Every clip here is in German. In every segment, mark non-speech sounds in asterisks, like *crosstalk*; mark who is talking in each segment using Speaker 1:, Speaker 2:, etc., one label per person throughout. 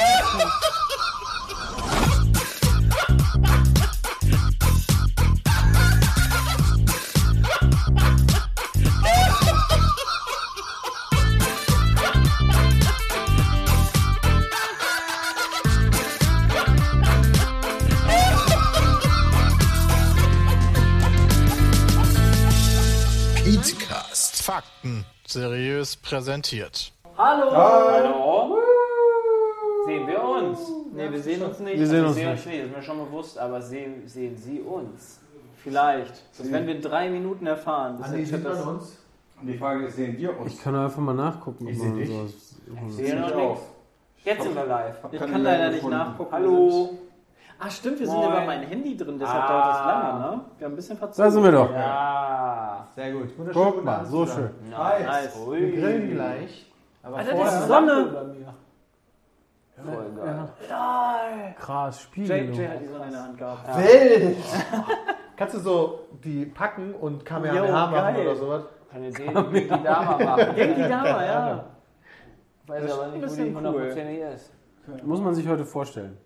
Speaker 1: Okay.
Speaker 2: Petcast.
Speaker 3: Fakten seriös präsentiert.
Speaker 4: Hallo!
Speaker 5: Hallo? Sehen wir uns?
Speaker 4: Ne, wir sehen uns nicht.
Speaker 5: Wir sehen
Speaker 4: Also,
Speaker 5: uns
Speaker 4: ich sehe
Speaker 5: nicht.
Speaker 4: Das ist mir schon bewusst, aber sehen, sehen Sie uns? Vielleicht. Das werden wir in drei Minuten erfahren. Das ist das
Speaker 2: uns?
Speaker 6: Und die Frage ist, sehen wir uns?
Speaker 5: Ich kann einfach mal nachgucken. ob
Speaker 6: Ich seh
Speaker 5: man
Speaker 6: dich.
Speaker 5: sowas-
Speaker 4: sehe noch
Speaker 6: Ich
Speaker 4: nichts.
Speaker 6: auch.
Speaker 4: Jetzt sind wir live.
Speaker 6: hab
Speaker 4: Ich
Speaker 6: keine
Speaker 4: kann leider
Speaker 6: Meldung
Speaker 4: nicht
Speaker 6: gefunden.
Speaker 4: nachgucken. Hallo! Ach Ah, stimmt, wir sind
Speaker 6: Moin.
Speaker 4: über mein Handy drin, deshalb
Speaker 6: Ah.
Speaker 4: dauert das lange, ne? Wir haben ein bisschen verzögert.
Speaker 5: Da sind wir doch.
Speaker 4: Ja.
Speaker 2: Sehr gut. Wunderschönen
Speaker 5: Guck
Speaker 2: guten
Speaker 5: mal,
Speaker 2: Abend
Speaker 5: so
Speaker 2: zusammen.
Speaker 5: schön.
Speaker 4: Nice.
Speaker 2: Wir
Speaker 4: Ui.
Speaker 2: grillen gleich. Aber
Speaker 4: Alter,
Speaker 2: vorher-
Speaker 4: das ist Sonne!
Speaker 6: Voll geil.
Speaker 5: Krass,
Speaker 4: Jay, Jay
Speaker 5: Spiegelung.
Speaker 4: hat die Sonne in der Hand gehabt. Ja.
Speaker 2: Wild! Kannst du so die packen und Kamera
Speaker 4: Jo,
Speaker 2: machen
Speaker 4: geil.
Speaker 2: oder sowas?
Speaker 4: Keine Idee, wie die Dame *laughs* machen.
Speaker 6: Denkt
Speaker 4: die Dame, ja.
Speaker 6: Weiß aber nicht,
Speaker 4: Bisschen cool.
Speaker 6: ist.
Speaker 5: Muss man sich heute vorstellen.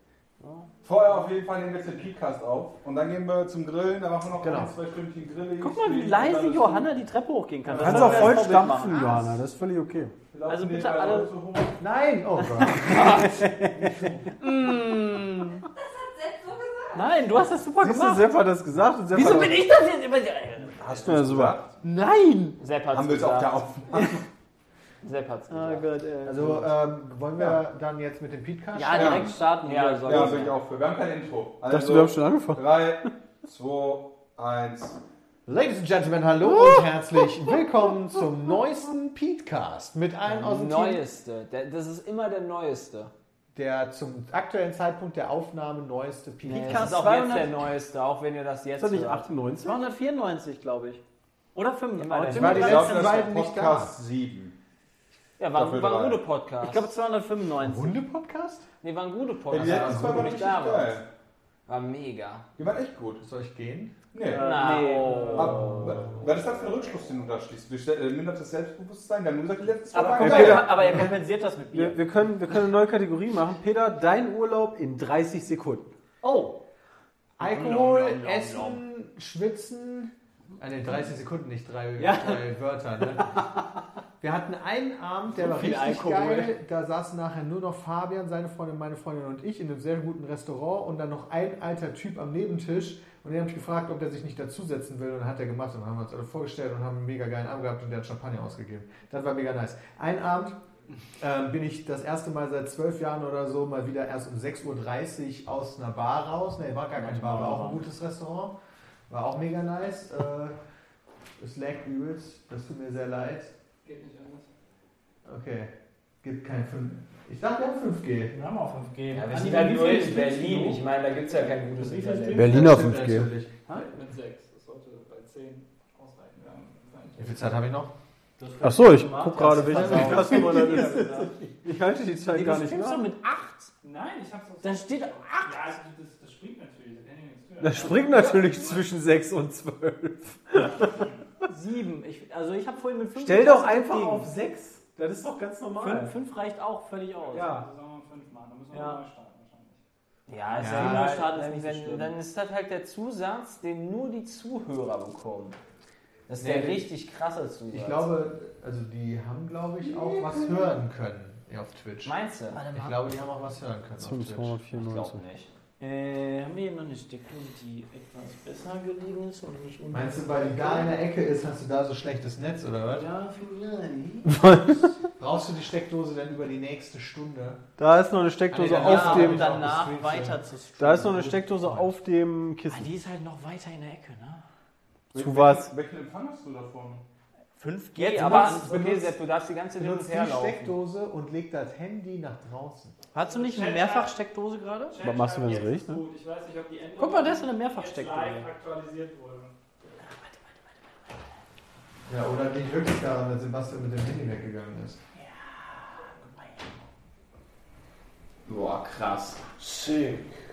Speaker 6: Vorher auf jeden Fall nehmen wir jetzt den Podcast auf. Und dann gehen wir zum Grillen, da machen wir noch
Speaker 2: Genau.
Speaker 6: ein, zwei Stündchen Grillen.
Speaker 4: Guck mal, wie leise Johanna die Treppe hochgehen kann.
Speaker 5: Du
Speaker 4: Das
Speaker 5: kannst
Speaker 4: soll
Speaker 5: auch
Speaker 4: das
Speaker 5: voll
Speaker 4: Vorbild
Speaker 5: stampfen,
Speaker 4: machen.
Speaker 5: Johanna. Das ist völlig okay.
Speaker 4: Also bitte alle-
Speaker 2: Nein! Oh Gott.
Speaker 4: Nein, du hast das super
Speaker 5: Siehst du,
Speaker 4: gemacht.
Speaker 5: Sepp hat das gesagt. Und Sepp
Speaker 4: Wieso
Speaker 5: hat
Speaker 4: bin ich das jetzt immer...
Speaker 5: Hast du ja super.
Speaker 4: Nein! Sepp hat's
Speaker 6: Haben wir es auf der Aufnahme?
Speaker 4: Sepp hat's gesagt. Oh Gott, ey.
Speaker 2: Also ähm, wollen wir dann jetzt mit dem Podcast
Speaker 4: ja, direkt starten hier.
Speaker 6: Ja,
Speaker 4: soll
Speaker 6: ja
Speaker 4: ich.
Speaker 6: bin ich auch für. Wir haben kein Intro. Also,
Speaker 5: Ich dachte, wir haben schon angefangen.
Speaker 6: 3, 2, 1.
Speaker 2: Ladies and Gentlemen, hallo und herzlich willkommen zum neuesten Podcast mit einem aus dem Team,
Speaker 4: Neueste. Der- Das ist immer der Neueste.
Speaker 2: der zum aktuellen Zeitpunkt der Aufnahme neueste Podcast.
Speaker 4: Das ist auch jetzt der Neueste, auch wenn ihr das jetzt
Speaker 5: Ist das nicht
Speaker 4: hört.
Speaker 5: 98?
Speaker 4: 294, glaube ich. Oder 95.
Speaker 2: war die
Speaker 6: Ich
Speaker 2: letzten
Speaker 6: glaube, das
Speaker 2: beiden
Speaker 6: ist
Speaker 2: nicht da.
Speaker 6: Podcast 7.
Speaker 4: Ja, war,
Speaker 6: Staffel
Speaker 4: war
Speaker 6: drei.
Speaker 4: ein guter Podcast.
Speaker 7: Ich glaube 295.
Speaker 2: Hunde-Podcast?
Speaker 7: Nee, war ein guter
Speaker 6: Die
Speaker 7: Podcast.
Speaker 6: letzten zwei waren richtig geil.
Speaker 7: War mega.
Speaker 6: Die waren echt gut.
Speaker 2: Soll ich gehen?
Speaker 6: Nee.
Speaker 7: Na,
Speaker 4: Nee.
Speaker 7: oh.
Speaker 6: Aber, was ist das für ein Rückschluss, den du da schließt? Durch äh, mindertes Selbstbewusstsein? Wir haben nur gesagt, die letzten zwei waren
Speaker 4: Aber,
Speaker 6: geil.
Speaker 4: ihr- aber ihr kompensiert das mit
Speaker 5: Wir,
Speaker 4: Bier.
Speaker 5: wir, können, wir können eine neue Kategorie machen. Peter, dein Urlaub in 30 Sekunden.
Speaker 4: Oh,
Speaker 2: Alkohol, Essen, Schwitzen. An den 30 Äh, Sekunden, nicht drei, drei Wörter. Ne? Wir hatten einen Abend, der war
Speaker 4: viel
Speaker 2: richtig
Speaker 4: Alkohol.
Speaker 2: geil. Da saßen nachher nur noch Fabian, seine Freundin, meine Freundin und ich in einem sehr guten Restaurant und dann noch ein alter Typ am Nebentisch. Und den habe ich gefragt, ob der sich nicht dazusetzen will. Und dann hat er gemacht und dann haben wir uns alle vorgestellt und haben einen mega geilen Abend gehabt und der hat Champagner ausgegeben. Das war mega nice. Ein Abend ähm, bin ich das erste Mal seit zwölf Jahren oder so mal wieder erst um 6.30 Uhr aus einer Bar raus. Ne, war gar keine Bar, war auch ein gutes Restaurant. War auch mega nice. Äh, es laggt übelst, das tut mir sehr leid. Okay, gibt kein 5. Ich dachte, wir haben 5G.
Speaker 8: Wir haben auch 5G.
Speaker 7: Ja, wir
Speaker 8: Andi,
Speaker 7: sind
Speaker 8: wie
Speaker 7: halt
Speaker 8: viel
Speaker 7: nur in
Speaker 8: Stück
Speaker 7: Berlin.
Speaker 8: nimmst
Speaker 7: Ich meine, da gibt es ja kein gutes
Speaker 8: Wie viel
Speaker 7: Internet.
Speaker 8: Stück?
Speaker 5: Berliner
Speaker 2: Das stimmt
Speaker 5: 5G.
Speaker 2: natürlich.
Speaker 8: du? Mit 6. Das sollte bei 10 ausreichen. Ja.
Speaker 2: Wie viel Zeit habe ich noch?
Speaker 5: Achso, ich guck gerade,
Speaker 4: *laughs*
Speaker 5: welcher
Speaker 4: Versauen.
Speaker 5: Podcast-Nummer das ist. Ich halte die Zeit gar
Speaker 4: du
Speaker 5: nicht
Speaker 4: stimmst doch
Speaker 5: nach.
Speaker 4: mit 8.
Speaker 8: Nein, ich hab's
Speaker 4: Da steht
Speaker 8: acht. Ja, also das, das, das springt natürlich. Da kann ich nichts für.
Speaker 5: Das springt natürlich zwischen 6 und 12.
Speaker 4: 7. Ich, also ich habe vorhin mit 5
Speaker 5: Stell doch einfach auf 6. Das ist doch ganz normal.
Speaker 4: 5, reicht auch völlig aus.
Speaker 5: Ja.
Speaker 8: Also sollen wir 5 machen. Da müssen wir
Speaker 4: Ja.
Speaker 8: neu starten wahrscheinlich.
Speaker 7: Ja, ist
Speaker 2: Ja.
Speaker 7: ja,
Speaker 4: Nur
Speaker 7: egal.
Speaker 4: Schaden ist
Speaker 7: dann,
Speaker 4: nicht so schlimm.
Speaker 7: wenn, dann ist das halt der Zusatz, den nur die Zuhörer bekommen. Das ist
Speaker 2: Nee,
Speaker 7: der
Speaker 2: nee.
Speaker 7: richtig krasse Zusatz.
Speaker 2: Ich glaube, also die haben, glaube ich, auch was hören können ja, auf Twitch.
Speaker 7: Meinst du? Ich
Speaker 2: Ich glaube, die haben auch was hören können auf Twitch.
Speaker 7: glaube nicht.
Speaker 4: Äh, haben wir hier noch eine Steckdose, die etwas besser gelegen ist und nicht unten?
Speaker 2: Meinst du, weil die da in der Ecke ist, hast du da so schlechtes Netz oder was?
Speaker 4: Ja, vielleicht.
Speaker 2: Brauchst du die Steckdose dann über die nächste Stunde?
Speaker 5: Da ist noch eine Steckdose
Speaker 2: Ah, nee,
Speaker 5: auf
Speaker 2: danach,
Speaker 5: dem.
Speaker 2: um
Speaker 4: danach
Speaker 2: Danach
Speaker 4: weiter zu streamen.
Speaker 5: Da ist noch eine Steckdose auf dem
Speaker 4: Ah,
Speaker 5: Kissen.
Speaker 4: die ist halt noch weiter in der Ecke, ne?
Speaker 5: Zu
Speaker 6: Welchen-
Speaker 5: was?
Speaker 6: Welchen Empfang hast du da vorne?
Speaker 4: 5G,
Speaker 7: Jetzt, aber
Speaker 4: aber...
Speaker 7: an- okay, Sepp, du darfst die ganze Zeit hin
Speaker 2: Benutzt
Speaker 7: und
Speaker 2: die
Speaker 7: her laufen.
Speaker 2: Steckdose und leg das Handy nach draußen.
Speaker 4: Hast du nicht eine Mehrfachsteckdose gerade?
Speaker 5: Was machst du, wenn ne? es
Speaker 8: Jetzt ist
Speaker 5: regnet?
Speaker 8: Gut. Ich weiß nicht, ob die Änderung
Speaker 4: Guck mal, da ist
Speaker 8: jetzt
Speaker 4: eine
Speaker 8: live
Speaker 4: Mehrfachsteckdose.
Speaker 8: aktualisiert wurde.
Speaker 2: Ja, oder liegt wirklich daran, dass Sebastian mit dem Handy weggegangen ist.
Speaker 7: Boah, krass.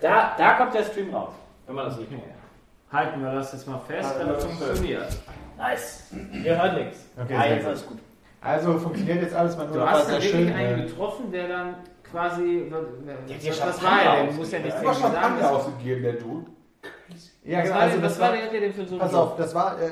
Speaker 4: Da, da kommt der Stream raus, wenn man das nicht mehr.
Speaker 8: Halten wir das jetzt mal fest,
Speaker 6: das funktioniert.
Speaker 4: Nice. Ihr hört nichts.
Speaker 2: Okay,
Speaker 4: ah,
Speaker 2: sehr
Speaker 4: jetzt
Speaker 2: gut.
Speaker 4: alles gut.
Speaker 2: Also funktioniert jetzt alles, mein
Speaker 7: Du
Speaker 2: Urlaub war
Speaker 7: hast
Speaker 2: sehr
Speaker 7: richtig
Speaker 2: schön.
Speaker 7: einen
Speaker 2: äh,
Speaker 7: getroffen, der dann
Speaker 9: quasi.
Speaker 10: Der hat
Speaker 9: Was,
Speaker 10: ja
Speaker 9: was,
Speaker 10: schon
Speaker 9: was war er denn?
Speaker 10: Panda
Speaker 9: Muss ja nicht
Speaker 6: Das war
Speaker 9: sagen.
Speaker 6: Champagner
Speaker 9: Was,
Speaker 6: ausgegeben, der Dude.
Speaker 2: Ja,
Speaker 9: was,
Speaker 2: genau.
Speaker 9: war,
Speaker 2: Also
Speaker 9: denn,
Speaker 2: das
Speaker 9: was war
Speaker 2: war,
Speaker 9: denn hat der denn für so
Speaker 2: pass auf, das war, äh,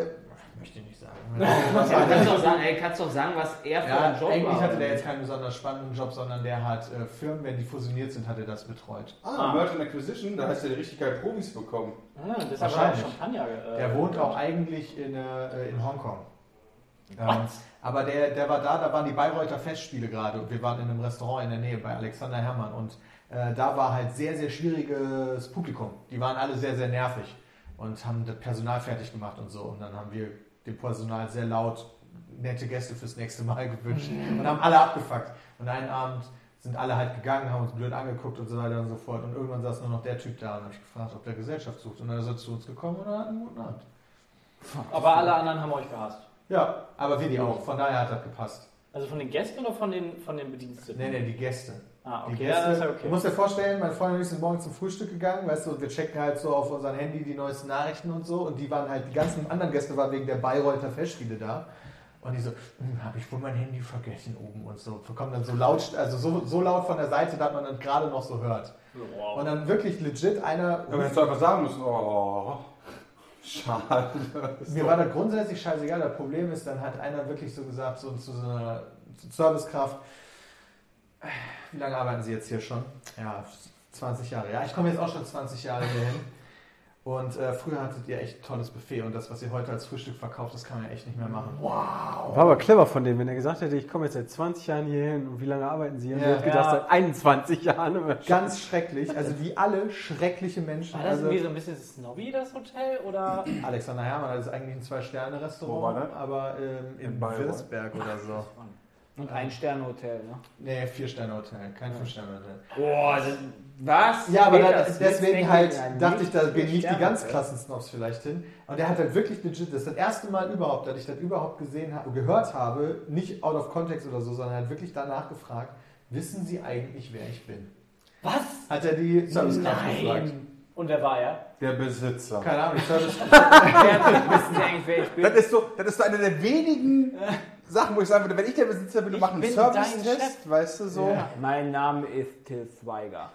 Speaker 2: möchte ich nicht sagen. Das
Speaker 9: Ja,
Speaker 2: war
Speaker 9: kannst doch sagen, ey, kannst doch sagen, was er für
Speaker 2: Ja,
Speaker 9: einen Job
Speaker 2: eigentlich
Speaker 9: war.
Speaker 2: hatte der jetzt keinen besonders spannenden Job, sondern der hat äh, Firmen, wenn die fusioniert sind, hat er das betreut.
Speaker 6: Ah, Merch and Acquisition, da hast du ja richtig geil Profis bekommen.
Speaker 10: Ah, deshalb
Speaker 2: Wahrscheinlich.
Speaker 10: hat er auch Champagner. äh,
Speaker 2: Der wohnt auch eigentlich in, äh, äh, in Hongkong. Ähm, aber der, der war da, da waren die Bayreuther Festspiele gerade und wir waren in einem Restaurant in der Nähe bei Alexander Herrmann und äh, da war halt sehr, sehr schwieriges Publikum. Die waren alle sehr, sehr nervig und haben das Personal fertig gemacht und so. Und dann haben wir dem Personal sehr laut nette Gäste fürs nächste Mal *laughs* gewünscht und haben alle abgefuckt. Und einen Abend sind alle halt gegangen, haben uns blöd angeguckt und so weiter und so fort. Und irgendwann saß nur noch der Typ da und hab ich gefragt, ob der Gesellschaft sucht. Und dann ist er zu uns gekommen und hat einen guten Abend.
Speaker 10: Aber alle anderen haben euch gehasst.
Speaker 2: Ja, aber wir die auch. Von daher hat das gepasst.
Speaker 10: Also von den Gästen oder von den, von den Bediensteten?
Speaker 2: Nee, nee, die Gäste.
Speaker 10: Ah,
Speaker 2: Die
Speaker 10: okay.
Speaker 2: Gäste.
Speaker 10: Ja, das ist ja
Speaker 2: Du
Speaker 10: okay.
Speaker 2: musst dir vorstellen, mein Freund und ich sind morgen zum Frühstück gegangen, weißt du, und wir checken halt so auf unserem Handy die neuesten Nachrichten und so. Und die waren halt, die ganzen anderen Gäste waren wegen der Bayreuther Festspiele da. Und die so, habe ich wohl mein Handy vergessen oben und so. Kommen dann so laut, also so, so laut von der Seite, dass man dann gerade noch so hört. Und dann wirklich legit einer.
Speaker 6: Aber hättest du einfach sagen müssen, oh, schade.
Speaker 2: Mir war da grundsätzlich scheißegal. Das Problem ist, dann hat einer wirklich so gesagt, so zu so einer Servicekraft, wie lange arbeiten Sie jetzt hier schon? Ja, 20 Jahre. Ja, ich komme jetzt auch schon 20 Jahre hier hin. Und äh, früher hattet ihr echt ein tolles Buffet und das, was ihr heute als Frühstück verkauft, das kann man ja echt nicht mehr machen. Wow!
Speaker 5: War aber clever von dem, wenn er gesagt hätte, ich komme jetzt seit 20 Jahren hier hin und wie lange arbeiten Sie? Und
Speaker 2: Ja.
Speaker 5: ich hätte gedacht,
Speaker 10: Ja.
Speaker 5: seit 21 Jahren. Aber
Speaker 2: Ganz schrecklich. Also wie alle schreckliche Menschen.
Speaker 10: War das
Speaker 2: Also,
Speaker 10: irgendwie so ein bisschen snobby, das Hotel? Oder?
Speaker 2: Alexander Hermann, das ist eigentlich
Speaker 6: Wo
Speaker 2: ein
Speaker 6: war
Speaker 2: Zwei-Sterne-Restaurant,
Speaker 6: das?
Speaker 2: aber ähm, in,
Speaker 6: In Bayreuth.
Speaker 2: Würzberg oder so.
Speaker 9: Und ein Sterne-Hotel, ne?
Speaker 2: Nee, Vier-Sterne-Hotel, kein Fünf-Sterne-Hotel.
Speaker 9: Boah,
Speaker 2: also,
Speaker 9: das, was?
Speaker 2: Ja, aber
Speaker 9: Peter,
Speaker 2: da,
Speaker 9: das gibt's
Speaker 2: deswegen
Speaker 9: nicht
Speaker 2: halt
Speaker 9: in einem
Speaker 2: dachte ich, da
Speaker 9: nicht-
Speaker 2: bin ich die
Speaker 9: Sterne-
Speaker 2: ganz krassen Snobs vielleicht hin. Und er hat halt wirklich legit, das ist das erste Mal überhaupt, dass ich das überhaupt gesehen habe, gehört habe, nicht out of context oder so, sondern er hat wirklich danach gefragt, wissen Sie eigentlich, wer ich bin?
Speaker 10: Was?
Speaker 2: Hat er die Servicekraft gefragt.
Speaker 10: Nein. Und wer war
Speaker 2: *laughs*
Speaker 10: er?
Speaker 6: Der Besitzer.
Speaker 2: Keine Ahnung, die Service
Speaker 10: *laughs*
Speaker 9: Wissen Sie eigentlich, wer ich bin?
Speaker 6: Das ist so, das ist so eine der wenigen Sachen, wo ich sagen würde, wenn ich der Besitzer bin, du machst einen
Speaker 10: bin dein
Speaker 6: Service-Test, weißt du so.
Speaker 2: *laughs* Ja.
Speaker 9: Mein Name ist Till Zweiger.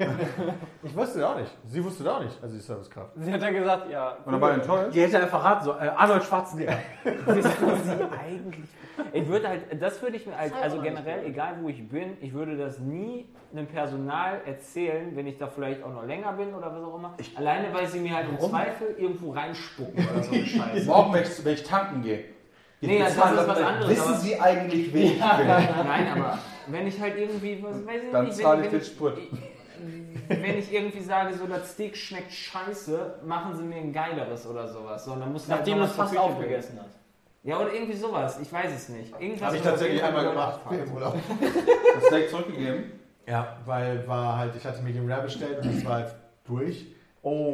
Speaker 2: Ich wusste das auch nicht. Sie wusste das auch nicht, also die Servicekraft.
Speaker 10: Sie hat dann gesagt, ja.
Speaker 6: Und dann war er enttäuscht.
Speaker 5: Die hätte er verraten, so äh, Arnold Schwarzenegger.
Speaker 9: Wissen Sie eigentlich? Ich würde halt, das würde ich mir als, also generell, egal wo ich bin, ich würde das nie einem Personal erzählen, wenn ich da vielleicht auch noch länger bin oder was auch immer. Alleine, weil sie mir halt im Zweifel irgendwo reinspucken oder so
Speaker 6: *laughs*
Speaker 9: eine Scheiße.
Speaker 6: Morgen, wenn ich, wenn ich tanken gehe.
Speaker 9: Nee, das ist
Speaker 6: bezahlen
Speaker 9: was
Speaker 6: wir-
Speaker 9: anderes,
Speaker 6: Wissen
Speaker 9: aber-
Speaker 6: Sie eigentlich, wer ich bin?
Speaker 9: Nein, aber wenn ich halt irgendwie, was weiß *laughs* ich
Speaker 6: Dann
Speaker 9: nicht,
Speaker 6: zahle
Speaker 9: wenn,
Speaker 6: ich
Speaker 9: wenn,
Speaker 6: den Sprit.
Speaker 9: wenn ich irgendwie sage, so das Steak schmeckt scheiße, machen sie mir ein geileres oder sowas. So, und dann muss halt
Speaker 10: Nachdem
Speaker 9: noch
Speaker 10: du
Speaker 9: was
Speaker 10: es fast
Speaker 9: zur Küche
Speaker 10: aufgegessen hast.
Speaker 9: bringen. Ja, oder irgendwie sowas, ich weiß es nicht. Irgendwas
Speaker 2: Habe ich
Speaker 9: oder
Speaker 2: tatsächlich
Speaker 9: so.
Speaker 2: einmal gemacht im Urlaub.
Speaker 6: Das Steak zurückgegeben.
Speaker 2: Ja, weil war halt, ich hatte Medium Rare bestellt und es war halt durch.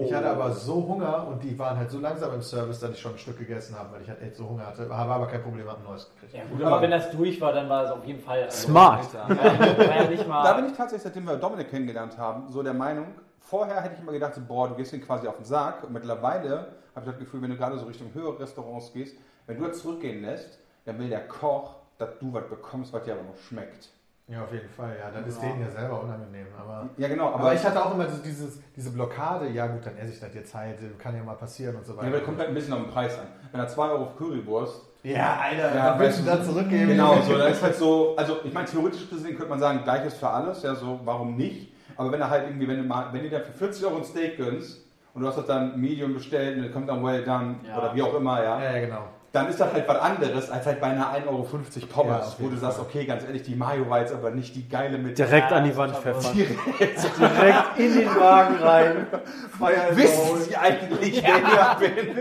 Speaker 2: Ich hatte aber so Hunger und die waren halt so langsam im Service, dass ich schon ein Stück gegessen habe, weil ich halt echt so Hunger hatte. Habe aber kein Problem, habe ein neues gekriegt.
Speaker 10: Ja, gut, aber wenn das durch war, dann war es auf jeden Fall. Also,
Speaker 5: Smart.
Speaker 10: War ja nicht
Speaker 6: Da
Speaker 10: mal.
Speaker 6: bin ich tatsächlich, seitdem wir Dominik kennengelernt haben, so der Meinung, vorher hätte ich immer gedacht, so, boah, du gehst ihm quasi auf den Sack. Und mittlerweile habe ich das Gefühl, wenn du gerade so Richtung höhere Restaurants gehst, wenn du das zurückgehen lässt, dann will der Koch, dass du was bekommst, was dir aber noch schmeckt.
Speaker 2: Ja, auf jeden Fall, ja. Dann ist denen ja selber unangenehm. Genau. Aber,
Speaker 6: Ja, genau,
Speaker 2: aber ich hatte auch immer so dieses, diese Blockade, ja gut, dann esse ich das jetzt halt, kann ja mal passieren und so
Speaker 6: Ja,
Speaker 2: weiter.
Speaker 6: aber das kommt halt ein bisschen auf den Preis an. Wenn er 2 Euro auf Currywurst.
Speaker 2: Ja, Alter,
Speaker 6: Ja,
Speaker 2: dann willst du ne?
Speaker 6: weißt du,
Speaker 2: da
Speaker 6: *laughs*
Speaker 2: zurückgeben.
Speaker 6: Genau, so, da ist halt so, also ich meine, theoretisch gesehen könnte man sagen, gleiches für alles, ja, so, warum nicht? Aber wenn er halt irgendwie, wenn du mal, wenn du dann für 40 Euro ein Steak gönnst und du hast das dann Medium bestellt und dann kommt dann well done
Speaker 10: Ja.
Speaker 6: oder wie auch immer, ja,
Speaker 2: Ja, ja, genau.
Speaker 6: dann ist das halt was anderes als halt bei einer 1,50 Euro
Speaker 2: Ja,
Speaker 6: Pommes,
Speaker 2: auf
Speaker 6: wo
Speaker 2: jeden
Speaker 6: du sagst,
Speaker 2: Fall.
Speaker 6: okay, ganz ehrlich, die Mayo war jetzt aber nicht die geile mit
Speaker 5: Direkt
Speaker 10: Ja,
Speaker 5: an die
Speaker 10: das
Speaker 5: Wand
Speaker 10: ist aber-
Speaker 5: pfeffern.
Speaker 2: Direkt in den Wagen rein. Feuer
Speaker 6: Wissen Sie eigentlich, wer ich bin?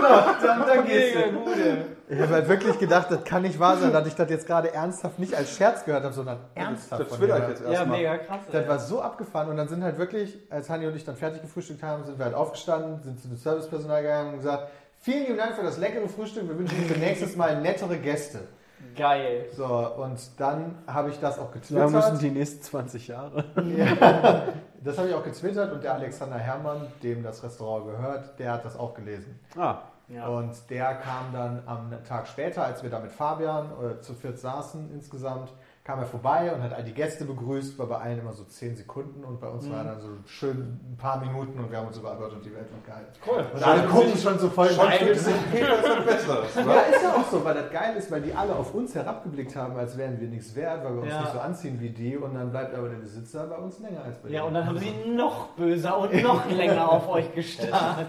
Speaker 2: dann, dann gehst
Speaker 10: Mega
Speaker 2: du.
Speaker 10: gut, ey.
Speaker 2: Ich habe halt wirklich gedacht, das kann nicht wahr sein, dass ich das jetzt gerade ernsthaft nicht als Scherz gehört habe, sondern ernsthaft.
Speaker 6: Das
Speaker 2: von
Speaker 6: twitter
Speaker 2: mir.
Speaker 6: ich jetzt
Speaker 10: Ja,
Speaker 6: erstmal.
Speaker 10: mega krass.
Speaker 2: Das war so abgefahren und dann sind halt wirklich, als Hanni und ich dann fertig gefrühstückt haben, sind wir halt aufgestanden, sind zu dem Servicepersonal gegangen und gesagt, vielen lieben Dank für das leckere Frühstück, wir wünschen Ihnen für nächstes Mal nettere Gäste.
Speaker 10: Geil.
Speaker 2: So, und dann habe ich das auch
Speaker 5: So lange müssen
Speaker 2: getwittert.
Speaker 5: die nächsten 20 Jahre.
Speaker 2: *laughs* Ja. Das habe ich auch getwittert und der Alexander Herrmann, dem das Restaurant gehört, der hat das auch gelesen.
Speaker 5: Ah,
Speaker 10: Ja.
Speaker 2: Und der kam dann am Tag später, als wir da mit Fabian äh, zu viert saßen insgesamt, kam er vorbei und hat all die Gäste begrüßt, war bei allen immer so 10 Sekunden und bei uns waren dann so schön ein paar Minuten und wir haben uns über Albert und die Welt unterhalten.
Speaker 6: Cool.
Speaker 2: Und alle gucken schon so voll
Speaker 6: Schon
Speaker 2: neidisch.
Speaker 6: fühlt sich Peter schon besser.
Speaker 2: Ja, ist ja auch so, weil das geil ist, weil die alle auf uns herabgeblickt haben, als wären wir nichts wert, weil wir uns
Speaker 4: Ja.
Speaker 2: nicht so anziehen wie die und dann bleibt aber der Besitzer bei uns länger als bei
Speaker 4: Ja,
Speaker 2: denen.
Speaker 4: und dann haben sie noch böser und noch länger auf euch gestarrt.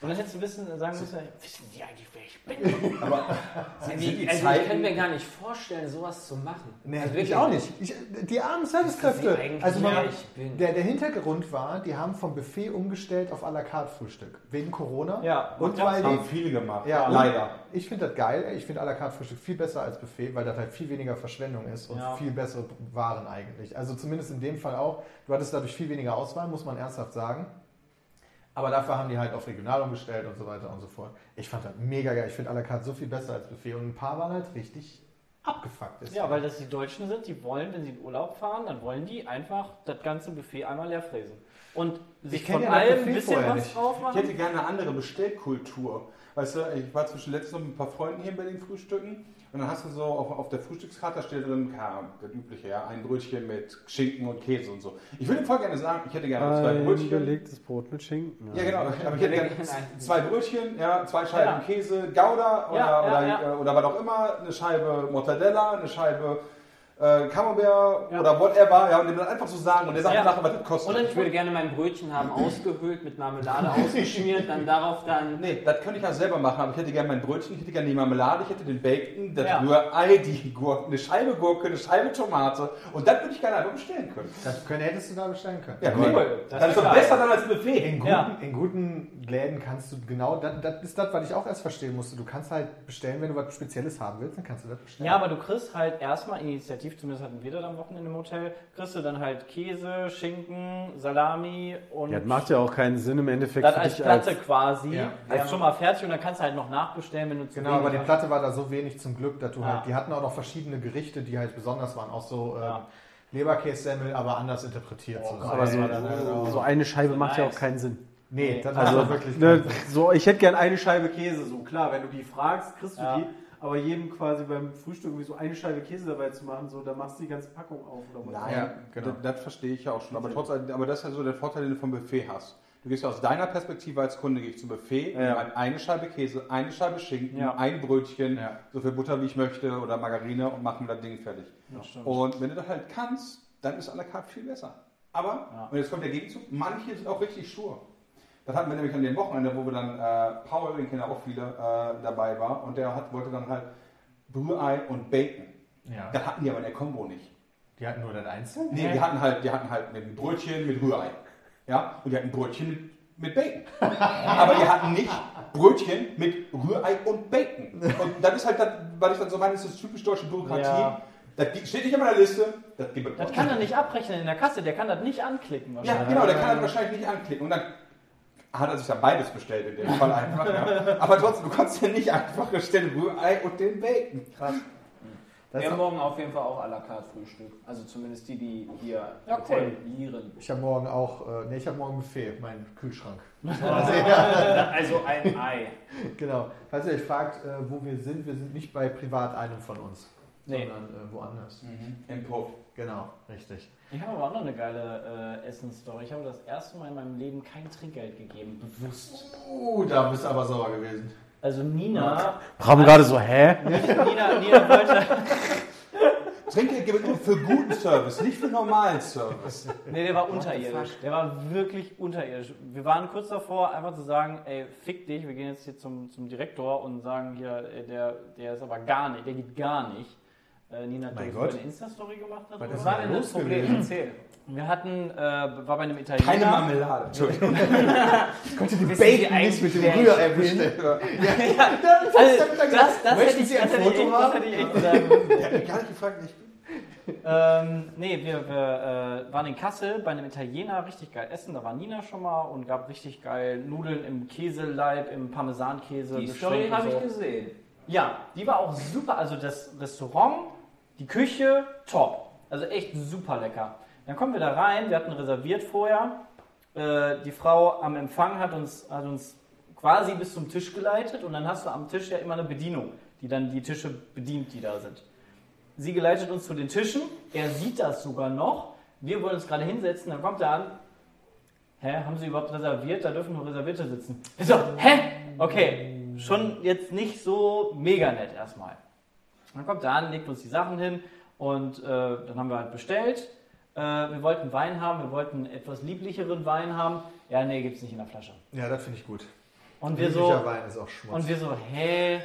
Speaker 4: Und dann hättest du wissen, sagen müssen, wissen die eigentlich, wer ich bin?
Speaker 6: Sind die
Speaker 9: Also ich
Speaker 6: Zeiten-
Speaker 9: kann mir gar nicht vorstellen, sowas zu machen.
Speaker 2: Nee,
Speaker 9: also
Speaker 2: ich auch nicht. Ich, die armen Servicekräfte.
Speaker 9: eigentlich
Speaker 2: Also man,
Speaker 9: nicht. Ich bin-
Speaker 2: der, der Hintergrund war, die haben vom Buffet umgestellt auf à la carte Frühstück. Wegen Corona.
Speaker 4: Ja,
Speaker 2: und weil die.
Speaker 6: Haben viele gemacht.
Speaker 2: Ja, und
Speaker 6: leider.
Speaker 2: Ich finde das geil. Ich finde à la carte Frühstück viel besser als Buffet, weil das halt viel weniger Verschwendung ist und
Speaker 4: Ja.
Speaker 2: viel bessere Waren eigentlich. Also zumindest in dem Fall auch. Du hattest dadurch viel weniger Auswahl, muss man ernsthaft sagen. Aber dafür haben die halt auf regional umgestellt und so weiter und so fort. Ich fand das mega geil. Ich finde à la carte so viel besser als Buffet. Und ein paar waren halt richtig abgefuckt. Ist
Speaker 4: Ja, weil das die Deutschen sind, die wollen, wenn sie in Urlaub fahren, dann wollen die einfach das ganze Buffet einmal leer fräsen. Und sich
Speaker 2: kenn
Speaker 4: von
Speaker 2: ja das
Speaker 4: allem
Speaker 2: Buffet
Speaker 4: ein bisschen
Speaker 2: vorher
Speaker 4: was
Speaker 2: nicht.
Speaker 4: drauf
Speaker 6: Ich
Speaker 4: machen.
Speaker 6: hätte gerne eine andere Bestellkultur. Weißt du, ich war zwischen letztem noch mit ein paar Freunden hier in Berlin frühstücken und dann hast du so auf, auf der Frühstückskarte da steht drin, kam das übliche, ja, ein Brötchen mit Schinken und Käse und so. Ich würde voll gerne sagen, ich hätte gerne zwei Brötchen.
Speaker 5: belegtes Brot mit Schinken.
Speaker 6: Ja, genau. Aber ich hätte gerne
Speaker 9: Nein.
Speaker 6: zwei Brötchen, ja, zwei Scheiben
Speaker 4: Ja.
Speaker 6: Käse, Gouda oder,
Speaker 4: Ja, ja,
Speaker 6: oder,
Speaker 4: ja.
Speaker 6: äh, oder was auch immer, eine Scheibe Mortadella, eine Scheibe äh, Camembert
Speaker 4: Ja.
Speaker 6: oder whatever. Ja, und dem dann einfach so sagen und der sagt
Speaker 4: Ja.
Speaker 6: nachher, was das kostet.
Speaker 4: Und dann-
Speaker 9: Ich würde gerne mein Brötchen haben, ausgehöhlt, mit Marmelade ausgeschmiert, dann darauf dann.
Speaker 6: Nee, das könnte ich ja selber machen, aber ich hätte gerne mein Brötchen, ich hätte gerne die Marmelade, ich hätte den Bacon, das
Speaker 4: Ja.
Speaker 6: Rührei, die Gurke, eine Scheibe Gurke, eine Scheibe Tomate und dann würde ich gerne einfach bestellen können.
Speaker 2: Das können, hättest du da bestellen können.
Speaker 6: Ja,
Speaker 4: cool.
Speaker 6: cool.
Speaker 4: Das
Speaker 6: Das,
Speaker 4: ist
Speaker 6: ist doch
Speaker 4: geil.
Speaker 6: besser dann als ein Buffet.
Speaker 2: In guten,
Speaker 4: Ja.
Speaker 2: in guten Läden kannst du genau, das, das ist das, was ich auch erst verstehen musste. Du kannst halt bestellen, wenn du was Spezielles haben willst, dann kannst du das bestellen.
Speaker 4: Ja, aber du kriegst halt erstmal initiativ, zumindest hatten wir das am Wochenende im Hotel, kriegst du dann halt Käse, Schinken, Salami und
Speaker 5: Ja, das macht ja auch keinen Sinn im Endeffekt
Speaker 4: das
Speaker 5: für
Speaker 4: als
Speaker 5: dich
Speaker 4: Platte
Speaker 5: als...
Speaker 4: quasi.
Speaker 2: Ja.
Speaker 4: Das ist schon mal fertig und dann kannst du halt noch nachbestellen, wenn du zu
Speaker 2: Genau,
Speaker 4: wenig
Speaker 2: aber die
Speaker 4: hast.
Speaker 2: Platte war da so wenig zum Glück, dass du
Speaker 4: Ja.
Speaker 2: halt, die hatten auch noch verschiedene Gerichte, die halt besonders waren, auch so ähm,
Speaker 4: Ja.
Speaker 2: Leberkässemmel, aber anders interpretiert. so.
Speaker 5: Aber
Speaker 2: Das
Speaker 5: so,
Speaker 2: war dann halt auch-
Speaker 5: Äh, so eine Scheibe
Speaker 4: So
Speaker 5: macht ja auch
Speaker 4: nice.
Speaker 5: keinen Sinn.
Speaker 2: nee, das
Speaker 5: Also,
Speaker 2: war wirklich
Speaker 5: ne,
Speaker 2: kein-
Speaker 5: so, ich hätte gern eine Scheibe Käse, so klar, wenn du die fragst, kriegst du
Speaker 4: Ja.
Speaker 5: die. Aber jedem quasi beim Frühstück irgendwie so eine Scheibe Käse dabei zu machen, so, da machst du die ganze Packung auf. Oder was?
Speaker 6: Nein,
Speaker 2: Ja, genau.
Speaker 6: das, das verstehe ich ja auch schon. Aber, trotz, allem- aber das ist ja so der Vorteil, den du vom Buffet hast. Du gehst ja aus deiner Perspektive als Kunde, gehe ich zum Buffet,
Speaker 5: Ja.
Speaker 6: nehme halt eine Scheibe Käse, eine Scheibe Schinken,
Speaker 4: Ja.
Speaker 6: ein Brötchen,
Speaker 2: Ja.
Speaker 6: so viel Butter, wie ich möchte oder Margarine und mache mir das Ding fertig. und wenn du das halt kannst, dann ist à la carte viel besser. Aber, und jetzt kommt der Gegenzug, manche sind auch richtig stur. Das hatten wir nämlich an dem Wochenende, wo wir dann äh, Paul, den kennen ja auch viele, äh, dabei war und der hat, wollte dann halt Brühei und Bacon.
Speaker 2: ja.
Speaker 6: Das hatten die aber in der Combo nicht.
Speaker 2: Die hatten nur das Einzel.
Speaker 6: Nee, die hatten halt, die hatten halt mit einem Brötchen mit Rührei. Ja, und die hatten Brötchen mit, mit Bacon. Aber die hatten nicht Brötchen mit Rührei und Bacon. Und das ist halt, das, weil ich dann so meine, das ist das typisch deutsche Bürokratie.
Speaker 4: Ja.
Speaker 6: Das gibt- steht nicht auf meiner Liste, das gibt es
Speaker 4: Das
Speaker 6: nicht.
Speaker 4: kann er nicht abrechnen in der Kasse, der kann das nicht anklicken
Speaker 6: Ja, genau, der kann das wahrscheinlich nicht anklicken. Und dann hat er sich dann beides bestellt in
Speaker 2: *laughs*
Speaker 6: dem Fall einfach. Ja. Aber trotzdem, du kannst ja nicht einfach bestellen Rührei und den Bacon.
Speaker 9: Wir haben morgen auf jeden Fall auch à la carte Frühstück. Also zumindest die, die hier ja, hotelieren.
Speaker 2: Ich habe morgen auch, äh, nee, ich habe morgen ein Buffet, meinen Kühlschrank.
Speaker 9: Also ein Ei.
Speaker 2: Genau. Falls ihr euch fragt, äh, wo wir sind, wir sind nicht bei privat einem von uns,
Speaker 4: Nee.
Speaker 2: sondern äh, woanders.
Speaker 6: Im Pub.
Speaker 2: Genau, richtig.
Speaker 4: Ich habe aber auch noch eine geile äh, Essen-Story. Ich habe das erste Mal in meinem Leben kein Trinkgeld gegeben, bewusst.
Speaker 2: Uh, da bist du aber sauer gewesen.
Speaker 4: Also Nina,
Speaker 5: Haben gerade so, hä?
Speaker 4: Nina, Nina wollte,
Speaker 6: Trinkgeld gibt es nur für guten Service, nicht für normalen Service.
Speaker 4: nee, der war unterirdisch. Der war wirklich unterirdisch. Wir waren kurz davor, einfach zu sagen, ey, fick dich, wir gehen jetzt hier zum, zum Direktor und sagen hier, ey, der, der ist aber gar nicht, der geht gar nicht. Äh, Nina hat
Speaker 2: Mein
Speaker 4: darüber
Speaker 2: Gott.
Speaker 4: eine Insta-Story gemacht. darüber.
Speaker 2: ist
Speaker 4: Was war
Speaker 2: denn
Speaker 4: denn das
Speaker 2: los
Speaker 4: Problem? Erzähl. Wir hatten, äh, war bei einem Italiener.
Speaker 6: Keine Marmelade. Entschuldigung.
Speaker 2: Könnte die
Speaker 4: Wissen Sie
Speaker 2: Bacon
Speaker 4: eigentlich,
Speaker 2: nicht mit dem
Speaker 4: wer
Speaker 2: Rührei
Speaker 4: ich bin?
Speaker 2: erwischen.
Speaker 4: Also, das, das, hätte
Speaker 2: Möchten
Speaker 4: ich,
Speaker 2: Sie ein
Speaker 4: das, hätte ich,
Speaker 2: Foto
Speaker 4: echt- das
Speaker 2: haben?
Speaker 4: hätte ich echt sagen müssen.
Speaker 6: Ich hab gar nicht gefragt, ich
Speaker 4: ähm, nee, wir, wir äh, waren in Kassel bei einem Italiener, richtig geil essen. Da war Nina schon mal und gab richtig geil Nudeln im Käseleib, im Parmesankäse.
Speaker 9: Die
Speaker 4: Gestreckt
Speaker 9: Story
Speaker 4: und
Speaker 9: habe
Speaker 4: so.
Speaker 9: ich gesehen.
Speaker 4: Ja, die war auch super. Also das Restaurant, die Küche, top. Also echt super lecker. Dann kommen wir da rein, wir hatten reserviert vorher. Äh, die Frau am Empfang hat uns, hat uns quasi bis zum Tisch geleitet und dann hast du am Tisch ja immer eine Bedienung, die dann die Tische bedient, die da sind. Sie geleitet uns zu den Tischen. Er sieht das sogar noch. Wir wollen uns gerade hinsetzen. Dann kommt er an. Hä, haben Sie überhaupt reserviert? Da dürfen nur Reservierte sitzen. Ich so, hä? Okay, schon jetzt nicht so mega nett erstmal. Dann kommt er an, legt uns die Sachen hin und äh, dann haben wir halt bestellt. Äh, wir wollten Wein haben, wir wollten etwas lieblicheren Wein haben. Ja, nee, gibt's nicht in der Flasche.
Speaker 2: Ja, das finde ich gut.
Speaker 4: Und wir so,
Speaker 2: Lieblicher Wein ist auch Schmutz.
Speaker 4: und wir so, hä?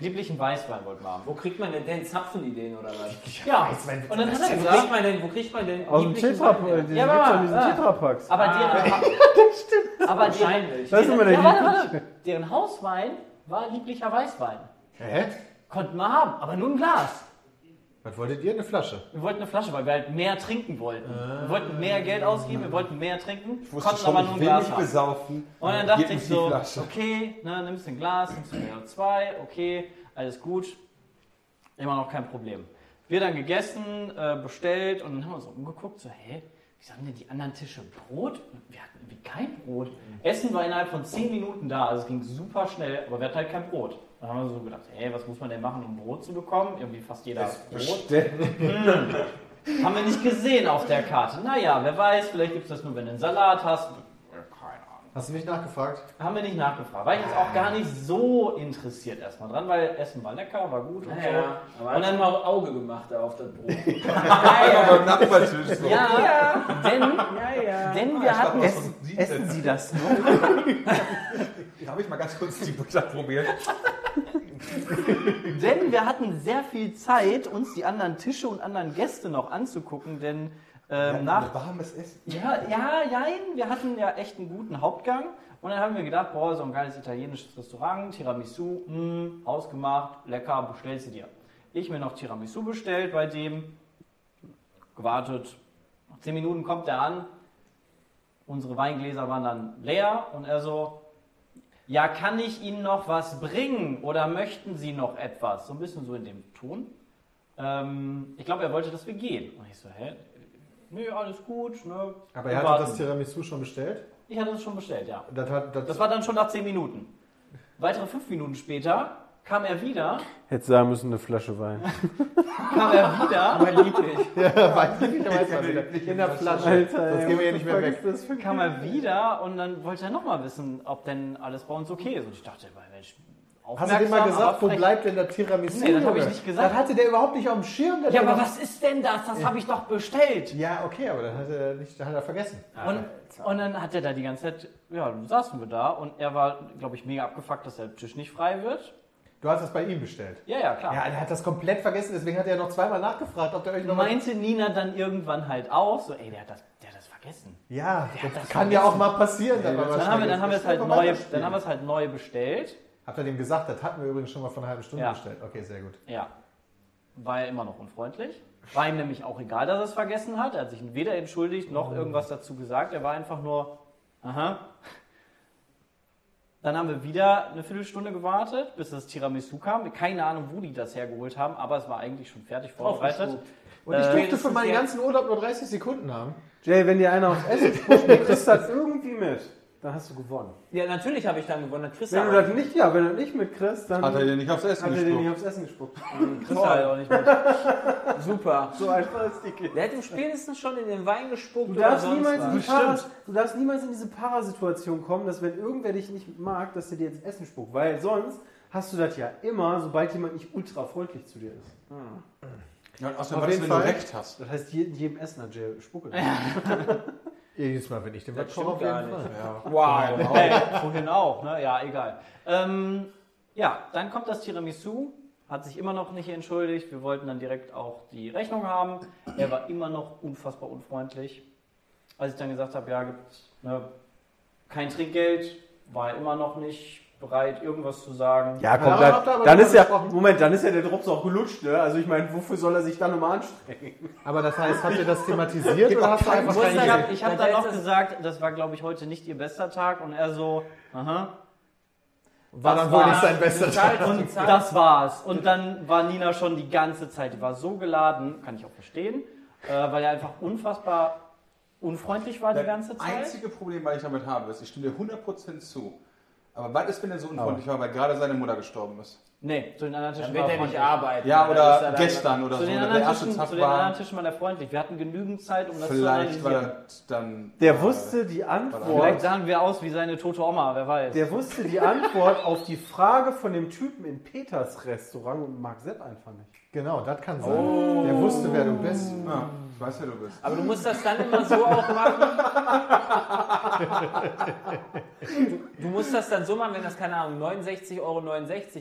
Speaker 4: Lieblichen Weißwein wollten wir haben.
Speaker 9: Wo kriegt man denn den Zapfenideen oder was?
Speaker 4: Ja,
Speaker 2: Weißwein,
Speaker 4: und dann hat er
Speaker 9: Wo
Speaker 4: gesagt,
Speaker 9: kriegt man denn, wo kriegt man denn
Speaker 5: Aus dem
Speaker 9: lieblichen
Speaker 5: Tetra,
Speaker 9: Wein her?
Speaker 5: äh,
Speaker 4: Ja,
Speaker 5: ja,
Speaker 4: warte
Speaker 5: von
Speaker 4: mal,
Speaker 5: diesen
Speaker 4: ah.
Speaker 5: Tetrapacks.
Speaker 4: Aber deren,
Speaker 6: *laughs*
Speaker 4: aber deren,
Speaker 9: Wahrscheinlich.
Speaker 5: Das ist immer der
Speaker 4: ja, warte,
Speaker 5: ja,
Speaker 4: warte. deren Hauswein war lieblicher Weißwein.
Speaker 2: Hä?
Speaker 4: Konnten wir haben, aber nur ein Glas.
Speaker 2: Was wolltet ihr? Eine Flasche?
Speaker 4: Wir wollten eine Flasche, weil wir halt mehr trinken wollten. Wir wollten mehr Geld ausgeben, wir wollten mehr trinken,
Speaker 6: Ich wusste
Speaker 4: konnten
Speaker 6: schon,
Speaker 4: aber nur ein
Speaker 6: ich will
Speaker 4: Glas
Speaker 6: nicht
Speaker 4: haben.
Speaker 6: besaufen.
Speaker 4: Und dann dachte
Speaker 6: Gebt
Speaker 4: ich
Speaker 6: uns die
Speaker 4: so,
Speaker 6: Flasche.
Speaker 4: okay, ne, nimmst ein Glas, nimmst ein Glas zwei, okay, alles gut. Immer noch kein Problem. Wir dann gegessen, äh, bestellt und dann haben wir uns umgeguckt, so, hä, wieso haben denn die anderen Tische Brot? Und wir hatten irgendwie kein Brot. Essen war innerhalb von zehn Minuten da, also es ging super schnell, aber wir hatten halt kein Brot. Dann haben wir so gedacht, hey, was muss man denn machen, um Brot zu bekommen? Irgendwie fast jeder hat Brot.
Speaker 6: Bestellen.
Speaker 4: Haben wir nicht gesehen auf der Karte. Naja, wer weiß, vielleicht gibt es das nur, wenn du einen Salat hast. Keine Ahnung.
Speaker 2: Hast du nicht nachgefragt?
Speaker 4: Haben wir nicht nachgefragt. War ich jetzt auch gar nicht so interessiert erstmal dran, weil Essen war lecker, war gut und
Speaker 9: Naja, aber
Speaker 4: Und dann
Speaker 9: und dann mal Auge gemacht da auf das Brot.
Speaker 6: Am Nachbartisch so.
Speaker 4: so. Ja, Denn,
Speaker 9: ja.
Speaker 4: denn wir hatten.
Speaker 6: Essen, essen
Speaker 4: Sie das noch?
Speaker 6: Darf ich mal ganz kurz die Butter probieren?
Speaker 4: Denn wir hatten sehr viel Zeit, uns die anderen Tische und anderen Gäste noch anzugucken, denn ähm, nach.
Speaker 6: warmes Essen.
Speaker 4: Ja, ja, nein, wir hatten ja echt einen guten Hauptgang. Und dann haben wir gedacht, boah, so ein geiles italienisches Restaurant, Tiramisu, mh, hausgemacht, lecker, bestellst du dir. Ich mir noch Tiramisu bestellt bei dem, gewartet, nach 10 Minuten kommt er an, unsere Weingläser waren dann leer und er so, ja, kann ich Ihnen noch was bringen oder möchten Sie noch etwas? So ein bisschen so in dem Ton. Ähm, ich glaube, er wollte, dass wir gehen. Und ich so, hä? Nö, alles gut, ne?
Speaker 2: Aber er
Speaker 4: Warten.
Speaker 2: hatte das Tiramisu schon bestellt.
Speaker 4: Ich hatte es schon bestellt, ja.
Speaker 2: Das, hat, das,
Speaker 4: Das war dann schon nach 10 Minuten. Weitere 5 Minuten später kam er wieder,
Speaker 5: Hätte sagen müssen, eine Flasche Wein.
Speaker 4: kam er wieder,
Speaker 2: weiß ich nicht, weiß man wieder. In der Flasche.
Speaker 5: Alter,
Speaker 2: Sonst
Speaker 5: ey,
Speaker 2: gehen wir ja nicht mehr weg.
Speaker 5: Das für
Speaker 4: kam er wieder und dann wollte er nochmal wissen, ob denn alles bei uns okay ist. Und ich dachte, weil Mensch,
Speaker 2: Hast du dir mal
Speaker 4: aufmerksam,
Speaker 2: gesagt,
Speaker 4: aber
Speaker 2: wo
Speaker 4: frech.
Speaker 2: bleibt denn der Tiramisu?
Speaker 4: Nee, das hab ich
Speaker 2: Junge?
Speaker 4: nicht gesagt.
Speaker 2: Das hatte der überhaupt nicht auf dem Schirm. dass
Speaker 4: Ja,
Speaker 2: der
Speaker 4: aber
Speaker 2: noch-
Speaker 4: was ist denn das? Das habe ich doch bestellt.
Speaker 2: Ja, okay, aber dann hat er, nicht, hat er vergessen.
Speaker 4: Und, und dann hat er da die ganze Zeit, ja, dann saßen wir da und er war, glaube ich, mega abgefuckt, dass der Tisch nicht frei wird.
Speaker 2: Du hast das bei ihm bestellt.
Speaker 4: Ja, ja, klar.
Speaker 2: Ja, er hat das komplett vergessen, deswegen hat er noch zweimal nachgefragt, ob der euch noch was-
Speaker 4: Meinte Nina dann irgendwann halt auch, so, ey, der hat das, der hat das vergessen.
Speaker 2: Ja,
Speaker 4: hat
Speaker 2: das,
Speaker 4: das
Speaker 2: kann ja auch mal passieren. dann
Speaker 4: Dann haben, wir, dann, haben wir es halt neu, dann haben wir
Speaker 2: wir
Speaker 4: es halt neu bestellt.
Speaker 2: Habt ihr dem gesagt, das hatten wir übrigens schon mal vor einer halben Stunde
Speaker 4: Ja.
Speaker 2: bestellt. Okay, sehr gut.
Speaker 4: Ja. War ja immer noch unfreundlich. War ihm nämlich auch egal, dass er es vergessen hat. Er hat sich weder entschuldigt
Speaker 9: Mhm.
Speaker 4: noch irgendwas dazu gesagt. Er war einfach nur, aha. Dann haben wir wieder eine Viertelstunde gewartet, bis das Tiramisu kam. Keine Ahnung, wo die das hergeholt haben, aber es war eigentlich schon fertig vorbereitet.
Speaker 2: Und ich
Speaker 4: Äh,
Speaker 2: durfte für
Speaker 9: wenigstens
Speaker 2: meinen
Speaker 9: der-
Speaker 2: ganzen Urlaub nur 30 Sekunden haben.
Speaker 5: Jay, wenn dir einer aufs Essen spuckt, du kriegst das irgendwie mit. Dann hast du gewonnen.
Speaker 9: *laughs* Ja, natürlich habe ich dann gewonnen. Dann kriegst du
Speaker 5: Wenn du
Speaker 9: aber-
Speaker 5: das nicht, ja, wenn du das nicht mitkriegst, dann
Speaker 6: Hat er dir nicht aufs Essen
Speaker 5: hat er dir nicht
Speaker 6: gespuckt?
Speaker 5: aufs Essen gespuckt.
Speaker 9: kriegst du halt auch nicht mit. Super.
Speaker 5: So einfach ist die Kiste.
Speaker 9: Der hätte ihm spätestens schon in den Wein gespuckt.
Speaker 5: Du darfst,
Speaker 9: oder sonst
Speaker 5: niemals in
Speaker 9: was.
Speaker 5: die Paras, du darfst niemals in diese Parasituation kommen, dass wenn irgendwer dich nicht mag, dass der dir ins Essen spuckt. Weil sonst hast du das ja immer, sobald jemand nicht ultra freundlich zu dir ist.
Speaker 6: Ja, und außerdem
Speaker 2: Auf
Speaker 6: war das,
Speaker 2: jeden
Speaker 6: wenn du
Speaker 2: Fall.
Speaker 6: recht hast.
Speaker 5: Das heißt, je- in jedem Essen hat Jay Spucke.
Speaker 2: Jedes Mal, wenn ich den
Speaker 9: Das
Speaker 2: Webshop
Speaker 9: stimmt
Speaker 2: auf jeden
Speaker 9: gar
Speaker 2: Fall.
Speaker 4: Wow. Hey, vorhin auch, ne? Ja, egal. Ähm, ja, dann kommt das Tiramisu. Hat sich immer noch nicht entschuldigt. Wir wollten dann direkt auch die Rechnung haben. Er war immer noch unfassbar unfreundlich. Als ich dann gesagt habe, ja, gibt ne, kein Trinkgeld, war er immer noch nicht bereit, irgendwas zu sagen.
Speaker 5: Ja, komm,
Speaker 2: Ja,
Speaker 5: dann,
Speaker 2: habt ihr aber
Speaker 5: dann
Speaker 2: drüber
Speaker 5: ist ja,
Speaker 2: gesprochen.
Speaker 5: Moment, dann ist ja der Drops auch gelutscht, ne? Also ich meine, wofür soll er sich dann nochmal anstrengen?
Speaker 2: Aber das heißt, habt ihr
Speaker 4: *laughs*
Speaker 2: das thematisiert oder hast du
Speaker 4: Ich
Speaker 2: einfach
Speaker 4: muss
Speaker 2: keine
Speaker 4: dann,
Speaker 2: Idee?
Speaker 4: hab- ich habe
Speaker 9: Weil
Speaker 4: dann
Speaker 9: der
Speaker 4: noch
Speaker 9: ist-
Speaker 4: gesagt, das war, glaube ich, heute nicht ihr bester Tag. Und er so, aha.
Speaker 2: War dann
Speaker 4: das
Speaker 2: wohl
Speaker 4: war-
Speaker 2: nicht sein bester Tag.
Speaker 4: Und das war's. Und dann war Nina schon die ganze Zeit, die war so geladen, kann ich auch verstehen, äh, weil er einfach unfassbar unfreundlich war die ganze
Speaker 6: Das
Speaker 4: Zeit.
Speaker 6: einzige Problem, was ich damit Oh. habe, ist, ich stimme dir 100% zu. Aber was ist, wenn er so unfreundlich war, weil gerade seine Mutter gestorben ist?
Speaker 4: Nee, zu den anderen Tischen
Speaker 9: Dann
Speaker 4: war
Speaker 9: wird er nicht
Speaker 4: freundlich.
Speaker 9: arbeiten.
Speaker 6: Ja,
Speaker 9: Dann ist er
Speaker 6: oder
Speaker 9: dann-
Speaker 6: gestern oder so.
Speaker 4: Zu den,
Speaker 6: Also Der
Speaker 4: anderen
Speaker 6: erste
Speaker 4: Tischen, zu
Speaker 6: Tag
Speaker 4: den anderen
Speaker 6: war.
Speaker 4: Tischen war er freundlich. Wir hatten genügend Zeit, um das
Speaker 6: Vielleicht
Speaker 4: zu
Speaker 6: war
Speaker 4: analysieren.
Speaker 6: er dann.
Speaker 5: Der
Speaker 6: äh,
Speaker 5: wusste die
Speaker 4: Vielleicht
Speaker 5: Antwort.
Speaker 4: sahen wir aus wie seine tote Oma, wer weiß.
Speaker 5: Der wusste die Antwort auf die Frage von dem Typen in Peters Restaurant und mag Sepp einfach nicht.
Speaker 2: Genau, das kann sein.
Speaker 9: Oh.
Speaker 2: Der wusste, wer du bist.
Speaker 6: Ja, ich weiß, wer du bist.
Speaker 9: Aber du musst das dann immer so auch machen. Du, du musst das dann so machen, wenn das, keine Ahnung, 69,69 Euro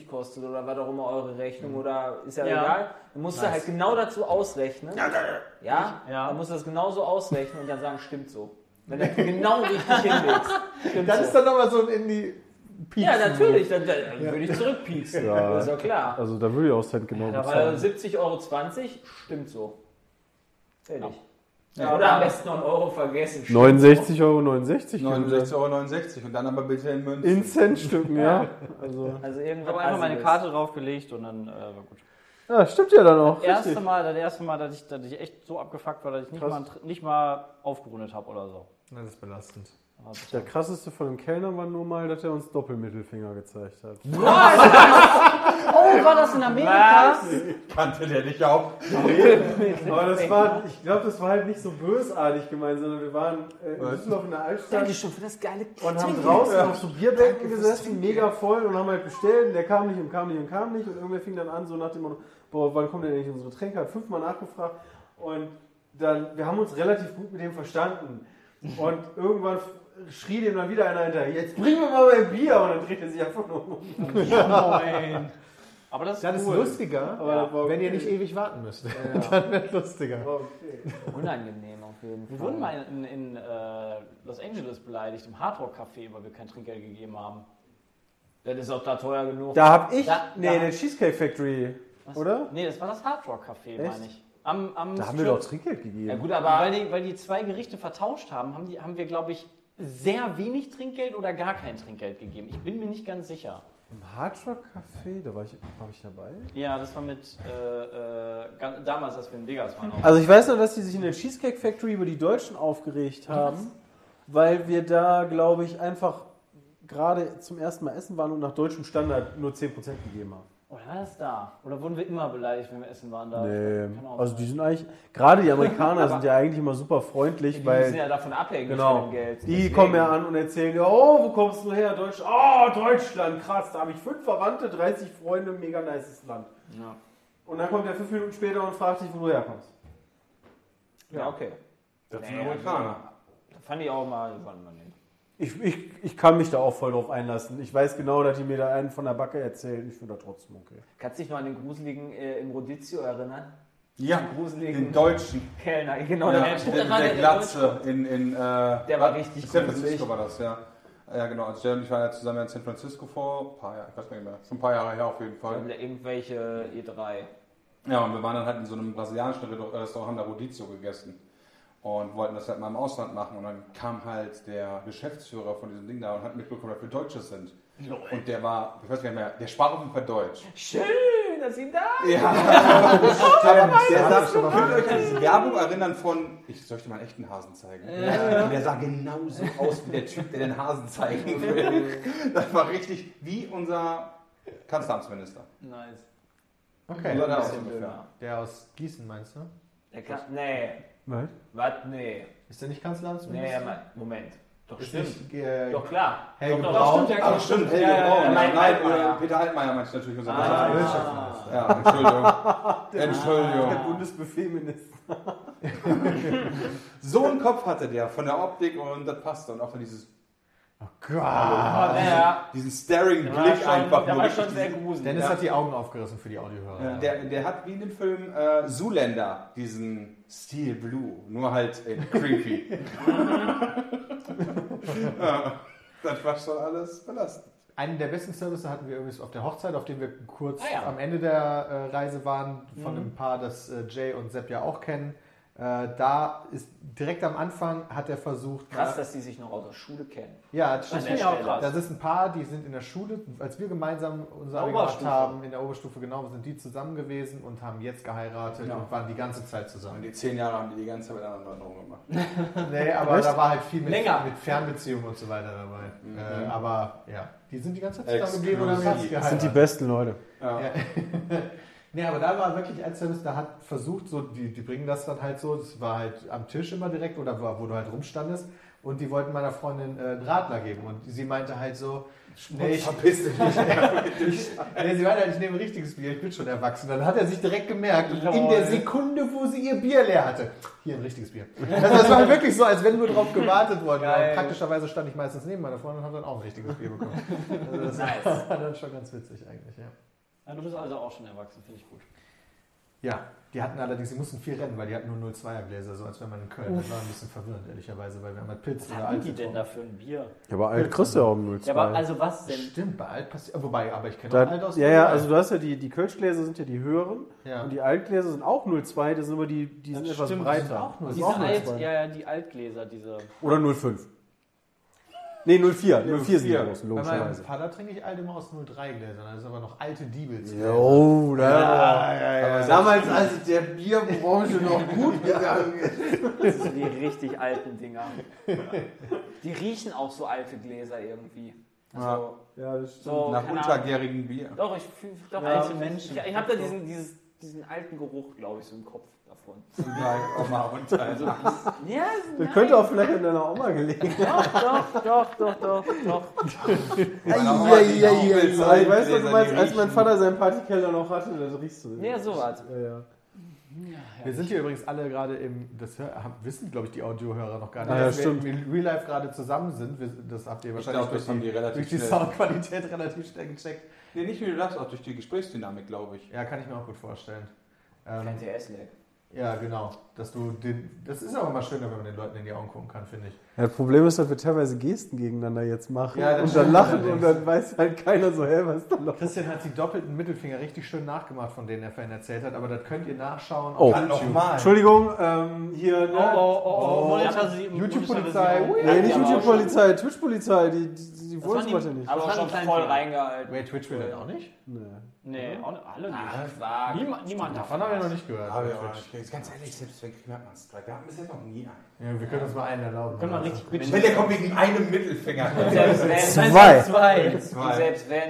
Speaker 9: kostet oder war doch immer eure Rechnung oder ist ja,
Speaker 4: Ja.
Speaker 9: egal. Dann musst du halt genau dazu ausrechnen. Ja?
Speaker 4: Ja.
Speaker 9: Dann musst du das genauso ausrechnen und dann sagen, stimmt so. Wenn du genau richtig hinlegst. Stimmt
Speaker 2: Das
Speaker 9: so.
Speaker 2: ist dann nochmal so ein in die Piepsen.
Speaker 9: ja, natürlich, dann, dann würde ich zurückpieksen.
Speaker 5: Ja.
Speaker 9: Das ist ja klar.
Speaker 5: Also da würde ich auch Cent genau
Speaker 9: Da war 70,20 Euro, stimmt so. Fertig.
Speaker 6: Ja,
Speaker 9: Oder am besten noch einen Euro vergessen. stimmt
Speaker 5: 69,69 Euro. 69
Speaker 6: 69,69 Euro und dann aber bitte in Münzen.
Speaker 5: In Centstücken, ja. Also,
Speaker 9: Also
Speaker 4: ich
Speaker 9: irgendwann
Speaker 4: habe einfach meine Karte draufgelegt und dann äh, war gut.
Speaker 5: ja, stimmt ja dann auch.
Speaker 4: Das erste
Speaker 5: richtig.
Speaker 4: Mal, das erste Mal, dass ich, dass ich echt so abgefuckt war, dass ich nicht, mal, nicht mal aufgerundet habe oder so.
Speaker 2: Das ist belastend.
Speaker 5: Der krasseste von dem Kellner war nur mal, dass er uns Doppelmittelfinger gezeigt hat.
Speaker 4: Oh, war das in Amerika?
Speaker 6: Kannte der dich auch?
Speaker 5: Aber das war, ich glaube, das war halt nicht so bösartig gemeint, sondern wir waren äh, in
Speaker 6: Was?
Speaker 5: Düsseldorf in der Altstadt
Speaker 9: schon für das geile
Speaker 5: und haben draußen auf so Bierbänken gesessen, mega voll und haben halt bestellt und der kam nicht und kam nicht und kam nicht und irgendwer fing dann an so nach dem Motto, boah, wann kommt denn eigentlich unsere Getränke? Hat fünfmal nachgefragt und dann, wir haben uns relativ gut mit dem verstanden und irgendwann f- schrie dem dann wieder einer hinterher, jetzt bring mir mal mein Bier und dann dreht er sich einfach nur um.
Speaker 6: *laughs*
Speaker 4: Aber das ist,
Speaker 2: Das ist
Speaker 4: cool.
Speaker 2: lustiger,
Speaker 5: Aber das war
Speaker 2: wenn ihr
Speaker 5: okay.
Speaker 2: nicht eh- ewig warten müsst. *laughs* Dann wird lustiger.
Speaker 5: Okay.
Speaker 9: Unangenehm auf jeden
Speaker 4: Wir
Speaker 9: Fall.
Speaker 4: wurden mal in, in äh, Los Angeles beleidigt, im Hard Rock Café, weil wir kein Trinkgeld gegeben haben.
Speaker 9: Das ist auch da teuer genug.
Speaker 5: Da hab ich,
Speaker 4: Da-
Speaker 5: nee,
Speaker 4: da-
Speaker 5: in der Cheesecake Factory, oder?
Speaker 4: Nee, das war das Hard Rock Café,
Speaker 5: Echt?
Speaker 4: meine ich. Am, am
Speaker 5: Da haben wir
Speaker 4: Strip.
Speaker 5: doch Trinkgeld gegeben.
Speaker 9: Ja gut,
Speaker 4: Weil
Speaker 9: aber
Speaker 4: die, weil die zwei Gerichte vertauscht haben, haben, die, haben wir, glaube ich, sehr wenig Trinkgeld oder gar kein Trinkgeld gegeben. Ich bin mir nicht ganz sicher.
Speaker 5: Im Hard Rock Café, da war ich, war ich dabei.
Speaker 4: Ja, das war mit äh, äh, gan- damals, als wir in Vegas waren.
Speaker 5: Also ich weiß noch, dass die sich in der Cheesecake Factory über die Deutschen aufgeregt haben, weil wir da, glaube ich, einfach gerade zum ersten Mal essen waren und nach deutschem Standard nur 10% gegeben haben.
Speaker 4: Oder war das da? Oder wurden wir immer beleidigt, wenn wir essen waren da?
Speaker 5: Nee,
Speaker 4: Kann auch
Speaker 5: also die
Speaker 4: sein.
Speaker 5: sind eigentlich, gerade die
Speaker 9: *laughs*
Speaker 5: Amerikaner sind ja eigentlich immer super freundlich,
Speaker 9: die
Speaker 5: weil
Speaker 9: sind ja davon abhängig von
Speaker 5: Genau.
Speaker 9: dem Geld.
Speaker 5: Die kommen ja an und erzählen dir, oh, wo kommst du her? Deutsch, oh, Deutschland, krass, da habe ich fünf Verwandte, 30 Freunde, mega nices Land.
Speaker 4: Ja.
Speaker 5: Und dann kommt er fünf Minuten später und fragt dich, wo du herkommst.
Speaker 9: Ja, okay.
Speaker 6: Das sind Amerikaner.
Speaker 9: Das fand ich auch mal, fand man nicht.
Speaker 5: Ich, ich, ich kann mich da auch voll drauf einlassen. Ich weiß genau, dass die mir da einen von der Backe erzählen. Ich finde da trotzdem okay.
Speaker 9: Kannst du dich noch an den gruseligen äh, im Rodizio erinnern?
Speaker 6: Ja,
Speaker 9: gruseligen-
Speaker 6: den Deutschen.
Speaker 9: Kellner, genau.
Speaker 6: Ja,
Speaker 9: der-
Speaker 6: der,
Speaker 9: das war
Speaker 6: der, Glatze in, in äh,
Speaker 9: Der war richtig
Speaker 6: San
Speaker 9: gruselig.
Speaker 6: Francisco war das, ja. Ja, genau. Also Jeremy war ja zusammen in San Francisco vor ein paar Jahren, ich weiß gar nicht mehr, schon ein paar Jahre her auf jeden Fall.
Speaker 9: Irgendwelche E E3.
Speaker 6: Ja, und wir waren dann halt in so einem brasilianischen Restaurant, haben da Rodizio gegessen und wollten das halt mal im Ausland machen. Und dann kam halt der Geschäftsführer von diesem Ding da und hat mitbekommen, dass wir Deutsche sind. Und der war, ich weiß gar nicht mehr, der sprach auf jeden Fall Deutsch.
Speaker 9: Schön, dass Sie da
Speaker 6: Aber Oh, der sagt, könnt ihr euch an diese Werbung erinnern von, ich soll euch dir mal einen echten Hasen zeigen. Und der sah genauso aus wie der Typ, der den Hasen zeigen will. Das war richtig wie unser Kanzleramtsminister.
Speaker 9: Nice.
Speaker 2: Okay.
Speaker 6: Oder das ungefähr.
Speaker 2: Der aus Gießen meinst du?
Speaker 9: Der kann, nee.
Speaker 5: Was?
Speaker 9: Was? Nee.
Speaker 2: Ist der nicht Kanzleramtsminister?
Speaker 9: Nee, er meint- Moment. Doch,
Speaker 2: Ist
Speaker 9: stimmt.
Speaker 2: nicht, äh,
Speaker 9: Doch, klar.
Speaker 2: Helge
Speaker 9: doch,
Speaker 2: Braun?
Speaker 9: doch, stimmt, ja,
Speaker 6: Ach
Speaker 9: klar.
Speaker 6: stimmt, Helge
Speaker 9: Ja, ja,
Speaker 6: Braun.
Speaker 9: ja,
Speaker 6: oh, Nein,
Speaker 9: mein- mein-
Speaker 6: oder
Speaker 9: mein-
Speaker 6: Peter Altmaier meint natürlich unser
Speaker 9: Ah.
Speaker 6: Wirtschaftsminister. Ja, Entschuldigung.
Speaker 9: *laughs*
Speaker 6: Entschuldigung.
Speaker 5: Bundesbefehlminister.
Speaker 6: So einen Kopf hatte der von der Optik und das passte. Und auch dann dieses,
Speaker 2: Oh Gott.
Speaker 9: Ja,
Speaker 6: diesen staring
Speaker 9: der war
Speaker 6: Blick
Speaker 9: schon-
Speaker 6: einfach
Speaker 9: Der
Speaker 6: nur.
Speaker 9: war schon
Speaker 6: richtig
Speaker 9: sehr gruselig.
Speaker 2: Dennis
Speaker 6: Ja.
Speaker 2: hat die Augen aufgerissen für die Audiohörer.
Speaker 6: Ja, Der, der hat wie in dem Film äh, Zoolander diesen Steel Blue, nur halt in
Speaker 9: *laughs*
Speaker 6: creepy. *laughs* ja, das war schon alles belastend.
Speaker 2: Einen der besten Services hatten wir übrigens auf der Hochzeit, auf dem wir kurz
Speaker 9: Ah ja. Mhm.
Speaker 2: am Ende der äh, Reise waren, von einem Paar, das äh, Jay und Sepp ja auch kennen. Äh, da ist direkt am Anfang hat er versucht,
Speaker 10: Krass, dass die sich noch aus der Schule kennen.
Speaker 2: ja, das
Speaker 10: An
Speaker 2: stimmt.
Speaker 10: der
Speaker 4: ja auch
Speaker 10: Stelle.
Speaker 4: krass.
Speaker 2: Das ist ein Paar, die sind in der Schule, als wir gemeinsam unser
Speaker 4: In
Speaker 2: Abi
Speaker 4: der
Speaker 2: gemacht
Speaker 4: Oberstufe.
Speaker 2: haben, in der Oberstufe genau, sind die zusammen gewesen und haben jetzt geheiratet und waren die ganze Zeit
Speaker 6: Und *laughs*
Speaker 2: zusammen.
Speaker 6: die zehn Jahre haben die die ganze Zeit miteinander rumgemacht.
Speaker 2: Nee, aber da war halt viel mit,
Speaker 4: Länger.
Speaker 2: mit Fernbeziehungen und so weiter dabei. Äh, aber ja, die sind die ganze Zeit
Speaker 6: Exklusiv.
Speaker 2: zusammen geblieben und haben jetzt
Speaker 5: Das sind
Speaker 2: geheiratet.
Speaker 5: die besten Leute.
Speaker 2: Ja. nee, aber da war wirklich ein Service, der hat versucht, so, die, die bringen das dann halt so, das war halt am Tisch immer direkt oder war, wo du halt rumstandest und die wollten meiner Freundin äh, einen Radler geben und sie meinte halt so, nee, ich,
Speaker 6: Verpiss dich nicht.
Speaker 2: *laughs* ich, nee, sie meinte halt, ich nehme richtiges Bier, ich bin schon erwachsen. Dann hat er sich direkt gemerkt und in
Speaker 4: Lol.
Speaker 2: der Sekunde, wo sie ihr Bier leer hatte, hier ein richtiges Bier. Also das war wirklich so, als wenn nur drauf gewartet worden wäre.
Speaker 4: Geil.
Speaker 2: Und Praktischerweise stand ich meistens neben meiner Freundin und habe dann auch ein richtiges Bier bekommen. Also das war dann schon ganz witzig eigentlich, ja.
Speaker 4: Ja, du bist also auch schon erwachsen, finde ich gut.
Speaker 2: Ja, die hatten allerdings, sie mussten viel rennen, weil die hatten nur 02er Gläser, so als wenn man in Köln. Das war ein bisschen verwirrend, ehrlicherweise, weil wir haben halt Pilz oder
Speaker 4: Was
Speaker 2: Alt
Speaker 4: die denn
Speaker 2: getrunken.
Speaker 4: da für ein Bier?
Speaker 5: Ja, aber alt kriegst du ja auch um
Speaker 4: Ja, aber also was denn?
Speaker 2: Stimmt, bei Alt passiert. Wobei, aber ich kenne auch Alt
Speaker 5: Da,
Speaker 2: aus.
Speaker 5: ja, ja, also du hast ja die, die Kölschgläser sind ja die höheren
Speaker 2: Ja.
Speaker 5: und die Altgläser sind auch 0,2, das sind aber die, die sind etwas breiter.
Speaker 2: auch nur
Speaker 5: Das
Speaker 4: Diese
Speaker 5: ist auch
Speaker 4: Alt,
Speaker 5: 0,2.
Speaker 4: ja, ja, die Altgläser, diese.
Speaker 5: Oder 0,5. Nee, 0,4. 0,4 sind die
Speaker 6: 0,4.
Speaker 5: großen,
Speaker 2: bei meinem
Speaker 5: logischerweise.
Speaker 2: Vater trinke ich Alt immer aus 03 Gläsern, das ist aber noch alte Diebels.
Speaker 5: Jo, da.
Speaker 6: Damals, als es der Bierbranche noch *laughs* gut gegangen ist.
Speaker 10: Das sind die richtig alten Dinger. Die riechen auch so alte Gläser irgendwie. Also,
Speaker 5: Ja, das stimmt.
Speaker 4: oh,
Speaker 10: so,
Speaker 6: Nach
Speaker 10: keine Ahnung.
Speaker 6: untergärigem Bier.
Speaker 10: Doch, ich fühle doch
Speaker 4: Alte
Speaker 10: ich-
Speaker 4: Menschen.
Speaker 10: Ich, ich habe da diesen, dieses, diesen alten Geruch, glaube ich, so im Kopf davon.
Speaker 6: Nein, auch mal runter.
Speaker 10: Ja,
Speaker 5: Das könnte auch vielleicht an deiner Oma gelegen.
Speaker 10: doch, doch, doch, doch, doch.
Speaker 5: Ja, ja, ja. Ich weiß, was
Speaker 6: Gläser,
Speaker 5: du
Speaker 6: die
Speaker 5: meinst, als
Speaker 6: riechen.
Speaker 5: mein Vater seinen Partykeller noch hatte, das riechst du.
Speaker 10: Ja, sowas.
Speaker 5: Ja, ja.
Speaker 2: Wir sind hier übrigens alle gerade im, das hör- haben- wissen glaube ich die Audiohörer noch gar nicht,
Speaker 5: Ah, ja,
Speaker 2: dass
Speaker 5: stimmt.
Speaker 2: wir im Real Life gerade zusammen sind. Wir, das habt ihr wahrscheinlich
Speaker 6: glaub, das haben
Speaker 2: durch,
Speaker 6: die relativ
Speaker 2: durch die
Speaker 6: schnell.
Speaker 2: Soundqualität *laughs* relativ schnell gecheckt.
Speaker 6: Nee, nicht wie du sagst, auch durch die Gesprächsdynamik, glaube ich.
Speaker 2: Ja, kann ich mir auch gut vorstellen. Ähm,
Speaker 10: NTS-Lag.
Speaker 2: Ja, genau. Dass du den, das ist aber mal schöner, wenn man den Leuten in die Augen gucken kann, finde ich.
Speaker 5: Ja, Das Problem ist, dass wir teilweise Gesten gegeneinander jetzt machen
Speaker 2: Ja,
Speaker 5: und
Speaker 2: das
Speaker 5: dann
Speaker 2: stimmt
Speaker 5: lachen
Speaker 2: allerdings.
Speaker 5: und dann weiß halt keiner so, hä, was ist da los?
Speaker 2: Christian hat die doppelten Mittelfinger richtig schön nachgemacht, von denen er vorhin erzählt hat, aber das könnt ihr nachschauen.
Speaker 5: Oh.
Speaker 2: auf YouTube.
Speaker 6: Nochmal.
Speaker 5: Entschuldigung, ähm, hier,
Speaker 4: Oh,
Speaker 5: ne?
Speaker 4: oh, oh, oh, Monetarisierung.
Speaker 2: YouTube-Polizei.
Speaker 4: Monetarisierung.
Speaker 5: Nee, nicht
Speaker 10: Ja, aber auch
Speaker 5: YouTube-Polizei, Twitch-Polizei, die, die, die wollen
Speaker 4: waren
Speaker 5: es
Speaker 4: die-
Speaker 5: heute nicht.
Speaker 10: Aber schon voll reingehalten.
Speaker 2: Wait, Twitch will das auch nicht?
Speaker 5: Nee.
Speaker 4: Nee, auch nicht- alle nicht.
Speaker 10: Quark.
Speaker 4: Niemand, niemand
Speaker 2: Davon haben wir noch nicht gehört.
Speaker 6: Aber
Speaker 2: bei
Speaker 6: Ah, ja,
Speaker 2: Twitch.
Speaker 6: ich krieg's ganz ehrlich, selbst wenn kriegt man einen Strike. Wir hatten bisher noch nie einen.
Speaker 2: Ja, wir können uns mal einen erlauben.
Speaker 4: Können wir richtig bitchen.
Speaker 6: Wenn der kommt wegen einem Mittelfinger.
Speaker 10: Selbst wenn,
Speaker 4: Zwei.
Speaker 10: und selbst wenn,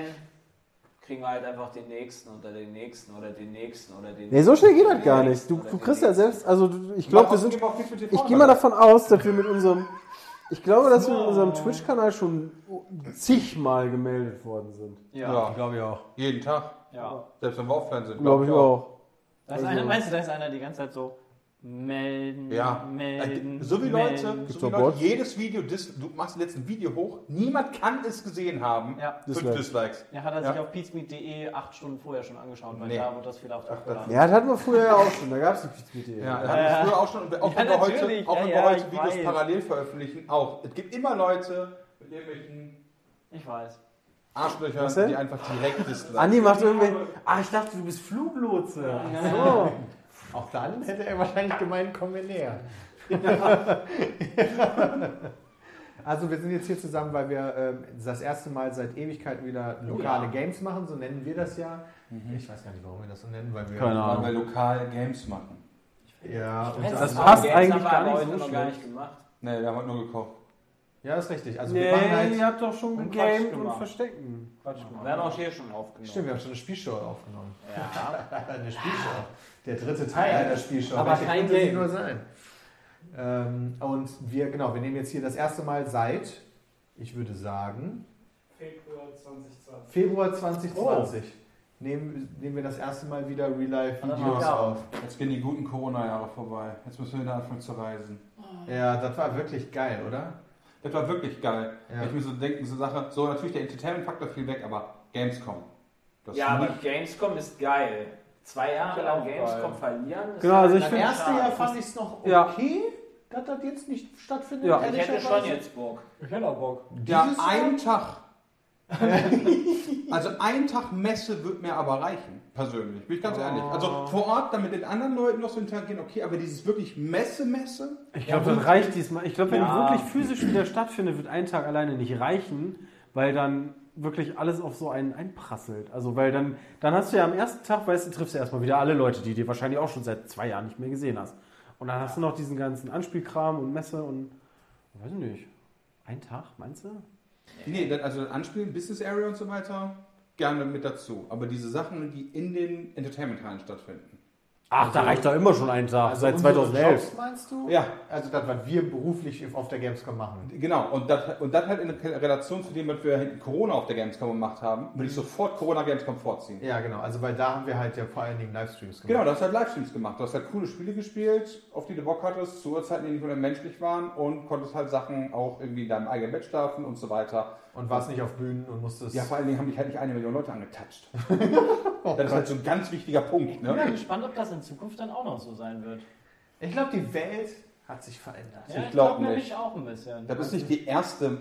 Speaker 10: kriegen wir halt einfach den nächsten oder den nächsten oder den nächsten oder den
Speaker 5: Nee, so schnell geht das gar nicht. Du,
Speaker 10: Oder
Speaker 5: du
Speaker 10: den
Speaker 5: kriegst ja
Speaker 10: nächsten.
Speaker 5: selbst, also du- ich glaube, wir sind, ich gehe mal
Speaker 6: davon.
Speaker 5: davon aus, dass wir mit unserem, ich glaube, dass wir mit unserem Twitch-Kanal schon zigmal gemeldet worden sind.
Speaker 6: Ja, Also-
Speaker 2: Glaube ich auch.
Speaker 6: jeden Tag.
Speaker 4: Ja.
Speaker 6: Selbst wenn wir aufhören sind.
Speaker 5: Glaube ich auch.
Speaker 4: Da
Speaker 5: Also
Speaker 4: ist einer, meinst du, da ist einer die ganze Zeit so melden,
Speaker 6: Ja.
Speaker 4: melden.
Speaker 6: Äh, So wie Leute,
Speaker 4: melden.
Speaker 6: so
Speaker 5: Gibt's
Speaker 6: wie
Speaker 5: doch
Speaker 6: Leute
Speaker 5: Bots?
Speaker 6: jedes Video, dis, du machst letzten Video hoch, niemand kann es gesehen haben.
Speaker 4: Ja.
Speaker 6: Fünf
Speaker 5: Dislikes.
Speaker 6: Dislikes.
Speaker 4: Ja, hat er
Speaker 6: Ja.
Speaker 4: sich auf peatsmeet.de acht Stunden vorher schon angeschaut, weil
Speaker 6: Nee.
Speaker 4: da wurde das fehlerhaft hochgeladen.
Speaker 5: Ja, das hatten wir früher ja auch schon, da gab es die Pizza-Idee.
Speaker 6: Ja, da hatten wir früher auch schon, und auch
Speaker 4: Ja,
Speaker 6: wenn wir
Speaker 4: natürlich.
Speaker 6: heute, auch
Speaker 4: Ja,
Speaker 6: wenn
Speaker 4: ja,
Speaker 6: wir heute
Speaker 4: ich
Speaker 6: Videos
Speaker 4: weiß.
Speaker 6: parallel veröffentlichen, auch. Es gibt immer Leute mit irgendwelchen
Speaker 4: Ich weiß.
Speaker 5: Was
Speaker 6: Arschlöchern,
Speaker 5: denn?
Speaker 6: die einfach direkt disliken.
Speaker 5: Andi macht irgendwelche. Ah, ich dachte, du bist Fluglotse. So.
Speaker 2: Auch dann hätte er wahrscheinlich gemeint, kommen wir näher. *laughs* Also wir sind jetzt hier zusammen, weil wir ähm, das erste Mal seit Ewigkeiten wieder lokale Games machen, so nennen wir das ja. Ich weiß gar nicht, warum wir das so nennen, weil wir
Speaker 5: Keine Ahnung.
Speaker 6: Weil wir lokal Games machen.
Speaker 2: Ja, und
Speaker 5: Das
Speaker 2: das
Speaker 5: passt
Speaker 10: Jetzt
Speaker 5: eigentlich
Speaker 10: haben wir
Speaker 5: gar
Speaker 10: aber
Speaker 5: nicht
Speaker 10: heute
Speaker 5: so
Speaker 10: noch gar
Speaker 5: schlecht.
Speaker 10: nicht gemacht.
Speaker 6: Nee, wir haben heute nur gekocht.
Speaker 2: ja, ist richtig. Also wir machen
Speaker 5: Nee,
Speaker 2: halt,
Speaker 5: ihr habt doch schon
Speaker 4: Und
Speaker 5: gegamed
Speaker 4: Quatsch
Speaker 5: und
Speaker 4: gemacht.
Speaker 5: verstecken.
Speaker 10: Wir haben auch hier schon
Speaker 4: Genau.
Speaker 10: aufgenommen.
Speaker 2: Stimmt, wir haben schon eine Spielshow aufgenommen. Ja. *laughs* eine Spielshow. Der dritte Teil einer Spielshow.
Speaker 4: Aber
Speaker 2: Welche
Speaker 4: kein
Speaker 2: könnte sie
Speaker 4: Game.
Speaker 2: nur sein. Ähm, und wir, genau, wir nehmen jetzt hier das erste Mal seit, ich würde sagen,
Speaker 8: Februar 2020.
Speaker 2: Februar 2020. Nehmen, nehmen wir das erste Mal wieder Real Life Videos
Speaker 4: Ja.
Speaker 2: auf.
Speaker 6: Jetzt gehen die guten Corona-Jahre vorbei. Jetzt müssen wir wieder anfangen zu reisen.
Speaker 2: Ja, das war wirklich geil, oder?
Speaker 6: Das war wirklich geil.
Speaker 2: Ja.
Speaker 6: Ich mir so denken, so Sache, so natürlich der Entertainment-Faktor fiel weg, aber Gamescom. Das
Speaker 10: Ja,
Speaker 6: ist
Speaker 10: aber
Speaker 6: nicht-
Speaker 10: Gamescom ist geil. Zwei Jahre lang Gamescom verlieren. ist
Speaker 5: Genau,
Speaker 10: ja
Speaker 5: also ich
Speaker 10: dann
Speaker 5: find-
Speaker 10: erste Jahr fast.
Speaker 2: ich es noch
Speaker 5: Ja.
Speaker 2: dass das jetzt nicht stattfindet.
Speaker 5: Ja.
Speaker 10: Ich hätte
Speaker 2: ehrlicherweise.
Speaker 10: schon jetzt Bock.
Speaker 4: Ich hätte auch Bock.
Speaker 6: Ja,
Speaker 2: Dieses Jahr?
Speaker 6: einen Tag. *laughs* Also ein Tag Messe wird mir aber reichen, persönlich, bin ich ganz ehrlich. Also vor Ort dann mit den anderen Leuten noch so interagieren, okay, aber dieses wirklich Messe-Messe,
Speaker 5: Ich glaube, das reicht diesmal. Ich glaube, wenn die wirklich physisch wieder stattfindet, wird ein Tag alleine nicht reichen, weil dann wirklich alles auf so einen einprasselt. Also, weil dann, dann hast du ja am ersten Tag, weißt du, triffst du erstmal wieder alle Leute, die du wahrscheinlich auch schon seit zwei Jahren nicht mehr gesehen hast. Und dann hast du noch diesen ganzen Anspielkram und Messe und, weiß ich nicht, ein Tag, meinst du?
Speaker 6: nee, dann, also dann anspielen, Business Area und so weiter, gerne mit dazu. Aber diese Sachen, die in den Entertainment-Hallen stattfinden.
Speaker 5: Ach, da reicht doch immer schon ein Tag, seit
Speaker 2: also Unsere
Speaker 5: 2011.
Speaker 2: Jobs, meinst du?
Speaker 6: Ja,
Speaker 2: Also das, was wir beruflich auf der Gamescom machen.
Speaker 6: Genau, und das, und das halt in Relation zu dem, was wir hinten Corona auf der Gamescom gemacht haben, würde ich sofort Corona Gamescom vorziehen.
Speaker 2: Ja, genau. Also weil da haben wir halt ja vor allen Dingen Livestreams gemacht.
Speaker 6: Genau, du hast halt Livestreams gemacht, du hast halt coole Spiele gespielt, auf die du Bock hattest, zu Uhrzeiten, die nicht mehr menschlich waren und konntest halt Sachen auch irgendwie in deinem eigenen Bett schlafen und so weiter.
Speaker 4: Genau.
Speaker 2: Und warst nicht auf Bühnen und musstest.
Speaker 6: Ja, vor allen Dingen haben dich halt nicht eine Million Leute angetatscht. das ist halt so ein ganz wichtiger Punkt,
Speaker 4: Ich bin mal
Speaker 6: ne?
Speaker 4: gespannt, ob das in Zukunft dann auch noch so sein wird.
Speaker 2: ich glaube, die Welt hat sich verändert.
Speaker 4: Ja,
Speaker 6: glaub
Speaker 4: ich glaube
Speaker 6: nicht.
Speaker 4: nämlich auch ein bisschen.
Speaker 6: Das ist nicht die erste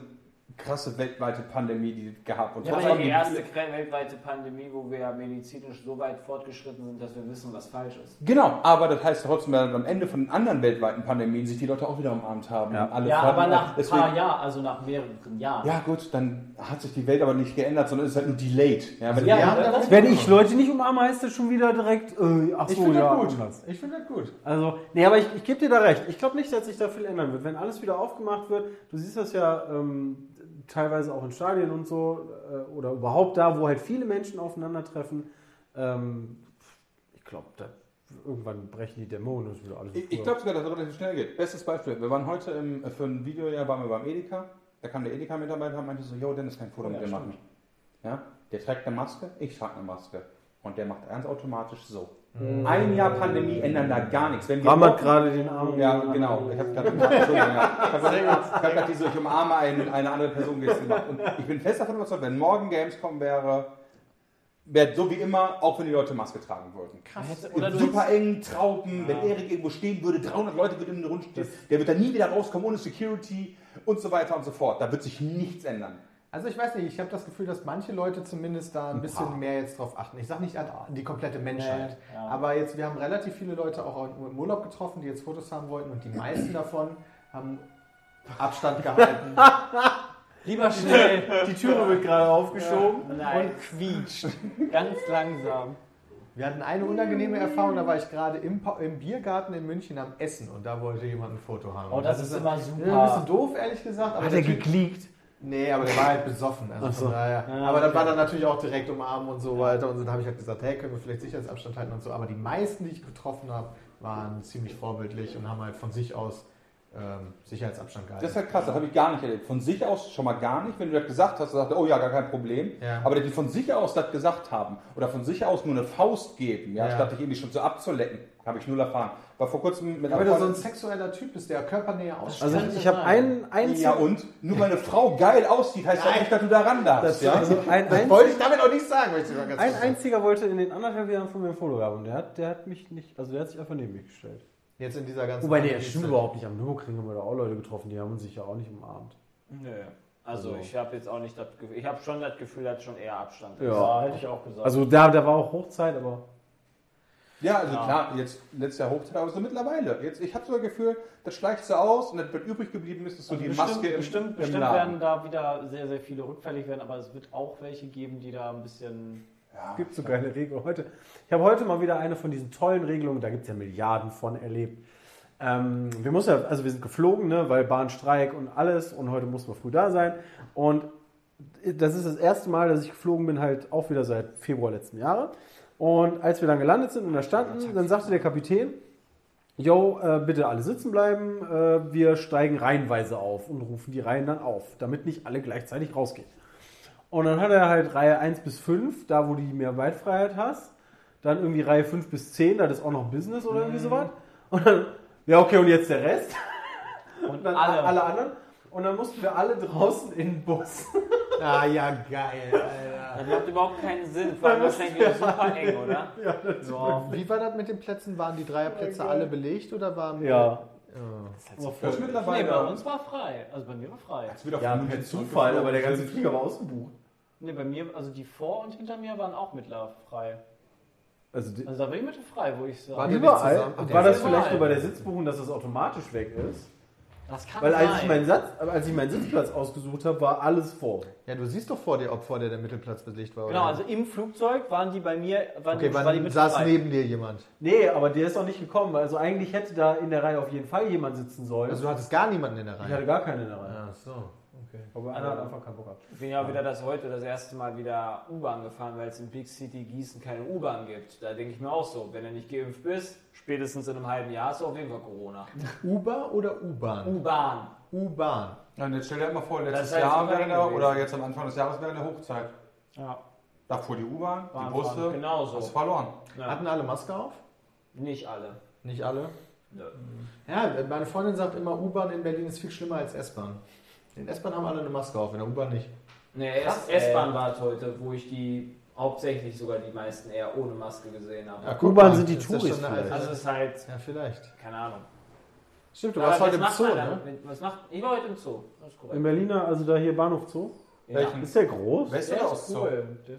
Speaker 6: krasse weltweite Pandemie, die es gehabt und
Speaker 9: Das
Speaker 6: trotzdem
Speaker 9: war die
Speaker 6: haben die-
Speaker 9: erste weltweite Pandemie, wo wir ja medizinisch so weit fortgeschritten sind, dass wir wissen, was falsch ist.
Speaker 6: Genau, aber das heißt trotzdem, dass am Ende von den anderen weltweiten Pandemien sich die Leute auch wieder umarmt haben.
Speaker 5: Ja.
Speaker 6: und alle
Speaker 4: ja,
Speaker 6: Fronten-
Speaker 4: aber nach ein
Speaker 6: deswegen,
Speaker 4: paar Jahren, also nach mehreren Jahren.
Speaker 6: Ja gut, dann hat sich die Welt aber nicht geändert, sondern ist halt nur delayed. Ja, wenn
Speaker 4: Ja,
Speaker 6: die-
Speaker 2: haben
Speaker 4: das-
Speaker 2: das-
Speaker 5: Wenn ich Leute nicht umarme, heißt das schon wieder direkt, äh, ach
Speaker 2: Ich
Speaker 5: so,
Speaker 2: finde
Speaker 5: ja,
Speaker 2: das gut.
Speaker 5: anders.
Speaker 2: Ich finde das gut.
Speaker 5: Also, nee, aber ich, ich gebe dir da recht. Ich glaube nicht, dass sich da viel ändern wird. Wenn alles wieder aufgemacht wird, du siehst das ja ähm, teilweise auch in Stadien und so äh, oder überhaupt da, wo halt viele Menschen aufeinandertreffen. Ähm, ich glaube, da irgendwann brechen die Dämonen und es wird wieder alles wie
Speaker 6: ich ich
Speaker 5: früher.
Speaker 6: glaube sogar, dass es relativ schnell geht. Bestes Beispiel, wir waren heute im, äh, für ein Video, ja, waren wir beim Edeka, da kam der Edeka-Mitarbeiter und meinte so, yo, Dennis, kein Foto mit dir machen. Ja? Der trägt eine Maske, ich trage eine Maske. Und der macht ganz automatisch so. Ein Jahr Pandemie ändern da gar nichts. Wenn wir
Speaker 5: Bram hat
Speaker 6: morgen-
Speaker 5: gerade den Arm.
Speaker 6: Ja, genau. Ich habe gerade Entschuldigung, ja. Ich hab grad- ich hab grad diese Ich umarme einen, eine andere Person Geste gemacht. Und ich bin fest davon überzeugt, wenn morgen Gamescom wäre, wäre so wie immer, auch wenn die Leute Maske tragen würden.
Speaker 4: Hätte-
Speaker 6: Oder
Speaker 4: Oder du
Speaker 6: super engen Trauben, wenn Erik irgendwo stehen würde, 300 Leute würden in der Runde stehen, der wird da nie wieder rauskommen ohne Security und so weiter und so fort. Da wird sich nichts ändern.
Speaker 2: Also ich weiß nicht, ich habe das Gefühl, dass manche Leute zumindest da ein bisschen mehr jetzt drauf achten. Ich sage nicht an die komplette Menschheit,
Speaker 4: Nee, ja.
Speaker 2: aber jetzt wir haben relativ viele Leute auch im Urlaub getroffen, die jetzt Fotos haben wollten und die meisten davon haben Abstand gehalten.
Speaker 4: *laughs* lieber schnell
Speaker 5: Die Türe wird gerade aufgeschoben.
Speaker 4: und quietscht. Ganz langsam.
Speaker 2: Wir hatten eine unangenehme Erfahrung, da war ich gerade im, Pa- im Biergarten in München am Essen und da wollte jemand ein Foto haben. Also,
Speaker 4: Oh,
Speaker 2: Und
Speaker 4: das ist immer
Speaker 2: das ist ein bisschen
Speaker 4: super.
Speaker 2: doof, ehrlich gesagt. Aber
Speaker 5: Hat er
Speaker 2: der Typ-
Speaker 5: gekleakt?
Speaker 2: Nee, aber der war halt besoffen. Also
Speaker 5: so.
Speaker 2: von daher. aber das war dann natürlich auch direkt umarmen und so weiter. Und dann habe ich halt gesagt, hey, können wir vielleicht Sicherheitsabstand halten und so. Aber die meisten, die ich getroffen habe, waren ziemlich vorbildlich und haben halt von sich aus ähm, Sicherheitsabstand gehalten.
Speaker 6: Das ist halt krass, das habe ich gar nicht erlebt. Von sich aus schon mal gar nicht. Wenn du das gesagt hast, dann sagt er, oh ja, gar kein Problem.
Speaker 2: Ja.
Speaker 6: Aber die von sich aus das gesagt haben oder von sich aus nur eine Faust geben, ja,
Speaker 2: Ja.
Speaker 6: statt dich irgendwie schon so abzulecken, habe ich null erfahren. War vor kurzem mit
Speaker 2: ja,
Speaker 6: einer
Speaker 2: wenn du so ein
Speaker 6: Freundin-
Speaker 2: sexueller Typ bist, der körpernäher ausschaut.
Speaker 5: Also ich habe einen einzigen.
Speaker 6: ja und nur weil eine Frau geil aussieht, heißt das nicht, dass du da ran darfst.
Speaker 5: das,
Speaker 6: Ja?
Speaker 5: also ein,
Speaker 2: das
Speaker 6: *laughs*
Speaker 5: ein,
Speaker 2: wollte ich damit auch nicht sagen, weil ich sogar ganz
Speaker 5: ein
Speaker 2: kurz sagen.
Speaker 5: einziger wollte in den anderthalb Jahren von mir ein Foto haben und der hat, der hat mich nicht, also der hat sich einfach neben mich gestellt.
Speaker 2: Jetzt in dieser ganzen.
Speaker 5: Wobei, nee, das
Speaker 2: Pandemie-
Speaker 5: stimmt überhaupt nicht. Am Nürburgring haben wir da auch Leute getroffen, die haben uns sicher auch nicht umarmt.
Speaker 9: Nö. Also,
Speaker 5: Also.
Speaker 9: ich habe jetzt auch nicht das Gefühl, ich habe schon das Gefühl, dass schon eher Abstand ist.
Speaker 5: Ja.
Speaker 4: hätte ich auch gesagt.
Speaker 5: Also da, da war auch Hochzeit, aber
Speaker 6: ja, also klar, jetzt letztes Jahr Hochzeit, aber so mittlerweile. Jetzt, ich habe so das Gefühl, das schleicht so aus und das wird übrig geblieben ist, ist so die
Speaker 4: Also bestimmt,
Speaker 6: Maske im,
Speaker 4: bestimmt,
Speaker 6: im
Speaker 4: bestimmt
Speaker 6: Laden.
Speaker 4: werden da wieder sehr, sehr viele rückfällig werden, aber es wird auch welche geben, die da ein bisschen.
Speaker 5: es gibt so geile Regelungen heute. Ich habe heute mal wieder eine von diesen tollen Regelungen, da gibt es ja Milliarden von erlebt. Ähm, wir mussten ja, also wir sind geflogen, ne, weil Bahnstreik und alles und heute mussten wir früh da sein. Und das ist das erste Mal, dass ich geflogen bin, halt auch wieder seit Februar letzten Jahre. Und als wir dann gelandet sind und da standen, dann sagte der Kapitän, Jo, äh, bitte alle sitzen bleiben. Äh, wir steigen reihenweise auf und rufen die Reihen dann auf, damit nicht alle gleichzeitig rausgehen. Und dann hat er halt Reihe 1 bis 5, da wo du die Mehrweitfreiheit hast. Dann irgendwie Reihe 5 bis 10, da ist auch noch Business oder irgendwie sowas. Und dann, ja, okay, und jetzt der Rest. Und *laughs* dann alle, alle anderen. Und dann mussten wir alle draußen in den Bus.
Speaker 2: Ah ja, geil, Alter.
Speaker 9: Das macht überhaupt keinen Sinn, vor allem wahrscheinlich wieder super eng, oder?
Speaker 2: Wow. Wie war das mit den Plätzen? Waren die Dreierplätze alle belegt oder
Speaker 5: Oh
Speaker 2: waren. Oh.
Speaker 5: Ja.
Speaker 6: Das ist
Speaker 4: Nee,
Speaker 6: mittlerweile.
Speaker 4: bei uns war frei. Also bei mir war frei.
Speaker 6: Es wird auf
Speaker 5: Ja,
Speaker 6: München
Speaker 5: per Zufall,
Speaker 6: zurückgeflogen.
Speaker 5: aber der ganze Flieger war ausgebucht.
Speaker 4: Ne, bei mir, also die vor und hinter mir waren auch mittlerfrei.
Speaker 5: Also die,
Speaker 4: Also da bin ich mittelfrei, wo ich sage.
Speaker 2: der nicht
Speaker 5: überall.
Speaker 2: zusammen?
Speaker 5: Und
Speaker 2: Der
Speaker 5: war
Speaker 2: ist
Speaker 5: das vielleicht
Speaker 4: überall.
Speaker 5: nur bei der Sitzbuchung, dass das automatisch weg ist?
Speaker 4: Das kann
Speaker 5: Weil als ich,
Speaker 4: sein.
Speaker 5: meinen Satz, als ich meinen Sitzplatz ausgesucht habe, war alles vor.
Speaker 2: Ja, du siehst doch vor dir, ob vor dir der Mittelplatz belegt war.
Speaker 4: Genau,
Speaker 2: oder?
Speaker 4: also im Flugzeug waren die bei mir, waren
Speaker 2: okay,
Speaker 4: die, war die
Speaker 2: wann
Speaker 4: mit
Speaker 2: saß
Speaker 4: dabei.
Speaker 2: neben dir jemand?
Speaker 5: Nee, aber der ist auch nicht gekommen. Also eigentlich hätte da in der Reihe auf jeden Fall jemand sitzen sollen.
Speaker 2: Also du hattest gar niemanden in der
Speaker 5: ich hatte
Speaker 2: Reihe.
Speaker 5: gar keinen in der Reihe.
Speaker 2: Ach so, okay.
Speaker 5: Aber einer hat einfach keinen Bock gehabt.
Speaker 9: Ich bin ja wieder das heute das erste Mal wieder U-Bahn gefahren, weil es in Big City Gießen keine U-Bahn gibt. Da denke ich mir auch so, wenn du nicht geimpft bist, spätestens in einem halben Jahr hast du auf jeden Fall Corona.
Speaker 2: Uber oder U-Bahn?
Speaker 9: U-Bahn.
Speaker 2: U-Bahn.
Speaker 6: Ja, und jetzt stell dir mal vor, letztes
Speaker 9: ist halt
Speaker 6: Jahr
Speaker 9: super
Speaker 6: wäre
Speaker 9: eng
Speaker 6: der,
Speaker 9: gewesen.
Speaker 6: oder jetzt am Anfang des Jahres wäre der Hochzeit.
Speaker 4: Ja.
Speaker 6: Da fuhr die U-Bahn, die
Speaker 9: Bahnfahren,
Speaker 6: Busse,
Speaker 9: genauso.
Speaker 6: hast verloren.
Speaker 2: Hatten alle Maske auf?
Speaker 9: Nicht alle.
Speaker 2: Nicht alle? Ja, meine Freundin sagt immer, U-Bahn in Berlin ist viel schlimmer als S-Bahn. In S-Bahn haben alle eine Maske auf, in der U-Bahn nicht.
Speaker 9: Nee,
Speaker 4: Krass,
Speaker 9: S- S-Bahn war es heute, wo ich die hauptsächlich sogar die meisten eher ohne Maske gesehen habe.
Speaker 2: Ah, guck
Speaker 5: U-Bahn
Speaker 2: mal,
Speaker 5: sind die
Speaker 2: ist das
Speaker 5: Touris
Speaker 2: schon eine
Speaker 9: Also
Speaker 2: alte-
Speaker 9: es ist halt,
Speaker 2: Ja,
Speaker 4: Also
Speaker 2: vielleicht.
Speaker 9: keine Ahnung.
Speaker 2: Stimmt, du
Speaker 9: Aber
Speaker 2: warst heute
Speaker 9: was
Speaker 2: im
Speaker 9: macht
Speaker 2: Zoo,
Speaker 9: man dann?
Speaker 2: ne?
Speaker 9: Was macht, ich war heute im Zoo. Das ist
Speaker 5: In
Speaker 9: korrekt.
Speaker 5: Berliner, also da hier Bahnhof Zoo.
Speaker 6: Welchen?
Speaker 5: Ist der groß?
Speaker 6: West oder Ostzoo?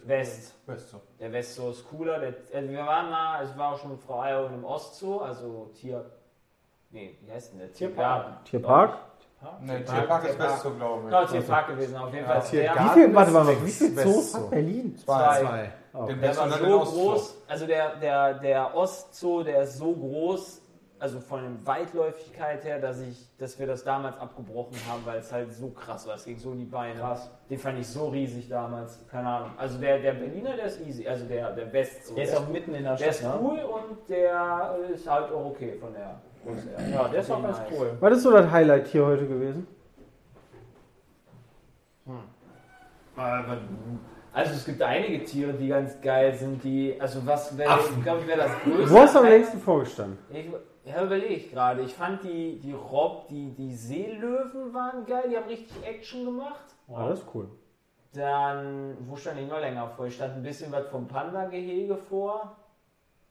Speaker 9: West.
Speaker 6: West
Speaker 9: Der Westzoo ist cooler. Der, also wir waren mal, es war auch schon Frau Eier im Ostzoo, also Tier. Nee, wie heißt denn der?
Speaker 4: Tierpark.
Speaker 9: Tiergarten.
Speaker 5: Tierpark?
Speaker 6: Ne, Tierpark ist West glaube ich.
Speaker 9: Genau, Tierpark gewesen. Auf jeden Fall. ist der-
Speaker 2: Tiergarten.
Speaker 5: Wie viel, warte mal, wie
Speaker 2: West-
Speaker 5: viel Zoos
Speaker 2: Westzoo.
Speaker 5: hat Berlin?
Speaker 9: Zwei.
Speaker 2: Zwei.
Speaker 6: Den
Speaker 9: Der
Speaker 6: West
Speaker 9: war
Speaker 6: und dann
Speaker 9: so
Speaker 6: den Ostzoo.
Speaker 9: groß, also der, der, der Ostzoo, der ist so groß, also von der Weitläufigkeit her, dass, ich, dass wir das damals abgebrochen haben, weil es halt so krass war. Es ging so in die Beine. Krass. Den fand ich so riesig damals, keine Ahnung. Also der, der Berliner, der ist easy, also der, der Westzoo.
Speaker 4: Der ist auch mitten in der
Speaker 9: der ist
Speaker 4: Stadt, ne?
Speaker 9: cool und der äh, ist halt auch okay von der Größe her. Ja,
Speaker 4: Der ist auch ganz cool.
Speaker 5: Was ist so das Highlight hier heute gewesen?
Speaker 9: Also es gibt einige Tiere, die ganz geil sind, die, also was wäre, ich glaube, wäre das größte.
Speaker 5: Wo hast du am
Speaker 9: Highlight-
Speaker 5: längsten vorgestanden?
Speaker 9: Ich ja, überlege ich gerade. Ich fand die, die Rob, die, die Seelöwen waren geil, die haben richtig Action gemacht.
Speaker 5: Ah, das ist cool.
Speaker 9: Dann, wo stand ich noch länger vor? Ich stand ein bisschen was vom Panda-Gehege vor,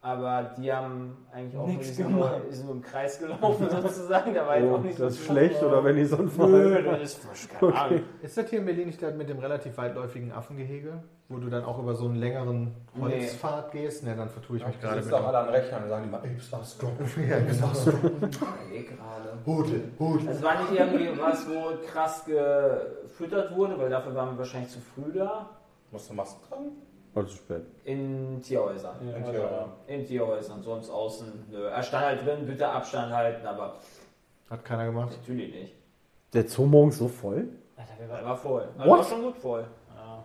Speaker 9: aber die haben eigentlich auch
Speaker 4: Nix
Speaker 9: die sind
Speaker 4: gemacht.
Speaker 9: Nur, die sind nur im Kreis gelaufen *laughs* sozusagen. Da war jetzt
Speaker 5: Oh,
Speaker 9: auch nicht
Speaker 5: das
Speaker 9: so
Speaker 5: ist
Speaker 9: viel
Speaker 5: schlecht,
Speaker 9: los.
Speaker 5: oder wenn die Sonne
Speaker 9: Nö,
Speaker 5: mal.
Speaker 9: das ist frisch, keine Ahnung.
Speaker 2: Ist das hier in Berlin nicht das mit dem relativ weitläufigen Affengehege, wo du dann auch über so einen längeren Holzpfad gehst? Ne, dann vertue ich mich genau
Speaker 6: Die
Speaker 2: gerade
Speaker 6: sitzen
Speaker 2: mit.
Speaker 6: doch alle an Rechnern und sagen immer, ey, bist du aus
Speaker 2: *laughs*
Speaker 6: Gott? Ja, bist du aus Gott?
Speaker 9: Ich überleg gerade.
Speaker 6: Hodel, Hodel.
Speaker 9: Also war nicht irgendwie was, wo krass gefüttert wurde, weil dafür waren wir wahrscheinlich zu früh da.
Speaker 6: Musst du Masken tragen?
Speaker 5: War zu spät.
Speaker 9: In Tierhäusern.
Speaker 6: Ja, ja.
Speaker 9: In Tierhäusern, sonst außen. Nö. Er stand halt drin, bitte Abstand halten, aber
Speaker 2: Hat keiner gemacht.
Speaker 9: natürlich nicht.
Speaker 5: Der Zoo morgens so voll?
Speaker 9: Alter, wir waren war voll.
Speaker 4: Also war schon gut voll. Ja.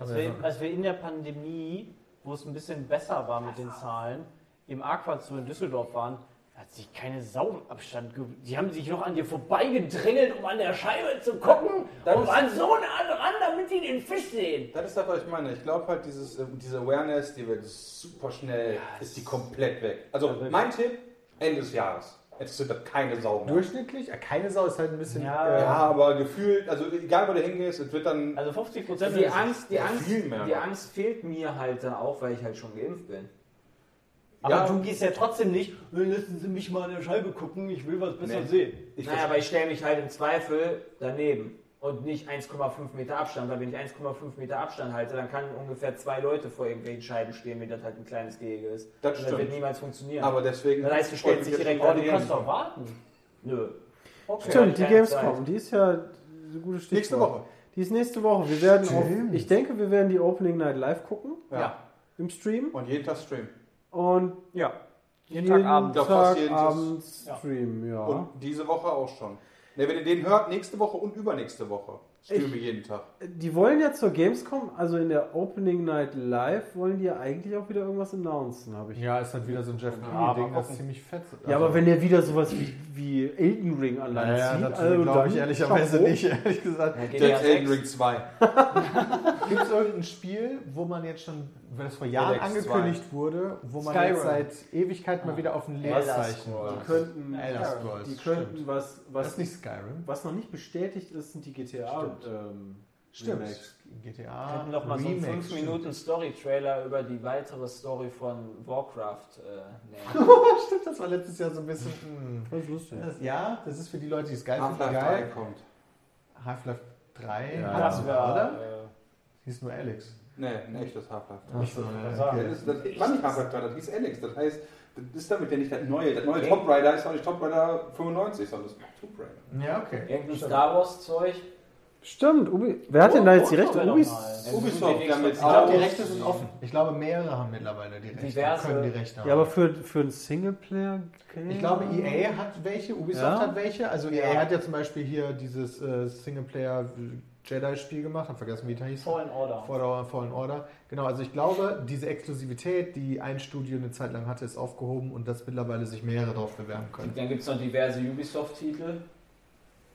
Speaker 4: Als,
Speaker 2: wir ja
Speaker 4: wir, als wir in der Pandemie, wo es ein bisschen besser war mit den Zahlen, im Aquazoo in Düsseldorf waren, da hat sich keine Sau im Abstand ge Die haben sich noch an dir vorbeigedrängelt, um an der Scheibe zu gucken
Speaker 6: Das
Speaker 4: und
Speaker 6: ist-
Speaker 4: waren so nah dran, damit die den Fisch sehen.
Speaker 6: Das ist das, was ich meine. Ich glaube halt, dieses, äh, diese Awareness, die wird super schnell, ist die komplett weg. Also mein Tipp, Ende des Jahres. Jetzt sind das keine Sau mehr.
Speaker 2: Durchschnittlich? Ja, keine Sau ist halt ein bisschen.
Speaker 4: Ja.
Speaker 6: Ja, aber gefühlt, also egal wo du hingehst, es wird dann
Speaker 4: Also 50 Prozent
Speaker 9: Die Angst, die,
Speaker 6: Ja,
Speaker 9: Angst,
Speaker 6: viel mehr
Speaker 9: die
Speaker 6: noch.
Speaker 9: Angst fehlt mir halt dann auch, weil ich halt schon geimpft bin.
Speaker 4: Aber
Speaker 6: Ja.
Speaker 4: du gehst ja trotzdem nicht, "Äh, lassen Sie mich mal an der Scheibe gucken, ich will was besser
Speaker 6: Nee.
Speaker 4: sehen.
Speaker 6: Ich
Speaker 9: naja, aber ich stelle mich halt im Zweifel daneben und nicht 1,5 Meter Abstand, weil wenn ich 1,5 Meter Abstand halte, dann kann ungefähr zwei Leute vor irgendwelchen Scheiben stehen, wenn das halt ein kleines Gehege ist.
Speaker 6: Das
Speaker 9: und
Speaker 6: stimmt.
Speaker 9: Das wird niemals funktionieren.
Speaker 6: Aber deswegen.
Speaker 9: Das heißt, du stellst dich direkt
Speaker 4: Aber
Speaker 9: an
Speaker 4: du
Speaker 9: die
Speaker 4: kannst doch warten.
Speaker 9: Nö. Okay.
Speaker 5: Stimmt, die
Speaker 9: Keine
Speaker 5: Gamescom, die ist ja so gute Stichwort.
Speaker 6: Nächste Woche.
Speaker 5: Die ist nächste Woche. Wir werden auf, ich denke, wir werden die Opening Night live gucken
Speaker 6: Ja.
Speaker 5: im Stream
Speaker 6: Und jeden Tag streamen.
Speaker 5: und
Speaker 4: Ja.
Speaker 5: jeden,
Speaker 4: Abend.
Speaker 6: Ja,
Speaker 5: Tag
Speaker 6: fast jeden Tag.
Speaker 5: Abend Stream, ja.
Speaker 6: Und diese Woche auch schon. Ne, wenn ihr den hört, nächste Woche und übernächste Woche streamen wir jeden Tag.
Speaker 5: Die wollen ja zur Gamescom, also in der Opening Night live, wollen die ja eigentlich auch wieder irgendwas announcen, habe ich.
Speaker 2: Ja, ist halt wieder so ein Jeff
Speaker 6: mal
Speaker 2: Keighley-Ding, das
Speaker 6: gucken.
Speaker 2: ziemlich fett ist.
Speaker 5: Ja, aber wenn der wieder sowas wie, wie Elden Ring an Land
Speaker 2: Also Naja,
Speaker 5: zieht,
Speaker 2: das
Speaker 5: also
Speaker 2: glaube ich
Speaker 5: dann-
Speaker 2: ehrlicherweise
Speaker 5: Chapeau.
Speaker 2: nicht, ehrlich gesagt.
Speaker 6: James
Speaker 9: Zeit. GTA
Speaker 6: Elden
Speaker 9: 6.
Speaker 6: Ring 2.
Speaker 2: Gibt es irgendein Spiel, wo man jetzt schon, weil das vor Jahren
Speaker 6: Dex zwei.
Speaker 2: angekündigt wurde, wo man
Speaker 5: Skyrim. Ah.
Speaker 2: jetzt seit Ewigkeit mal wieder auf ein leeres
Speaker 4: Elder
Speaker 2: Zeichen
Speaker 5: Die
Speaker 2: wartet?
Speaker 5: könnten,
Speaker 2: Elder Scrolls,
Speaker 5: die
Speaker 2: stimmt.
Speaker 5: könnten was,
Speaker 2: Das
Speaker 5: was,
Speaker 2: ist nicht Skyrim.
Speaker 5: was noch nicht bestätigt ist, sind die GTA.
Speaker 2: Stimmt.
Speaker 5: Ähm, Remakes.
Speaker 2: GTA.
Speaker 9: Wir hatten noch mal so einen
Speaker 2: Remakes,
Speaker 9: 5 Minuten Story-Trailer über die weitere Story von Warcraft. Äh, nehmen.
Speaker 2: Stimmt, das war letztes Jahr so ein bisschen. hm.
Speaker 5: Das ist lustig.
Speaker 2: Das, ja, das ist für die Leute, die es geil finden,
Speaker 6: Half-Life 3
Speaker 2: geil.
Speaker 6: kommt.
Speaker 2: Half-Life 3
Speaker 5: Ja,
Speaker 2: hatten wir, oder?
Speaker 4: Äh,
Speaker 2: Hieß nur Alex.
Speaker 6: Nee, ein echtes Half-Life.
Speaker 2: Achso,
Speaker 6: Ja, das, das war nicht Half-Life 3, das hieß Alex. Das heißt, das ist damit ja nicht das neue. Das neue Top Rider ist auch nicht Top Rider 95, sondern das ist Tomb Raider.
Speaker 2: Ja, okay.
Speaker 10: Irgendein Star Wars Zeug.
Speaker 5: Stimmt, Ubi. Wer hat denn da jetzt die Rechte?
Speaker 10: Doch
Speaker 5: Ubi.
Speaker 10: mal.
Speaker 6: Ubisoft, die haben jetzt
Speaker 2: Ich glaube, die
Speaker 6: auch-
Speaker 2: Rechte sind offen. Ich glaube, mehrere haben mittlerweile die Rechte.
Speaker 10: Diverse.
Speaker 2: Können die Rechte haben.
Speaker 5: Ja, aber für, für ein Singleplayer-Game?
Speaker 2: ich glaube, E EA hat welche, Ubisoft
Speaker 5: Ja?
Speaker 2: hat welche. Also EA hat ja zum Beispiel hier dieses äh, Singleplayer-Jedi-Spiel gemacht. Hab vergessen, wie das hieß.
Speaker 4: Fallen Order.
Speaker 2: Fallen, Fallen Order. Genau, also ich glaube, diese Exklusivität, die ein Studio eine Zeit lang hatte, ist aufgehoben und dass mittlerweile sich mehrere darauf bewerben können.
Speaker 10: Dann gibt es noch diverse Ubisoft-Titel.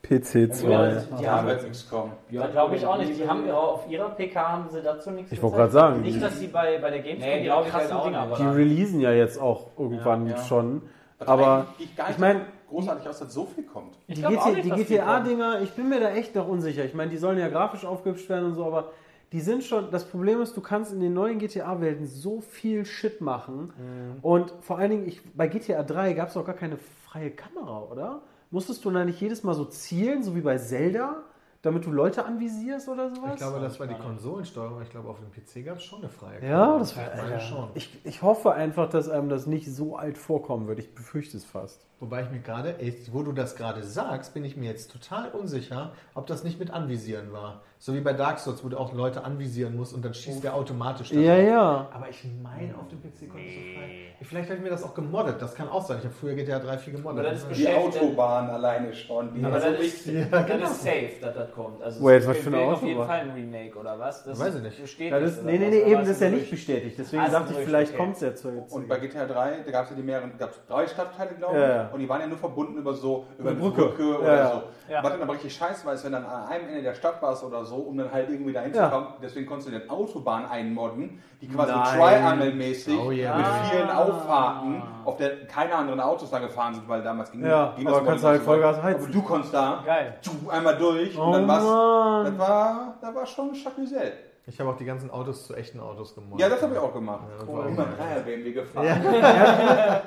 Speaker 5: PC2.
Speaker 4: Die
Speaker 6: Ja,
Speaker 4: haben,
Speaker 6: wird nichts kommen.
Speaker 4: ja, glaube ich auch nicht. Die haben ihre, auf ihrer PK haben sie dazu nichts
Speaker 5: Ich wollte
Speaker 4: gezeigt.
Speaker 5: gerade sagen,
Speaker 4: Nicht, dass sie bei, bei der Gamescom
Speaker 10: Nee,
Speaker 4: die
Speaker 10: glaub ich
Speaker 4: krassen
Speaker 10: halt auch
Speaker 4: Dinger
Speaker 10: nicht.
Speaker 5: Die
Speaker 4: waren.
Speaker 5: releasen ja jetzt auch irgendwann
Speaker 10: Ja, ja.
Speaker 5: schon.
Speaker 6: Das
Speaker 5: Aber
Speaker 6: eigentlich geht gar nicht
Speaker 5: ich mein-
Speaker 6: großartig aus, dass so viel kommt.
Speaker 4: Ich
Speaker 5: Die,
Speaker 4: glaub auch
Speaker 5: GTA
Speaker 4: nicht,
Speaker 5: die
Speaker 4: dass die kommen.
Speaker 5: GTA-Dinger, ich bin mir da echt noch unsicher. Ich meine, die sollen ja grafisch aufgehübscht werden und so, aber die sind schon. Das Problem ist, du kannst in den neuen GTA-Welten so viel Shit machen.
Speaker 4: Mhm.
Speaker 5: Und vor allen Dingen, ich, bei GTA 3 gab es auch gar keine freie Kamera, oder? Musstest du da nicht jedes Mal so zielen, so wie bei Zelda, damit du Leute anvisierst oder sowas?
Speaker 2: Ich glaube, das war die Konsolensteuerung. aber Ich glaube, auf dem PC gab es schon eine freie
Speaker 5: ja, das
Speaker 2: war
Speaker 5: war,
Speaker 2: meine schon.
Speaker 5: ich, ich hoffe einfach, dass einem das nicht so alt vorkommen wird. Ich befürchte es fast.
Speaker 2: Wobei ich mir gerade, ey, wo du das gerade sagst, bin ich mir jetzt total unsicher, ob das nicht mit Anvisieren war. So wie bei Dark Souls, wo du auch Leute anvisieren musst und dann schießt der automatisch. dann
Speaker 5: Ja,
Speaker 2: drauf.
Speaker 5: ja.
Speaker 2: Aber ich meine, auf dem PC konnte ich so frei. Vielleicht habe ich mir das auch gemoddet. Das kann auch sein. Ich habe früher GTA 3 viel gemoddet.
Speaker 10: Aber das ist
Speaker 6: Die
Speaker 10: Beschäftigt-
Speaker 6: Autobahn alleine schon. Die
Speaker 10: Aber
Speaker 6: ist
Speaker 10: dann ist,
Speaker 2: Ja,
Speaker 10: dann
Speaker 2: genau.
Speaker 10: ist safe, dass das kommt. Also
Speaker 5: Wait,
Speaker 10: es
Speaker 5: was für eine
Speaker 10: fehlt auf
Speaker 5: Auswahl?
Speaker 10: jeden Fall ein Remake oder was? Das
Speaker 2: Weiß ich nicht.
Speaker 10: Besteht
Speaker 5: Ja, das,
Speaker 10: oder
Speaker 5: nee, nee,
Speaker 10: was?
Speaker 5: nee,
Speaker 10: Oder
Speaker 5: eben,
Speaker 10: was?
Speaker 5: das ist ja nicht bestätigt. Deswegen
Speaker 10: Ah, ist
Speaker 5: sagte
Speaker 10: ein
Speaker 5: ich,
Speaker 10: Gerücht,
Speaker 5: vielleicht
Speaker 10: okay.
Speaker 5: kommt es ja zu.
Speaker 6: Und bei GTA 3, da gab es ja die mehreren, gab es drei Stadtteile, glaube ich.
Speaker 5: Ja, ja.
Speaker 6: Und die waren ja nur verbunden über so, über eine
Speaker 5: Brücke.
Speaker 6: Brücke, oder
Speaker 5: Ja, ja.
Speaker 6: so. Was dann aber richtig scheiße war, ist, wenn dann an einem Ende der Stadt warst oder so, um dann halt irgendwie dahin
Speaker 5: Ja.
Speaker 6: zu kommen. Deswegen konntest du den Autobahn einmodden, die quasi
Speaker 5: Nein.
Speaker 6: Triangle-mäßig
Speaker 2: Oh, ja.
Speaker 6: mit vielen Auffahrten, auf der keine anderen Autos da gefahren sind, weil damals ging,
Speaker 5: Ja,
Speaker 6: ging
Speaker 5: aber
Speaker 6: noch
Speaker 5: kannst
Speaker 6: nicht
Speaker 5: halt
Speaker 6: so weit.
Speaker 5: Vollgas heizen.
Speaker 6: Aber du konntest da
Speaker 4: Geil.
Speaker 6: tschu, einmal durch und
Speaker 5: Oh
Speaker 6: dann war's.
Speaker 5: Mann.
Speaker 6: Das war, das war schon Chapuisel.
Speaker 2: Ich habe auch die ganzen Autos zu echten Autos gemoddet.
Speaker 6: Ja, das habe ich auch gemacht.
Speaker 2: das war
Speaker 6: Oh,
Speaker 2: auch
Speaker 6: immer
Speaker 2: geil.
Speaker 6: Dreier BMW gefahren.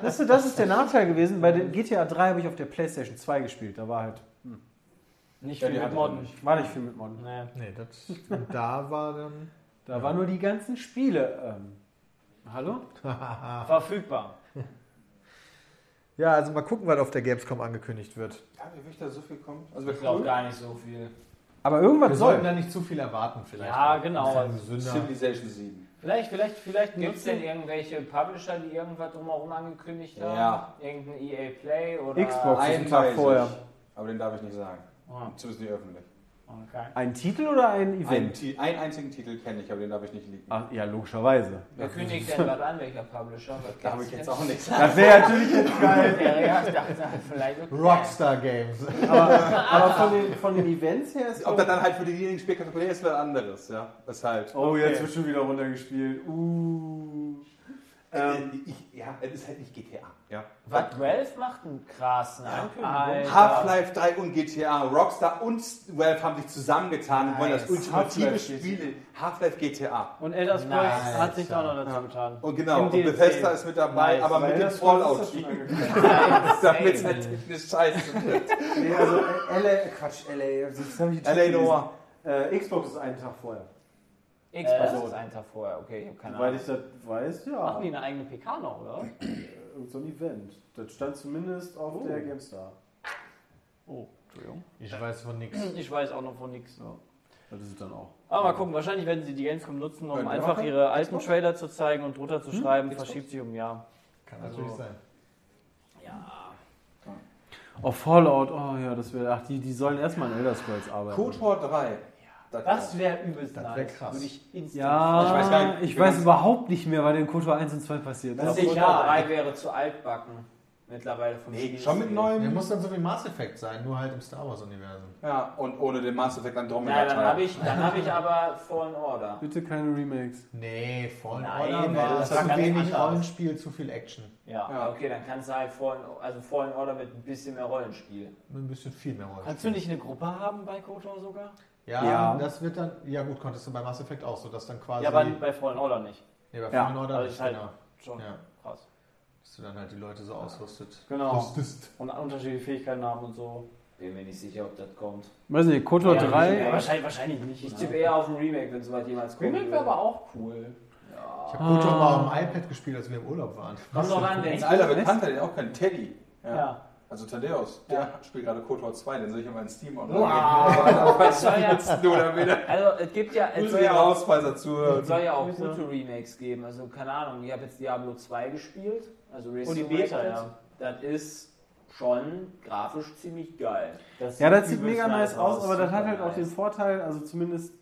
Speaker 5: Weißt du, das ist der Nachteil gewesen. Bei dem GTA 3 habe ich auf der PlayStation 2 gespielt. Da war halt.
Speaker 4: Nicht
Speaker 6: Ja,
Speaker 4: viel
Speaker 6: die
Speaker 4: mit
Speaker 6: hatten
Speaker 4: Modden.
Speaker 5: War nicht viel mit Modden.
Speaker 4: Nee.
Speaker 2: Nee, das, und da war dann.
Speaker 5: Da waren nur die ganzen Spiele. Ähm, hallo?
Speaker 10: *laughs*
Speaker 4: Verfügbar.
Speaker 2: Ja, also mal gucken, was auf der Gamescom angekündigt wird.
Speaker 6: Ja, wie wichtig da so viel kommt. Also wir
Speaker 10: Ich glaube gar nicht so viel.
Speaker 5: Aber
Speaker 2: Wir
Speaker 5: irgendwas
Speaker 2: sollten
Speaker 5: soll.
Speaker 2: da nicht zu viel erwarten, vielleicht.
Speaker 4: Ja, genau.
Speaker 2: Das ist ja gesünder.
Speaker 6: Civilization 7.
Speaker 4: Vielleicht, vielleicht, vielleicht
Speaker 10: Gibt es
Speaker 4: nutzen
Speaker 10: denn irgendwelche Publisher, die irgendwas drumherum angekündigt haben?
Speaker 6: Ja.
Speaker 10: Irgendein EA Play oder
Speaker 5: Xbox. Auf diesen
Speaker 6: Einen
Speaker 5: Tag
Speaker 6: weiß ich,
Speaker 5: vorher.
Speaker 6: Aber den darf ich nicht sagen.
Speaker 4: Ah.
Speaker 6: Zumindest nicht öffentlich.
Speaker 10: Oh,
Speaker 4: Okay.
Speaker 5: Ein Titel oder ein
Speaker 6: Einen,
Speaker 5: Event?
Speaker 6: Ti- einen einzigen Titel kenne ich, aber den darf ich nicht liegen.
Speaker 5: Ach, ja, logischerweise.
Speaker 10: Wer kündigt denn was an? Welcher Publisher? Was
Speaker 6: da habe ich jetzt auch
Speaker 5: *laughs*
Speaker 6: nichts.
Speaker 5: Das wäre natürlich jetzt geil.
Speaker 10: *laughs* Ja, ja, ich dachte vielleicht. Okay.
Speaker 2: Rockstar Games.
Speaker 5: Aber von den, von den Events her ist.
Speaker 6: Ob das dann halt für diejenigen spektakulär ist, wäre anderes. Ja, das ist halt.
Speaker 5: oh, jetzt wird schon wieder runtergespielt. Uh. Ähm,
Speaker 6: Äh, ich, ja, es ist halt nicht GTA. Ja.
Speaker 10: Was 12 macht einen krassen Ankündigung.
Speaker 6: Ah, Half-Life 3 und GTA, Rockstar und Valve haben sich zusammengetan und wollen das ultimative
Speaker 10: Half-Life
Speaker 6: Spiel Half-Life GTA.
Speaker 4: Und Elder Scrolls
Speaker 10: Nice.
Speaker 4: hat sich da auch noch dazu getan.
Speaker 6: Und genau,
Speaker 4: Im
Speaker 6: und
Speaker 4: DLC.
Speaker 6: Bethesda ist mit dabei, aber mit dem Fallout-Team, *laughs* damit es halt technisch scheiße wird.
Speaker 5: nee, also äh, LA. Quatsch, LA. Das habe ich jetzt
Speaker 6: LA
Speaker 5: schon
Speaker 6: Noir.
Speaker 5: gelesen. Äh, Xbox ist einen Tag vorher.
Speaker 10: Xbox
Speaker 4: Äh,
Speaker 10: ist ein Tag vorher. Okay, ich habe keine
Speaker 5: Soweit
Speaker 10: Ahnung.
Speaker 5: Genau. ich das weiß, ja.
Speaker 4: Machen die eine eigene PK noch, oder?
Speaker 5: Irgend so ein Event. Das stand zumindest auf der GameStar.
Speaker 4: Oh, Entschuldigung.
Speaker 2: Ich weiß von nichts.
Speaker 4: Ich weiß auch noch von nichts.
Speaker 5: Das ist es dann auch.
Speaker 4: Aber mal gucken, wahrscheinlich werden sie die Gamescom nutzen, um
Speaker 6: Könnte
Speaker 4: einfach
Speaker 6: machen.
Speaker 4: ihre alten Trailer zu zeigen und drunter zu schreiben, verschiebt sich um ein Jahr.
Speaker 2: Kann
Speaker 4: Also-
Speaker 2: natürlich sein.
Speaker 5: Oh, Fallout, oh ja, das wäre. Ach, die, die sollen erstmal an Elder Scrolls arbeiten.
Speaker 6: KOTOR 3.
Speaker 4: Das wäre übelst
Speaker 2: Das
Speaker 4: nice.
Speaker 2: wär krass.
Speaker 4: Würde ich instant
Speaker 5: Ja, ich
Speaker 6: Ich
Speaker 5: weiß,
Speaker 6: weiß gar nicht,
Speaker 5: ich
Speaker 6: wie
Speaker 5: weiß
Speaker 6: ganz-
Speaker 5: überhaupt nicht mehr, was in Kotor 1 und 2 passiert
Speaker 10: Das
Speaker 5: ist.
Speaker 10: ist
Speaker 4: ist
Speaker 10: ja,
Speaker 4: egal.
Speaker 10: 3 wäre zu altbacken. Mittlerweile vom
Speaker 6: Nee,
Speaker 10: Spiel.
Speaker 6: schon mit
Speaker 2: Der
Speaker 6: neuem.
Speaker 2: muss dann so wie Mass Effect sein, nur halt im Star Wars-Universum.
Speaker 6: Ja, und ohne den Mass Effect Andromeda.
Speaker 10: Ja, dann
Speaker 6: Teil.
Speaker 10: habe ich, dann hab ich aber Fallen Order.
Speaker 5: Bitte keine Remakes.
Speaker 2: Nee, Fallen
Speaker 10: Nein,
Speaker 2: Order.
Speaker 10: Mann, das
Speaker 2: Das
Speaker 10: ist
Speaker 2: ist
Speaker 10: ganz
Speaker 2: wenig
Speaker 10: anders.
Speaker 2: Rollenspiel, zu viel Action.
Speaker 4: Ja.
Speaker 10: Ja, okay, dann kannst du halt Fallen, also Fallen Order mit ein bisschen mehr Rollenspiel.
Speaker 2: Mit ein bisschen viel mehr Rollenspiel.
Speaker 4: Kannst du nicht eine Gruppe haben bei Kotor sogar?
Speaker 2: Ja,
Speaker 5: Ja.
Speaker 2: das wird dann. Ja, gut, konntest du bei Mass Effect auch so, dass dann quasi.
Speaker 4: Ja, aber bei Fallen Order nicht.
Speaker 2: nee, bei
Speaker 5: Ja,
Speaker 2: Fallen Order
Speaker 4: also
Speaker 2: nicht,
Speaker 4: ich halt-
Speaker 2: genau.
Speaker 4: Schon
Speaker 2: Ja.
Speaker 4: krass.
Speaker 2: Dass du dann halt die Leute so ausrüstet.
Speaker 4: Genau.
Speaker 2: Rüstest.
Speaker 4: Und unterschiedliche Fähigkeiten haben und so.
Speaker 11: Bin mir nicht sicher, ob das kommt.
Speaker 5: Weiß nicht, KOTOR
Speaker 10: Ja,
Speaker 5: 3.
Speaker 10: ja.
Speaker 4: wahrscheinlich, wahrscheinlich nicht. ne?
Speaker 10: Ich tippe eher auf ein Remake, wenn sowas jemals kommt.
Speaker 4: Remake wäre aber auch cool.
Speaker 2: Ich habe Kotor mal auf dem iPad gespielt, als wir im Urlaub waren.
Speaker 9: Kommt drauf an, wenn
Speaker 6: Ein alter Bekannter, der auch kein Teddy. Ja.
Speaker 10: Ja.
Speaker 6: Also Tadeus, der spielt gerade KOTOR 2, den sehe ich immer in Steam online. Wow.
Speaker 10: *laughs*
Speaker 6: Was soll *laughs* jetzt nur
Speaker 9: *laughs*
Speaker 6: damit?
Speaker 9: Also es gibt ja, es
Speaker 6: Grüße ja raus, falls er zuhört.
Speaker 9: es soll ja auch gute Remakes geben. Also keine Ahnung, ich habe jetzt Diablo 2 gespielt, also Resurrected.
Speaker 10: Und die Beta, ja.
Speaker 9: Das ist schon grafisch ziemlich geil.
Speaker 5: Ja, das sieht mega
Speaker 9: übelst
Speaker 5: nice aus, aber das hat halt
Speaker 9: Super
Speaker 5: auch den Vorteil, also zumindest,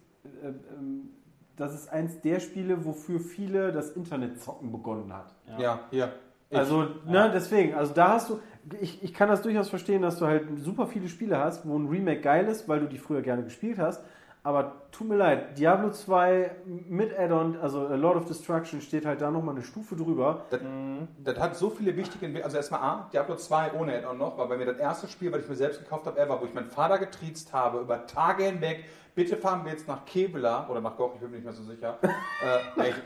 Speaker 5: äh, ähm, das ist eins der Spiele, wofür viele das Internetzocken begonnen hat.
Speaker 6: Ja, hier. Ich-
Speaker 5: Also, ne, deswegen, also da hast du, ich, ich kann das durchaus verstehen, dass du halt super viele Spiele hast, wo ein Remake geil ist, weil du die früher gerne gespielt hast. Aber tut mir leid, Diablo 2 mit Add-on, also äh, Lord of Destruction, steht halt da nochmal eine Stufe drüber.
Speaker 6: Das hat so viele wichtige Entwicklungen. Also erstmal A, Diablo 2 ohne Add-on noch, war bei mir das erste Spiel, was ich mir selbst gekauft habe, ever, wo ich meinen Vater getriezt habe, über Tage hinweg, bitte fahren wir jetzt nach Kevela oder nach Goch, ich bin mir nicht mehr so
Speaker 2: *laughs*
Speaker 6: sicher. äh, echt,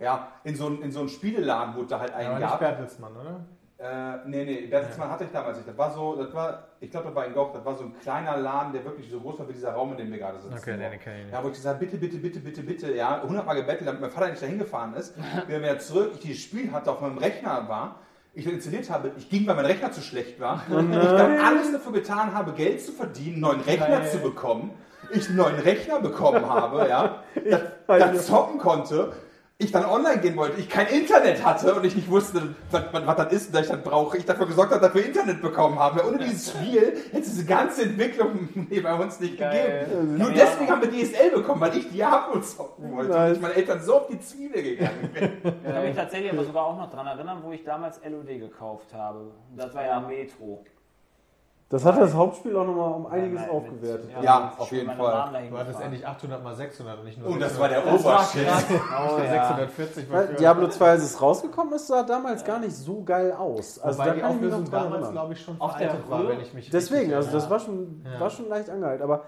Speaker 6: ja, in so einen in so einen Spieleladen wurde da halt
Speaker 2: Aber
Speaker 6: einen
Speaker 2: nicht
Speaker 6: gehabt.
Speaker 2: Bertelsmann, oder?
Speaker 6: Äh, nee, nee, Bertelsmann hatte ich damals nicht. Das war so, das war, ich glaube, das war in Goch, das war so ein kleiner Laden, der wirklich so groß war wie dieser Raum, in dem wir gerade sitzen.
Speaker 2: kann ich
Speaker 6: Ja, wo ich gesagt habe, bitte, bitte, bitte, bitte, bitte, ja, hundertmal gebettelt, damit mein Vater nicht dahin gefahren ist. Wenn er wieder zurück, ich dieses Spiel hatte, auf meinem Rechner war, ich das installiert habe, ich ging, weil mein Rechner zu schlecht war. ich dann alles dafür getan habe, Geld zu verdienen, einen neuen Rechner zu bekommen. Ich einen neuen Rechner bekommen habe, ja, da, da zocken konnte. Ich dann online gehen wollte, ich kein Internet hatte und ich nicht wusste, was, was, was das ist und dass ich das brauche. Ich dafür gesorgt habe, dass wir Internet bekommen haben. Ohne dieses
Speaker 9: *laughs*
Speaker 6: Spiel hätte es diese ganze Entwicklung *laughs* bei uns nicht gegeben. Nur deswegen haben wir DSL bekommen, weil ich Diablo zocken wollte und ich meinen Eltern so auf die Zwiebel gegangen
Speaker 9: *laughs*
Speaker 6: bin.
Speaker 9: Ich kann mich tatsächlich aber sogar auch noch dran erinnern, wo ich damals LOD gekauft habe. Das war ja Metro.
Speaker 5: Das hat das Hauptspiel auch nochmal um einiges
Speaker 9: Nein, mit-
Speaker 5: aufgewertet.
Speaker 6: Ja,
Speaker 9: mit-
Speaker 6: auf jeden
Speaker 9: meinem
Speaker 6: Fall.
Speaker 9: Namen dahin
Speaker 2: Du hattest
Speaker 9: gefahren.
Speaker 2: endlich 800 mal 600 und nicht nur
Speaker 6: Und das war der
Speaker 9: Das war
Speaker 6: Obershit.
Speaker 9: krass.
Speaker 2: *laughs* oh, 640 war
Speaker 5: Weil
Speaker 2: früher.
Speaker 5: Diablo 2, als es rausgekommen ist, sah damals gar nicht so geil aus. Also
Speaker 2: Wobei
Speaker 5: da
Speaker 2: die
Speaker 5: kann ich mich noch
Speaker 2: Auflösung
Speaker 5: dran
Speaker 2: damals,
Speaker 5: erinnern.
Speaker 2: glaube ich, schon
Speaker 9: Auf der
Speaker 2: veraltet war,
Speaker 9: Röhre?
Speaker 2: wenn ich mich
Speaker 5: Deswegen,
Speaker 2: richtig
Speaker 5: also das
Speaker 2: erinnere.
Speaker 5: war schon,
Speaker 2: Ja.
Speaker 5: war schon leicht angeheilt. Aber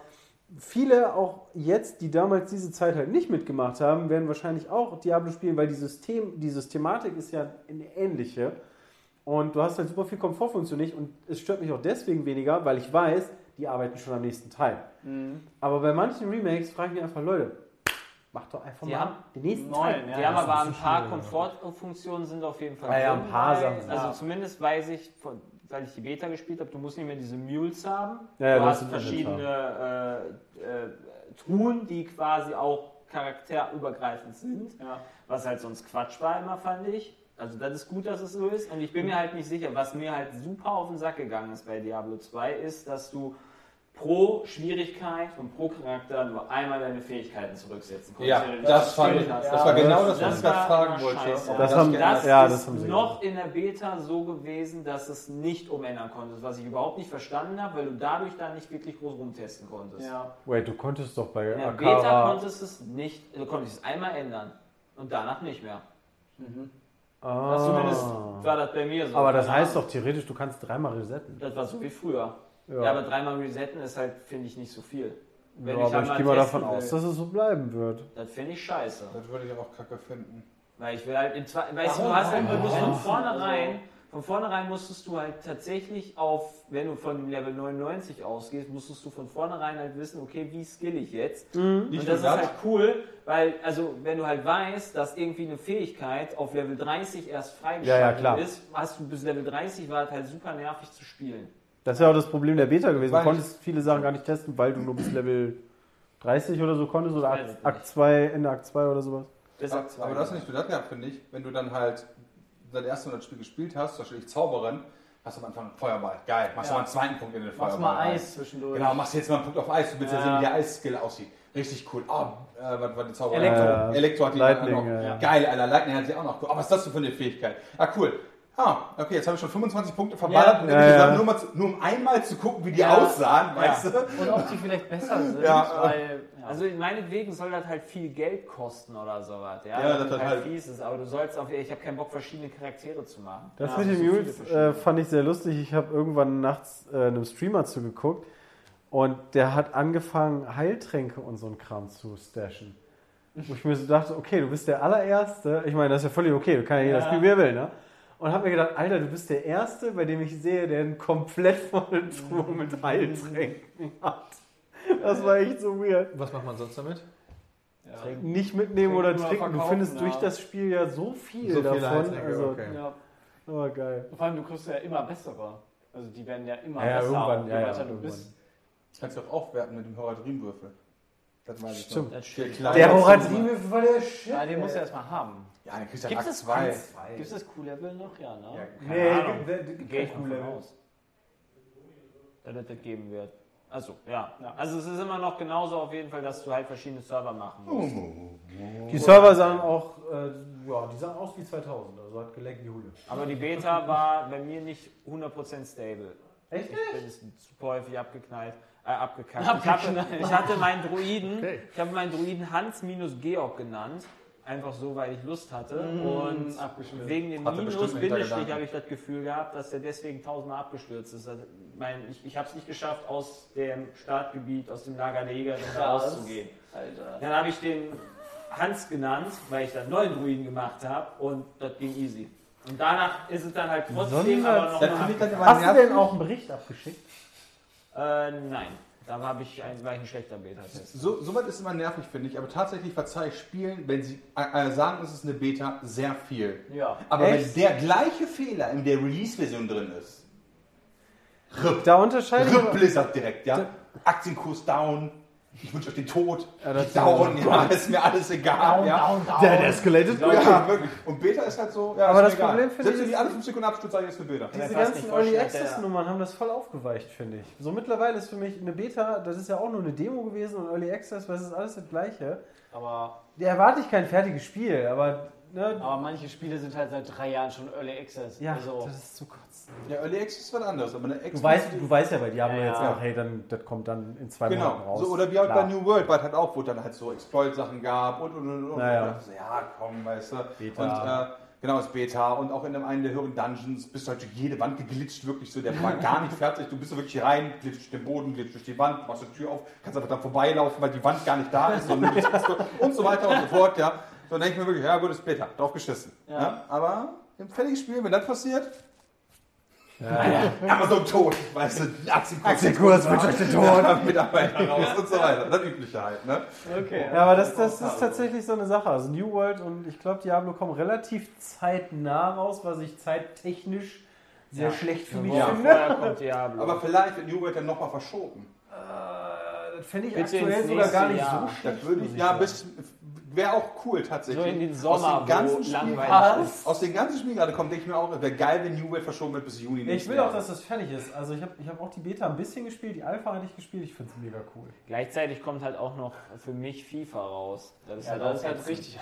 Speaker 5: viele auch jetzt, die damals diese Zeit halt nicht mitgemacht haben, werden wahrscheinlich auch Diablo spielen, weil die, System, die Systematik ist ja eine ähnliche. Und du hast halt super viel Komfort für uns und nicht. Und es stört mich auch deswegen weniger, weil ich weiß, die arbeiten schon am nächsten Teil. Aber bei manchen Remakes frage ich mich einfach, Leute, macht doch einfach
Speaker 9: Die
Speaker 5: mal
Speaker 9: haben
Speaker 5: den nächsten Teil.
Speaker 10: Neun,
Speaker 9: Die
Speaker 10: ja.
Speaker 9: haben aber ein paar Komfortfunktionen sind auf jeden Fall
Speaker 5: Ah ja,
Speaker 9: drin.
Speaker 5: ein paar Sachen.
Speaker 9: Also
Speaker 10: Ja.
Speaker 9: zumindest weiß ich, von, weil ich die Beta gespielt habe, du musst nicht mehr diese Mules haben.
Speaker 5: Ja, ja,
Speaker 9: du
Speaker 5: das
Speaker 9: hast
Speaker 5: sind
Speaker 9: verschiedene äh, äh, Truhen, die quasi auch charakterübergreifend sind.
Speaker 10: Ja.
Speaker 9: Was halt sonst Quatsch war immer, fand ich. Also das ist gut, dass es so ist. Und ich bin mir halt nicht sicher, was mir halt super auf den Sack gegangen ist bei Diablo 2, ist, dass du pro Schwierigkeit und pro Charakter nur einmal deine Fähigkeiten zurücksetzen konntest.
Speaker 6: Ja,
Speaker 9: wenn du dich
Speaker 6: das fand ich.
Speaker 9: gespielt hast.
Speaker 6: Das war genau das, was
Speaker 9: Das
Speaker 6: ich gerade
Speaker 9: war
Speaker 6: fragen
Speaker 9: immer
Speaker 6: wollte.
Speaker 9: scheiße.
Speaker 6: ob
Speaker 5: Das haben-
Speaker 6: geändert
Speaker 9: Das,
Speaker 5: Ja, das
Speaker 9: ist
Speaker 5: haben sie
Speaker 9: noch in der Beta so gewesen, dass es nicht umändern konntest, was ich überhaupt nicht verstanden habe, weil du dadurch dann nicht wirklich groß rumtesten konntest.
Speaker 10: Ja.
Speaker 5: Wait, du konntest doch bei
Speaker 9: In der Beta
Speaker 5: Akara...
Speaker 9: konntest es nicht, du konntest es einmal ändern und danach nicht mehr.
Speaker 5: Ah.
Speaker 9: Das Zumindest war das bei mir so.
Speaker 5: Aber das heißt doch theoretisch, du kannst dreimal resetten.
Speaker 9: Das war so wie früher. Ja, aber dreimal resetten ist halt, finde ich, nicht so viel. Wenn
Speaker 5: ja, aber
Speaker 9: halt
Speaker 5: ich
Speaker 9: mal
Speaker 5: gehe mal
Speaker 9: testen
Speaker 5: davon aus,
Speaker 9: will,
Speaker 5: dass es so bleiben wird.
Speaker 9: Das finde ich scheiße.
Speaker 6: Das würde ich aber auch kacke finden.
Speaker 9: Weil ich will halt im zweiten, weißt du, du hast halt, du musst von vornherein, von vornherein musstest du halt tatsächlich auf, wenn du von Level 99 ausgehst, musstest du von vornherein halt wissen, okay, wie skill ich jetzt?
Speaker 5: Hm,
Speaker 9: Und das ist halt cool, weil, also, wenn du halt weißt, dass irgendwie eine Fähigkeit auf Level 30 erst
Speaker 5: Ja, ja,
Speaker 9: freigeschaltet
Speaker 5: klar.
Speaker 9: ist, hast du bis Level 30 war das halt super nervig zu spielen.
Speaker 5: Das ist ja auch das Problem der Beta gewesen. Du
Speaker 6: Weil-
Speaker 5: konntest viele Sachen gar nicht testen, weil du nur bis Level 30 oder so konntest oder
Speaker 9: weiß es
Speaker 5: Akt,
Speaker 9: nicht.
Speaker 5: Akt 2, Ende Akt 2 oder sowas.
Speaker 9: Bis
Speaker 6: Aber,
Speaker 9: auf zwei.
Speaker 6: aber das ist nicht nur das gehabt, finde ich. Wenn du dann halt das erste Mal das Spiel gespielt hast, zum Beispiel ich Zauberin, hast du am Anfang einen Feuerball. Geil, machst du mal einen zweiten Punkt in den Feuerball.
Speaker 10: Machst mal
Speaker 6: rein.
Speaker 10: Eis zwischendurch.
Speaker 6: Genau, machst jetzt mal einen Punkt auf Eis. Du willst ja,
Speaker 10: Ja.
Speaker 6: sehen, wie der Eis-Skill aussieht. Richtig cool. Oh, äh, was war die Zauberin?
Speaker 5: Elektro.
Speaker 6: Ja. Elektro hat die
Speaker 5: Äh, Lightning,
Speaker 6: auch noch.
Speaker 5: ja, ja.
Speaker 6: Geil, Alter. Lightning hat die auch noch. Oh, was ist das denn für eine Fähigkeit? Ah, cool. Ah, okay, jetzt habe ich schon 25 Punkte verballert. und
Speaker 5: Ja,
Speaker 6: insgesamt
Speaker 5: ja.
Speaker 6: Nur, mal zu, nur um einmal zu gucken, wie die aussahen, weißt du?
Speaker 10: Und ob die vielleicht besser sind,
Speaker 6: Ja.
Speaker 10: weil. Ja.
Speaker 9: Also meinetwegen soll das halt viel Geld kosten oder sowas. Ja,
Speaker 6: Ja, das
Speaker 9: ist
Speaker 6: hat halt-
Speaker 9: fies ist, aber du sollst auf, ich habe keinen Bock, verschiedene Charaktere zu machen.
Speaker 5: Das
Speaker 9: Ja,
Speaker 5: mit den
Speaker 9: so viele
Speaker 5: Mules
Speaker 9: verschiedene.
Speaker 5: äh, fand ich sehr lustig. Ich habe irgendwann nachts äh, einem Streamer zugeguckt und der hat angefangen, Heiltränke und so einen Kram zu stashen. Wo ich mir so dachte, okay, du bist der allererste. Ich meine, das ist ja völlig okay, du kannst ja jeder spielen, wie er will, ne? und habe mir gedacht, Alter, du bist der Erste, bei dem ich sehe, der einen komplett vollen Truhe mit Heiltränken hat. Das war echt so weird.
Speaker 2: Was macht man sonst damit?
Speaker 5: Nicht mitnehmen oder
Speaker 10: nur
Speaker 5: trinken. Du
Speaker 10: verkaufen,
Speaker 5: findest durch
Speaker 10: ja.
Speaker 5: das Spiel ja so viel
Speaker 6: So viele
Speaker 5: davon.
Speaker 6: Heiltränke,
Speaker 5: also,
Speaker 6: okay.
Speaker 10: Ja.
Speaker 5: aber geil.
Speaker 10: Vor allem, du kriegst ja immer bessere. Also die werden ja immer
Speaker 5: Ja, ja,
Speaker 10: besser,
Speaker 5: irgendwann,
Speaker 10: je
Speaker 5: ja, ja,
Speaker 10: weiter du
Speaker 5: irgendwann.
Speaker 10: bist.
Speaker 6: Kannst du auch aufwerten mit dem Horadrim-Würfel. Das weiß ich
Speaker 5: Stimmt.
Speaker 6: noch.
Speaker 4: Das stimmt.
Speaker 6: kleine
Speaker 5: Der
Speaker 6: Zimmer.
Speaker 5: Horadin war der Shit.
Speaker 10: Ja, den musst du erstmal haben.
Speaker 6: Ja, dann kriegst du
Speaker 4: Gibt
Speaker 6: Akt
Speaker 4: es
Speaker 6: 2.
Speaker 4: Gibt es das Q-Level noch? Ja, ne?
Speaker 6: Ja, keine
Speaker 5: Nee,
Speaker 6: Ahnung.
Speaker 5: der- der- der-
Speaker 9: Gehe ich
Speaker 5: cool,
Speaker 9: mal
Speaker 5: Level.
Speaker 9: von aus. Dass es das geben wird. Achso, ja. Also es ist immer noch genauso auf jeden Fall, dass du halt verschiedene Server machen musst.
Speaker 5: Die Server sahen auch, äh, ja, die sahen
Speaker 2: Aus wie 2000, also hat geleckt wie Hule.
Speaker 9: Aber die Beta war bei mir nicht 100% stable.
Speaker 2: Echt
Speaker 9: Ich bin es super häufig abgeknallt, äh, abgekackt. Ich, hatte, ich hatte meinen Druiden,
Speaker 3: Okay.
Speaker 9: ich habe meinen Druiden Hans-Georg genannt. Einfach so, weil ich Lust hatte. Und wegen dem
Speaker 6: Hatte bestimmt
Speaker 9: Minus
Speaker 6: einen
Speaker 9: Bindestrich
Speaker 6: Hintergedanken.
Speaker 9: habe ich das Gefühl gehabt, dass der deswegen tausendmal abgestürzt ist. Also, ich mein, ich ich habe es nicht geschafft, aus dem Startgebiet, aus dem Lager der Jäger rauszugehen.
Speaker 10: Alter.
Speaker 9: Dann habe ich den Hans genannt, weil ich dann neuen Druiden gemacht habe und das ging easy. Und danach ist es dann halt trotzdem aber noch
Speaker 6: Das
Speaker 9: mal
Speaker 6: finde ich dann immer
Speaker 5: Hast du
Speaker 6: nervig.
Speaker 5: denn auch einen Bericht abgeschickt?
Speaker 9: Äh, nein. Da habe ich ein, war ich ein schlechter Beta-Test.
Speaker 6: So, sowas ist immer nervig, finde ich. Aber tatsächlich verzeihe ich Spielen, wenn sie äh, äh, sagen, es ist eine Beta, sehr viel.
Speaker 10: Ja.
Speaker 6: Aber
Speaker 5: Echt?
Speaker 6: wenn der gleiche Fehler in der Release-Version drin ist,
Speaker 5: Da unterscheide ich
Speaker 6: Rück *laughs*
Speaker 5: aber-
Speaker 6: Blizzard direkt, ja? Aktienkurs down, ich wünsche euch den Tod,
Speaker 5: das-
Speaker 6: down, ja, ist mir alles egal, ja?
Speaker 5: Der hat escalated.
Speaker 6: Ja, wirklich. Und Beta ist halt so, ja,
Speaker 5: Aber
Speaker 6: ist
Speaker 5: das
Speaker 6: mir egal.
Speaker 5: Problem finde
Speaker 6: Selbst
Speaker 5: ich
Speaker 6: wenn die
Speaker 5: ist-
Speaker 6: alle 5 Sekunden abstürzt, sage ich, ist eine Beta.
Speaker 5: Diese
Speaker 9: mir fast nicht
Speaker 5: ganzen Early
Speaker 9: vorstellen,
Speaker 5: Access
Speaker 9: ja.
Speaker 5: Nummern haben das voll aufgeweicht, finde ich. So mittlerweile ist für mich eine Beta, das ist ja auch nur eine Demo gewesen und Early Access, weil es ist alles das gleiche.
Speaker 10: Aber,
Speaker 5: Da erwarte ich kein fertiges Spiel, aber ne,
Speaker 10: aber manche Spiele sind halt seit drei Jahren schon Early Access.
Speaker 5: ja,
Speaker 10: also,
Speaker 5: das ist zu kurz.
Speaker 6: Ja, Early Access ist was anderes, aber eine
Speaker 5: Du weißt, du weißt ja bei Diablo
Speaker 10: Ja,
Speaker 5: jetzt
Speaker 10: ja.
Speaker 5: auch, hey, dann das kommt dann in zwei Monaten
Speaker 6: Genau,
Speaker 5: raus.
Speaker 6: so, oder wie halt
Speaker 5: Klar.
Speaker 6: bei New World, weil halt auch, wo dann halt so Exploit-Sachen gab und und und und.
Speaker 5: Naja.
Speaker 6: und dann so, ja, komm, weißt du.
Speaker 5: Beta.
Speaker 6: Und, äh, genau, ist Beta und auch in einem einen der höheren Dungeons bist du halt durch jede Wand geglitscht, wirklich so,
Speaker 5: *laughs*
Speaker 6: der war gar nicht fertig. Du bist so wirklich rein, glitscht durch den Boden, glitscht durch die Wand, machst die Tür auf, kannst einfach dann vorbeilaufen, weil die Wand gar nicht da ist und,
Speaker 5: *laughs*
Speaker 6: und so weiter und so fort, ja. So, dann denke ich mir wirklich, ja gut, ist Beta, drauf geschissen. Ja. Aber im fertigen Spiel, wenn das passiert, *laughs* ja. Amazon tot, weißt du, Aktienkurs
Speaker 5: Kurz, wünsche euch den Tod.
Speaker 6: ja, Mitarbeiter raus und so weiter. Das übliche halt, ne?
Speaker 10: okay.
Speaker 5: Ja, aber das, das ist tatsächlich so eine Sache. Also New World und ich glaube Diablo kommen relativ zeitnah raus, was ich zeittechnisch sehr schlecht für mich
Speaker 6: Ja.
Speaker 5: finde.
Speaker 9: Vorher kommt Diablo.
Speaker 6: Aber vielleicht wird New World dann nochmal verschoben.
Speaker 5: Äh, Das fände ich
Speaker 9: Bitte
Speaker 5: aktuell
Speaker 9: ins
Speaker 5: sogar gar
Speaker 9: nächste
Speaker 5: nicht
Speaker 9: Jahr.
Speaker 5: so schlecht.
Speaker 6: Das würde ich, ja, bis, wäre auch cool tatsächlich.
Speaker 9: so in den Sommer,
Speaker 6: aus den ganzen
Speaker 9: wo
Speaker 6: Spielen,
Speaker 9: langweilig ist.
Speaker 6: Aus den ganzen Spielen gerade kommt, denke ich mir auch, wäre geil, wenn New World verschoben wird bis Juni.
Speaker 5: Ich will auch, dass das fertig ist. Also ich habe ich hab auch die Beta ein bisschen gespielt, die Alpha hatte ich gespielt, ich finde es mega cool.
Speaker 9: Gleichzeitig kommt halt auch noch für mich FIFA raus. Das ist
Speaker 10: Ja,
Speaker 9: halt
Speaker 10: das ist
Speaker 9: auch
Speaker 10: halt richtig.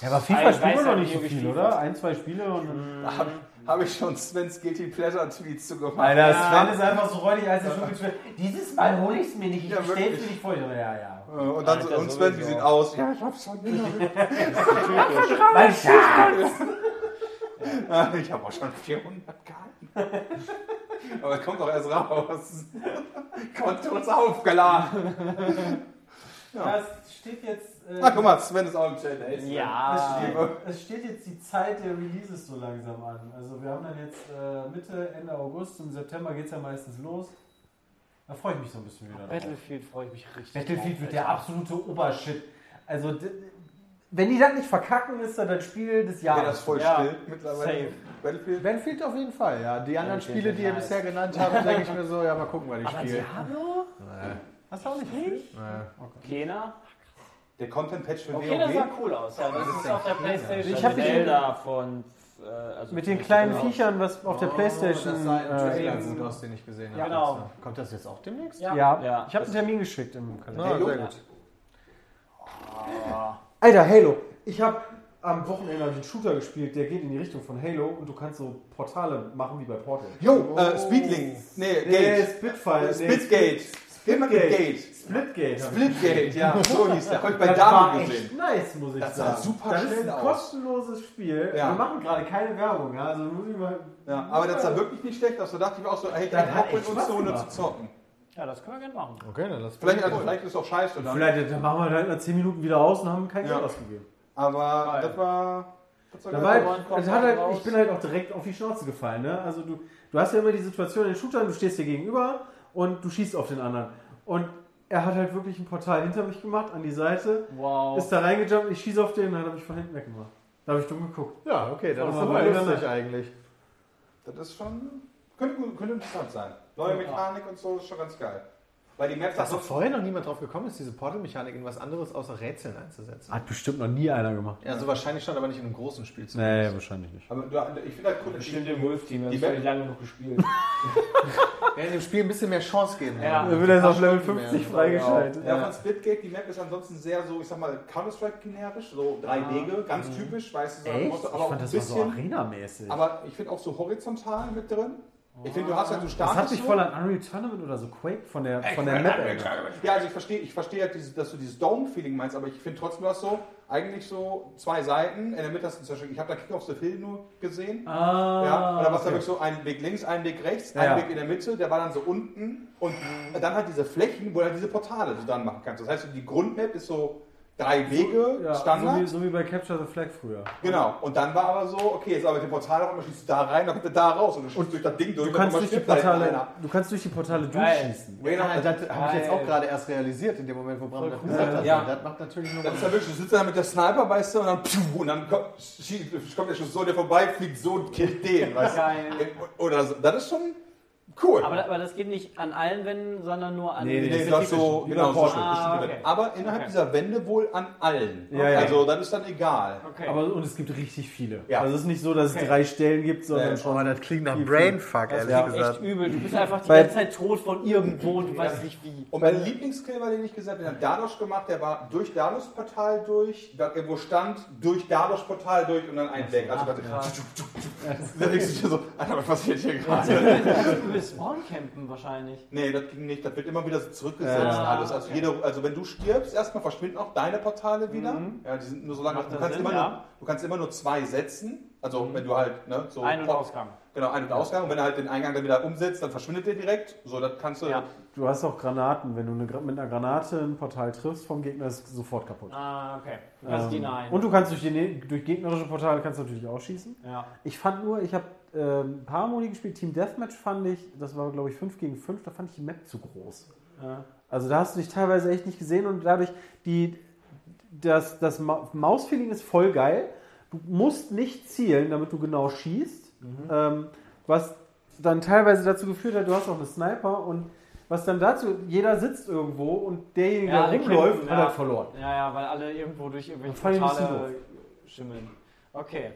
Speaker 5: Ja, aber
Speaker 9: FIFA
Speaker 5: FIFA
Speaker 9: spielen wir
Speaker 5: spielen wir
Speaker 9: noch
Speaker 5: noch
Speaker 9: nicht
Speaker 5: nicht
Speaker 9: so
Speaker 5: viel, oder? Ein, zwei Spiele und dann...
Speaker 6: Habe hab ich schon Svens Guilty Pleasure Tweets zu gemacht.
Speaker 5: Sven ist einfach so räudig, als er schon gespielt hat. Dieses Mal hole ich es mir nicht, ich
Speaker 6: Ja,
Speaker 5: bestell's
Speaker 6: wirklich.
Speaker 5: mir nicht vor. Ja, ja.
Speaker 6: Äh, Und dann so,
Speaker 9: Alter,
Speaker 6: und Sven, wie
Speaker 9: sowieso.
Speaker 6: sieht aus? Ja, ich hab's schon wieder.
Speaker 5: Mein Schatz!
Speaker 6: Ah, *laughs* Ich habe auch schon 400 Karten. *laughs* Aber es kommt doch erst raus. *laughs* Konto ist aufgeladen.
Speaker 5: Das steht jetzt... äh,
Speaker 6: Na, Ah, guck mal, Sven ist auch im Chat. Hey, Sven.
Speaker 5: Es
Speaker 6: Ah.
Speaker 10: Ja.
Speaker 5: steht, es steht jetzt die Zeit der Releases so langsam an. Also wir haben dann jetzt äh, Mitte, Ende August, im September geht es ja meistens los. Da freue ich mich so ein bisschen wieder. Drauf.
Speaker 10: Battlefield freue ich mich richtig. drauf, Also,
Speaker 5: Battlefield wird
Speaker 10: Alter.
Speaker 5: der absolute Obershit. Also d- wenn die das nicht verkacken, ist das das Spiel des
Speaker 6: Wäre
Speaker 5: Jahres.
Speaker 6: das voll
Speaker 10: Ja.
Speaker 6: still mittlerweile.
Speaker 10: Safe.
Speaker 6: Battlefield?
Speaker 2: Benfield auf jeden Fall, ja. Die anderen
Speaker 10: Benfield
Speaker 2: Spiele,
Speaker 10: ist
Speaker 2: die ihr
Speaker 10: nice.
Speaker 2: bisher genannt *laughs* habt, denke ich mir so, ja, mal gucken, was ich spiele.
Speaker 10: Diablo?
Speaker 2: Hast du auch nicht? Nee.
Speaker 9: Kena.
Speaker 6: Der Content-Patch für
Speaker 10: Okay, das
Speaker 6: WoW.
Speaker 10: sah cool aus. Aber das ist auf der Playstation.
Speaker 5: Ich hab die-
Speaker 9: Zelda von... Äh, also
Speaker 5: Mit den kleinen
Speaker 9: genau.
Speaker 5: Viechern, was auf der
Speaker 2: Oh,
Speaker 5: Playstation... Äh,
Speaker 2: gut aus, den ich gesehen habe.
Speaker 10: Genau.
Speaker 2: Kommt das jetzt ne? auch demnächst?
Speaker 5: ja,
Speaker 9: Ja.
Speaker 5: ich habe einen Termin geschickt im Kalender.
Speaker 2: Ah, sehr gut.
Speaker 5: Alter, Halo. Ich habe am Wochenende einen Shooter gespielt, der geht in die Richtung von Halo und du kannst so Portale machen wie bei Portal.
Speaker 6: Jo, äh, Speedlink. Nee,
Speaker 5: Nee,
Speaker 6: Gate. Äh,
Speaker 5: Spitfire. nee,
Speaker 6: Splitgate. Immer mit
Speaker 5: Splitgate.
Speaker 6: Gate.
Speaker 5: Splitgate. hab ich.
Speaker 6: Splitgate,
Speaker 5: *laughs*
Speaker 6: ja. So hieß der. Hab ich bei
Speaker 5: Das war
Speaker 6: Dame
Speaker 5: echt
Speaker 6: gesehen.
Speaker 5: nice, muss ich
Speaker 6: Das sah
Speaker 5: sagen.
Speaker 6: super
Speaker 5: das
Speaker 6: schnell
Speaker 5: ist ein
Speaker 6: aus.
Speaker 5: kostenloses Spiel.
Speaker 6: Ja.
Speaker 5: Wir machen gerade keine Werbung, ja. Also muss ich mal.
Speaker 6: Ja, aber das sah wirklich nicht schlecht aus. Da dachte ich mir auch so, ey,
Speaker 5: Das
Speaker 6: dann
Speaker 5: hat
Speaker 6: auch mit
Speaker 5: echt
Speaker 6: uns
Speaker 5: Spaß
Speaker 6: zu Runde zu
Speaker 5: gemacht.
Speaker 6: zocken.
Speaker 10: Ja, das können wir gerne machen.
Speaker 2: Okay, dann lass
Speaker 6: Vielleicht, also, vielleicht ist es auch scheiße dann.
Speaker 5: halt Vielleicht dann machen wir dann nach 10 Minuten wieder aus und haben kein Geld
Speaker 6: Ja.
Speaker 5: ausgegeben.
Speaker 6: Aber das war.
Speaker 5: Da war halt, also hat halt, ich bin halt auch direkt auf die Schnauze gefallen. Ne? Also du, du hast ja immer die Situation in den Shootern, du stehst dir gegenüber und du schießt auf den anderen. Und er hat halt wirklich ein Portal hinter mich gemacht, an die Seite,
Speaker 10: Wow.
Speaker 5: ist da reingejumpt, ich schieße auf den, dann habe ich von hinten weggemacht. Da habe ich dumm geguckt.
Speaker 2: Ja, okay, das
Speaker 5: Aber
Speaker 2: ist aber
Speaker 5: mal
Speaker 2: lustig
Speaker 5: erinnern.
Speaker 2: eigentlich.
Speaker 6: Das ist schon. Könnte, gut- könnte interessant sein. Neue Mechanik und so ist schon ganz geil. Weil die Maps
Speaker 2: Dass
Speaker 6: auch
Speaker 2: doch vorher noch niemand drauf gekommen ist, diese Portal-Mechanik in was anderes außer Rätseln einzusetzen.
Speaker 5: Hat bestimmt noch nie einer gemacht.
Speaker 2: Ja, so wahrscheinlich schon, aber nicht in einem großen Spiel zu
Speaker 5: Nee, wahrscheinlich nicht.
Speaker 6: Aber du, ich finde halt cool, dass die,
Speaker 9: im Wolf-Team,
Speaker 6: Die Map-
Speaker 9: lange
Speaker 6: *laughs*
Speaker 9: noch gespielt.
Speaker 2: Wer in dem Spiel ein bisschen mehr Chance geben
Speaker 6: Ah,
Speaker 9: Ja.
Speaker 5: Dann wird er jetzt auf Level 50 freigeschaltet.
Speaker 6: ja, von Splitgate, die Map ist ansonsten sehr so, ich sag mal, Counter-Strike-generisch, so drei
Speaker 9: Ah.
Speaker 6: Wege, ganz
Speaker 9: Mhm.
Speaker 6: typisch, weißt du, so,
Speaker 2: Echt?
Speaker 6: musst du
Speaker 2: Ich
Speaker 6: aber auch
Speaker 2: fand
Speaker 6: ein
Speaker 2: das war so
Speaker 6: bisschen.
Speaker 5: Arena-mäßig.
Speaker 6: aber ich finde auch so horizontal mit drin. Ich finde, du hast halt, du
Speaker 5: Das
Speaker 6: startest.
Speaker 5: hat sich
Speaker 6: so.
Speaker 5: voll an Unreal Tournament oder so Quake von der, von der Map erinnert.
Speaker 6: Ja, also ich verstehe, ich verstehe, halt dieses- dass du dieses Dome-Feeling meinst, aber ich finde trotzdem, du hast so eigentlich so zwei Seiten. In der Mitte hast du zum Beispiel, ich habe da King of the Hill nur gesehen.
Speaker 5: Ah,
Speaker 6: ja, oder was da
Speaker 5: okay.
Speaker 6: wirklich so ein Weg links, ein Weg rechts,
Speaker 5: Ja.
Speaker 6: ein Weg in der Mitte, der war dann so unten und dann hat diese Flächen, wo du halt diese Portale so dann machen kannst. Das heißt, die Grundmap ist so drei Wege,
Speaker 5: ja,
Speaker 6: Standard.
Speaker 5: So wie, so wie bei Capture the Flag früher.
Speaker 6: Genau. Und dann war aber so, okay, jetzt aber mit dem Portal auf einmal schießt du da rein, dann kommt er da raus und du schießt durch das Ding durch.
Speaker 5: Du kannst, durch die Portale,
Speaker 6: Portale.
Speaker 5: du kannst durch die Portale
Speaker 9: Geil.
Speaker 5: durchschießen.
Speaker 2: Ah,
Speaker 6: Das
Speaker 2: das habe ich jetzt auch gerade erst realisiert, in dem Moment, wo Bram das gesagt hat.
Speaker 6: Ja.
Speaker 2: Das macht natürlich noch.
Speaker 6: das ist ja wirklich, du sitzt da mit der Sniper, weißt du, und dann, pfiuh, und dann kommt, schießt, kommt der Schuss so, der vorbei fliegt so und killt den, weißt du. Oder so. Das ist schon cool.
Speaker 10: Aber, aber das geht nicht an allen Wänden, sondern nur an.
Speaker 5: Nee,
Speaker 6: Nee, das so,
Speaker 5: Wie
Speaker 6: genau,
Speaker 5: bei
Speaker 6: so
Speaker 5: Portal.
Speaker 6: bestimmte
Speaker 10: Ah, okay.
Speaker 6: Wände. Aber innerhalb dieser Wände wohl an allen.
Speaker 5: Ja, ja.
Speaker 6: Also dann ist dann egal.
Speaker 10: Okay.
Speaker 5: Aber und es gibt richtig viele.
Speaker 6: Ja.
Speaker 5: Also es ist nicht so, dass es drei Stellen gibt, sondern
Speaker 6: Nee.
Speaker 5: schon.
Speaker 2: das klingt nach Brainfuck, ehrlich
Speaker 5: ja.
Speaker 2: gesagt.
Speaker 10: Echt übel. Du bist einfach die
Speaker 5: Weil-
Speaker 10: ganze Zeit tot von irgendwo und du weißt nicht
Speaker 9: *laughs*
Speaker 10: wie.
Speaker 6: Und mein Lieblingskill war, den ich gesagt habe, den hat Dadosch gemacht, der war durch Dadosch Portal durch, da irgendwo stand, durch Dadosch Portal durch und dann ein Weg. Also quasi. *laughs* Da denkst du dir so, Alter, was passiert hier gerade?
Speaker 10: Du bist Spawn-Campen wahrscheinlich.
Speaker 6: Nee, das ging nicht, das wird immer wieder so zurückgesetzt
Speaker 10: Ja.
Speaker 6: alles. Also, jede, also wenn du stirbst, erstmal verschwinden auch deine Portale wieder. Ja, die sind nur so lange.
Speaker 10: Mhm. Macht
Speaker 6: Du
Speaker 10: das
Speaker 6: kannst,
Speaker 10: Sinn,
Speaker 6: immer
Speaker 10: ja. Mhm.
Speaker 6: nur, du kannst immer nur zwei setzen. Also wenn du halt, ne,
Speaker 9: Oh,
Speaker 6: so
Speaker 10: Ein- und
Speaker 6: Pop-
Speaker 10: Ausgang.
Speaker 6: Genau, Ein- und Ausgang. Und wenn du halt den Eingang dann wieder umsetzt, dann verschwindet der direkt. So, das kannst du.
Speaker 10: Ja.
Speaker 5: Du hast auch Granaten. Wenn du eine, Gra- mit einer Granate ein Portal triffst vom Gegner, ist es sofort kaputt.
Speaker 10: Ah, okay. Du
Speaker 5: Ähm.
Speaker 10: kannst die nein.
Speaker 5: Und du kannst durch, die, ne- durch gegnerische Portale kannst du natürlich auch schießen.
Speaker 10: Ja.
Speaker 5: Ich fand nur, ich habe ähm, ein paar Modi gespielt. Team Deathmatch fand ich, das war glaube ich 5 gegen 5, da fand ich die Map zu groß. Also da hast du dich teilweise echt nicht gesehen und dadurch, die, das, das Ma- Mausfeeling ist voll geil. Du musst nicht zielen, damit du genau schießt.
Speaker 10: Mhm.
Speaker 5: Ähm, was dann teilweise dazu geführt hat, du hast auch einen Sniper und was dann dazu, jeder sitzt irgendwo und derjenige,
Speaker 10: Ja,
Speaker 5: der rumläuft,
Speaker 10: kämpfen,
Speaker 5: hat
Speaker 10: ja.
Speaker 5: halt verloren.
Speaker 10: Ja, ja, weil alle irgendwo durch irgendwelche
Speaker 5: Fand ich ein bisschen
Speaker 10: Portale schimmeln. Okay.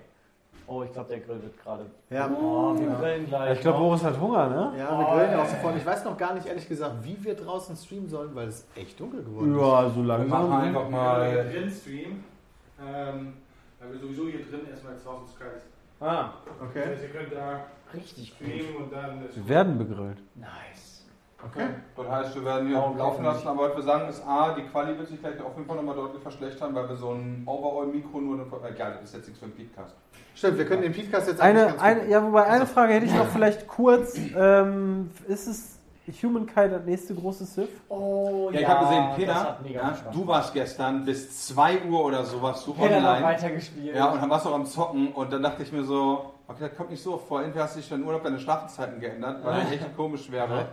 Speaker 10: Oh, ich glaube, der Grill wird gerade.
Speaker 2: Ja. oh,
Speaker 10: Oh, wir grillen gleich.
Speaker 5: Ich glaube,
Speaker 10: noch.
Speaker 5: Boris hat Hunger, ne?
Speaker 2: Ja, wir grillen auch sofort. Ich weiß noch gar nicht, ehrlich gesagt, wie wir draußen streamen sollen, weil es echt dunkel geworden ist.
Speaker 5: so ne?
Speaker 6: Wir machen einfach
Speaker 8: Mal
Speaker 6: mal.
Speaker 8: Drin-Stream, ähm, weil wir sowieso hier drin erstmal ins Haus und Kreis.
Speaker 5: Ah,
Speaker 8: Das
Speaker 2: Okay.
Speaker 8: heißt, ihr könnt da
Speaker 10: richtig gut.
Speaker 8: streamen und dann ist
Speaker 5: wir werden begrillt.
Speaker 10: Nice.
Speaker 2: Okay.
Speaker 6: Das heißt, wir werden hier laufen lassen, aber was wir sagen ist, A, die Quali wird sich vielleicht auf jeden Fall nochmal deutlich verschlechtern, weil wir so ein Overall-Mikro nur. Äh, egal, das ist jetzt nichts für einen Podcast.
Speaker 2: Stimmt, wir können den Podcast jetzt eigentlich
Speaker 5: Eine,
Speaker 2: ganz Also,
Speaker 5: eine,
Speaker 2: gut-
Speaker 5: ja, wobei eine Frage hätte ich noch vielleicht kurz. Ähm, ist es Humankind das nächste große Sith?
Speaker 10: Oh,
Speaker 6: Ja, ich habe gesehen,
Speaker 10: das
Speaker 6: Peter,
Speaker 10: hat mega
Speaker 6: ja,
Speaker 10: Spaß.
Speaker 6: du warst gestern bis 2 Uhr oder sowas du
Speaker 10: Peter hat
Speaker 6: online.
Speaker 10: weitergespielt.
Speaker 6: Ja, und dann warst du auch am Zocken und dann dachte ich mir so, okay, das kommt nicht so vor. Entweder hast du dich dann Urlaub deine Schlafzeiten geändert, weil das echt komisch wäre,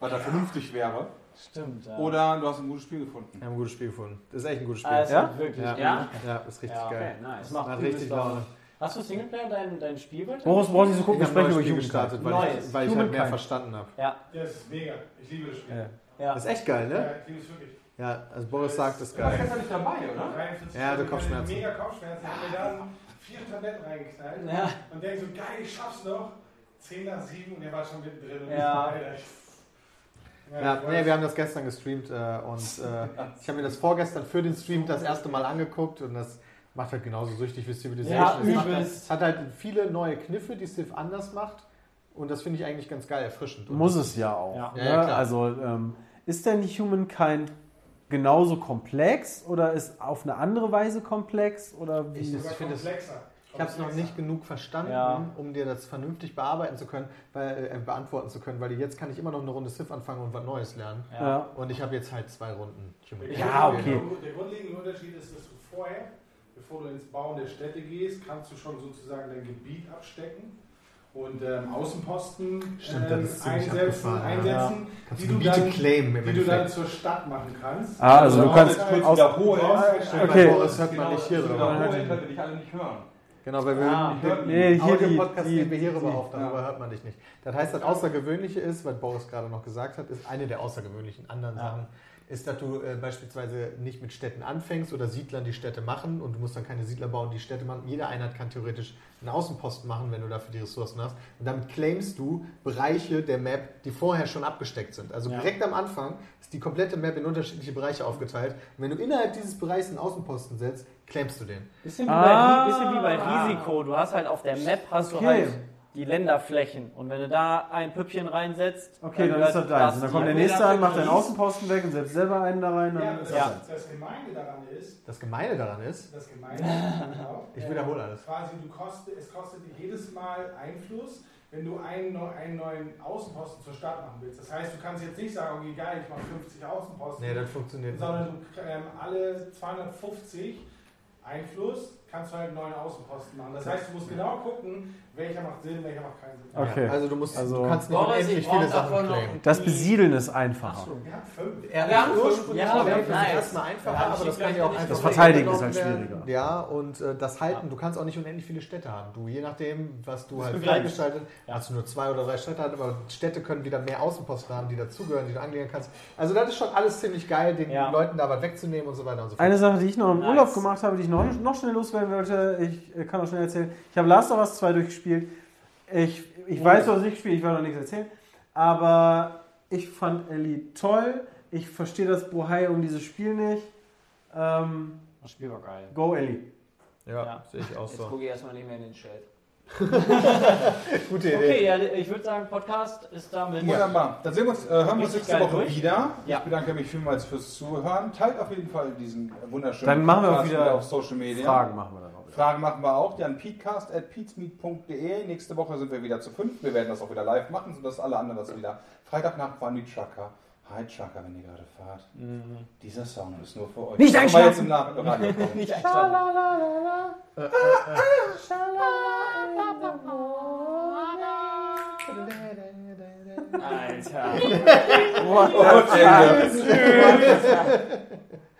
Speaker 6: weil das vernünftig wäre.
Speaker 10: Stimmt. Ja.
Speaker 6: Oder du hast ein gutes Spiel gefunden.
Speaker 2: Wir haben ein gutes Spiel gefunden. Das ist echt ein gutes Spiel.
Speaker 10: Ah, es
Speaker 5: Ja?
Speaker 10: ja? Wirklich.
Speaker 2: Ja.
Speaker 10: Ja.
Speaker 2: Ja, ist richtig
Speaker 10: Ja, okay,
Speaker 2: geil.
Speaker 10: nice. Das
Speaker 2: Hat
Speaker 10: macht
Speaker 2: richtig Laune.
Speaker 10: Hast du Singleplayer dein, dein Spiel weiter?
Speaker 5: Boris braucht nicht so
Speaker 2: Ich
Speaker 5: gucken, wir
Speaker 2: habe ein
Speaker 5: sprechen
Speaker 2: neues
Speaker 5: über
Speaker 2: Spiel
Speaker 5: Humankind.
Speaker 2: gestartet, weil ich,
Speaker 10: Neues.
Speaker 2: weil ich halt mehr
Speaker 5: Humankind.
Speaker 2: verstanden habe.
Speaker 8: Das ist mega. Ich liebe das Spiel.
Speaker 5: Ja.
Speaker 10: Ja.
Speaker 2: Das ist echt geil, ne?
Speaker 8: Ja, ich liebe es wirklich.
Speaker 2: Ja, also Boris sagt, das ist
Speaker 6: Du warst
Speaker 2: geil.
Speaker 6: gestern nicht dabei, oder?
Speaker 8: 53
Speaker 2: Ja, der
Speaker 8: Stunden,
Speaker 2: Kopfschmerzen.
Speaker 8: Mega Kopfschmerzen. Ich hab mir dann vier Tabletten reingeknallt
Speaker 10: Ja.
Speaker 8: und denke so, geil, ich schaff's noch. 10 nach 7 und er war schon mittendrin. Und
Speaker 10: Ja.
Speaker 8: ich so, Alter, ich-
Speaker 2: Ja,
Speaker 8: ich
Speaker 2: nee,
Speaker 8: weiß.
Speaker 2: wir haben das gestern gestreamt äh, und
Speaker 8: *laughs*
Speaker 2: äh, ich habe mir das vorgestern für den Stream das erste Mal angeguckt und das macht halt genauso süchtig wie Civilization.
Speaker 10: Ja,
Speaker 2: Es macht-
Speaker 10: übelst.
Speaker 2: Es hat halt viele neue Kniffe, die Civ anders macht und das finde ich eigentlich ganz geil, erfrischend. Und
Speaker 5: Muss es ja auch.
Speaker 10: Ja.
Speaker 5: Ne?
Speaker 2: Ja, ja, klar.
Speaker 5: also ähm, ist denn nicht Humankind genauso komplex oder ist auf eine andere Weise komplex? Oder wie?
Speaker 2: Ich-
Speaker 8: Sogar
Speaker 2: ich finde es-
Speaker 8: komplexer.
Speaker 2: Ich habe es noch nicht genug verstanden,
Speaker 10: Ja.
Speaker 2: um dir das vernünftig bearbeiten zu können, weil, äh, beantworten zu können, weil jetzt kann ich immer noch eine Runde Civ anfangen und was Neues lernen.
Speaker 5: ja.
Speaker 2: Und ich habe jetzt halt zwei Runden. Human
Speaker 8: Ich
Speaker 2: Capital
Speaker 5: Ja,
Speaker 8: glaub,
Speaker 2: gespielt.
Speaker 5: okay.
Speaker 8: Der grundlegende Unterschied ist, dass du vorher, bevor du ins Bauen der Städte gehst, kannst du schon sozusagen dein Gebiet abstecken und ähm, Außenposten
Speaker 2: Stimmt,
Speaker 8: ähm,
Speaker 2: das ist ziemlich
Speaker 8: einsetzen,
Speaker 2: abgefahren, ja.
Speaker 8: einsetzen
Speaker 2: Kannst
Speaker 8: die,
Speaker 2: du
Speaker 8: du
Speaker 2: Gebiete
Speaker 8: dann,
Speaker 2: claimen im
Speaker 8: die du dann
Speaker 2: Endeffekt.
Speaker 8: zur Stadt machen kannst.
Speaker 5: Ah, also du
Speaker 8: auch
Speaker 5: kannst
Speaker 8: jetzt
Speaker 6: kurz
Speaker 5: aus-
Speaker 6: wiederholen.
Speaker 5: Okay.
Speaker 2: Das hört man nicht
Speaker 6: genau
Speaker 2: hier drüber.
Speaker 6: Wiederholen, könnte dich alle nicht hören.
Speaker 2: Genau, weil wir
Speaker 5: Nee,
Speaker 2: hier
Speaker 5: Äh, hier
Speaker 2: den
Speaker 5: die-
Speaker 2: Podcast
Speaker 5: die-
Speaker 2: nehmen wir hier rüber auf, darüber hört man dich nicht. Das heißt, das Außergewöhnliche ist, was Boris gerade noch gesagt hat, ist eine der außergewöhnlichen anderen Sachen, ist, dass du äh, beispielsweise nicht mit Städten anfängst oder Siedlern die Städte machen und du musst dann keine Siedler bauen, die Städte machen. Jede Einheit kann theoretisch einen Außenposten machen, wenn du dafür die Ressourcen hast. Und damit claimst du Bereiche der Map, die vorher schon abgesteckt sind. Also direkt am Anfang ist die komplette Map in unterschiedliche Bereiche aufgeteilt. Und wenn du innerhalb dieses Bereichs einen Außenposten setzt, claimst du den.
Speaker 4: Bisschen wie,
Speaker 9: Ah.
Speaker 4: bei, bisschen wie bei Risiko. Du hast halt auf der Map hast du
Speaker 5: Ah, Okay.
Speaker 4: halt die Länderflächen. Und wenn du da ein Püppchen reinsetzt,
Speaker 5: Okay, dann ist das deins. Und dann kommt der nächste an, macht deinen Außenposten weg und setzt selber einen da rein.
Speaker 8: Ja,
Speaker 5: Dann
Speaker 8: das,
Speaker 5: ist
Speaker 4: Ja.
Speaker 8: das Gemeinde daran ist,
Speaker 2: Das Gemeine daran ist,
Speaker 8: das Gemeinde, genau,
Speaker 2: ich
Speaker 8: äh,
Speaker 2: wiederhole alles.
Speaker 8: quasi du koste, es kostet dir jedes Mal Einfluss, wenn du einen, neu- einen neuen Außenposten zur Stadt machen willst. Das heißt, du kannst jetzt nicht sagen, okay, geil, ich mache 50 Außenposten,
Speaker 2: Nee, das funktioniert nicht.
Speaker 8: sondern du, ähm, alle 250 Einfluss kannst du halt einen neuen Außenposten machen. Das heißt, du musst genau gucken, welcher macht Sinn, welcher macht keinen Sinn.
Speaker 5: das- Okay.
Speaker 2: Also du musst,
Speaker 5: Also-
Speaker 2: du kannst nicht
Speaker 9: Boris,
Speaker 2: unendlich
Speaker 9: ich brauch
Speaker 2: viele Sachen
Speaker 9: davon noch-
Speaker 2: claimen.
Speaker 5: Das Besiedeln ist einfacher.
Speaker 8: Wir haben fünf.
Speaker 9: Wir haben fünf-
Speaker 2: ursprünglich
Speaker 9: ja,
Speaker 2: war
Speaker 9: okay,
Speaker 2: Werfen
Speaker 9: nice.
Speaker 2: erstmal einfacher,
Speaker 9: Ja,
Speaker 2: aber das
Speaker 9: steht
Speaker 2: kann ja auch
Speaker 9: gleich
Speaker 2: einfach
Speaker 5: Das Verteidigen
Speaker 2: weggenommen
Speaker 5: ist halt
Speaker 2: werden.
Speaker 5: schwieriger.
Speaker 2: Ja, und äh, das Halten, du kannst auch nicht unendlich viele Städte haben. Du, je nachdem, was du halt
Speaker 4: begrenzt.
Speaker 2: freigeschaltet hast, du nur zwei oder drei Städte, hast, aber Städte können wieder mehr Außenposten haben, die dazugehören, die du anlegen kannst. Also das ist schon alles ziemlich geil, den
Speaker 4: Ja.
Speaker 2: Leuten da was wegzunehmen und so weiter und so fort.
Speaker 5: Eine Sache, die ich noch im
Speaker 4: Nice.
Speaker 5: Urlaub gemacht habe, die ich noch, noch schnell loswerden wollte, ich äh, kann auch schnell erzählen. Ich habe Last of Us 2 durchgespielt. Ich, ich weiß, du hast es nicht gespielt, ich will noch nichts erzählen. Aber ich fand Ellie toll. Ich verstehe das Bohai um dieses Spiel nicht. Ähm,
Speaker 4: Das Spiel war geil.
Speaker 5: go Ellie.
Speaker 2: ja,
Speaker 4: Ja.
Speaker 2: sehe ich auch
Speaker 9: Jetzt gucke ich erstmal nicht mehr in den Chat.
Speaker 2: Gute Idee.
Speaker 4: Okay, ja, ich würde sagen, Podcast ist damit.
Speaker 6: Wunderbar. Dann sehen wir uns, äh, hören wir
Speaker 4: Richtig
Speaker 6: uns nächste
Speaker 4: geil
Speaker 6: Woche
Speaker 4: durch.
Speaker 6: wieder.
Speaker 4: Ja.
Speaker 6: Ich bedanke mich vielmals fürs Zuhören. Teilt auf jeden Fall diesen wunderschönen
Speaker 5: Dann machen wir auch
Speaker 6: Podcast
Speaker 5: wieder
Speaker 6: auf Social Media.
Speaker 5: Fragen machen wir dann auch wieder.
Speaker 6: Fragen machen wir auch. Dann peatcast.peatsmeet.de. Nächste Woche sind wir wieder zu fünf. Wir werden das auch wieder live machen, sodass alle anderen das wieder. Freitagnacht waren die Trucker. Hi Trucker, wenn ihr gerade fahrt. Dieser Sound ist nur für euch. Nicht einschlafen! Jetzt im Nach- *laughs* Radio kommen.
Speaker 4: Nicht einschlafen.
Speaker 9: Alter.
Speaker 6: Und Ende.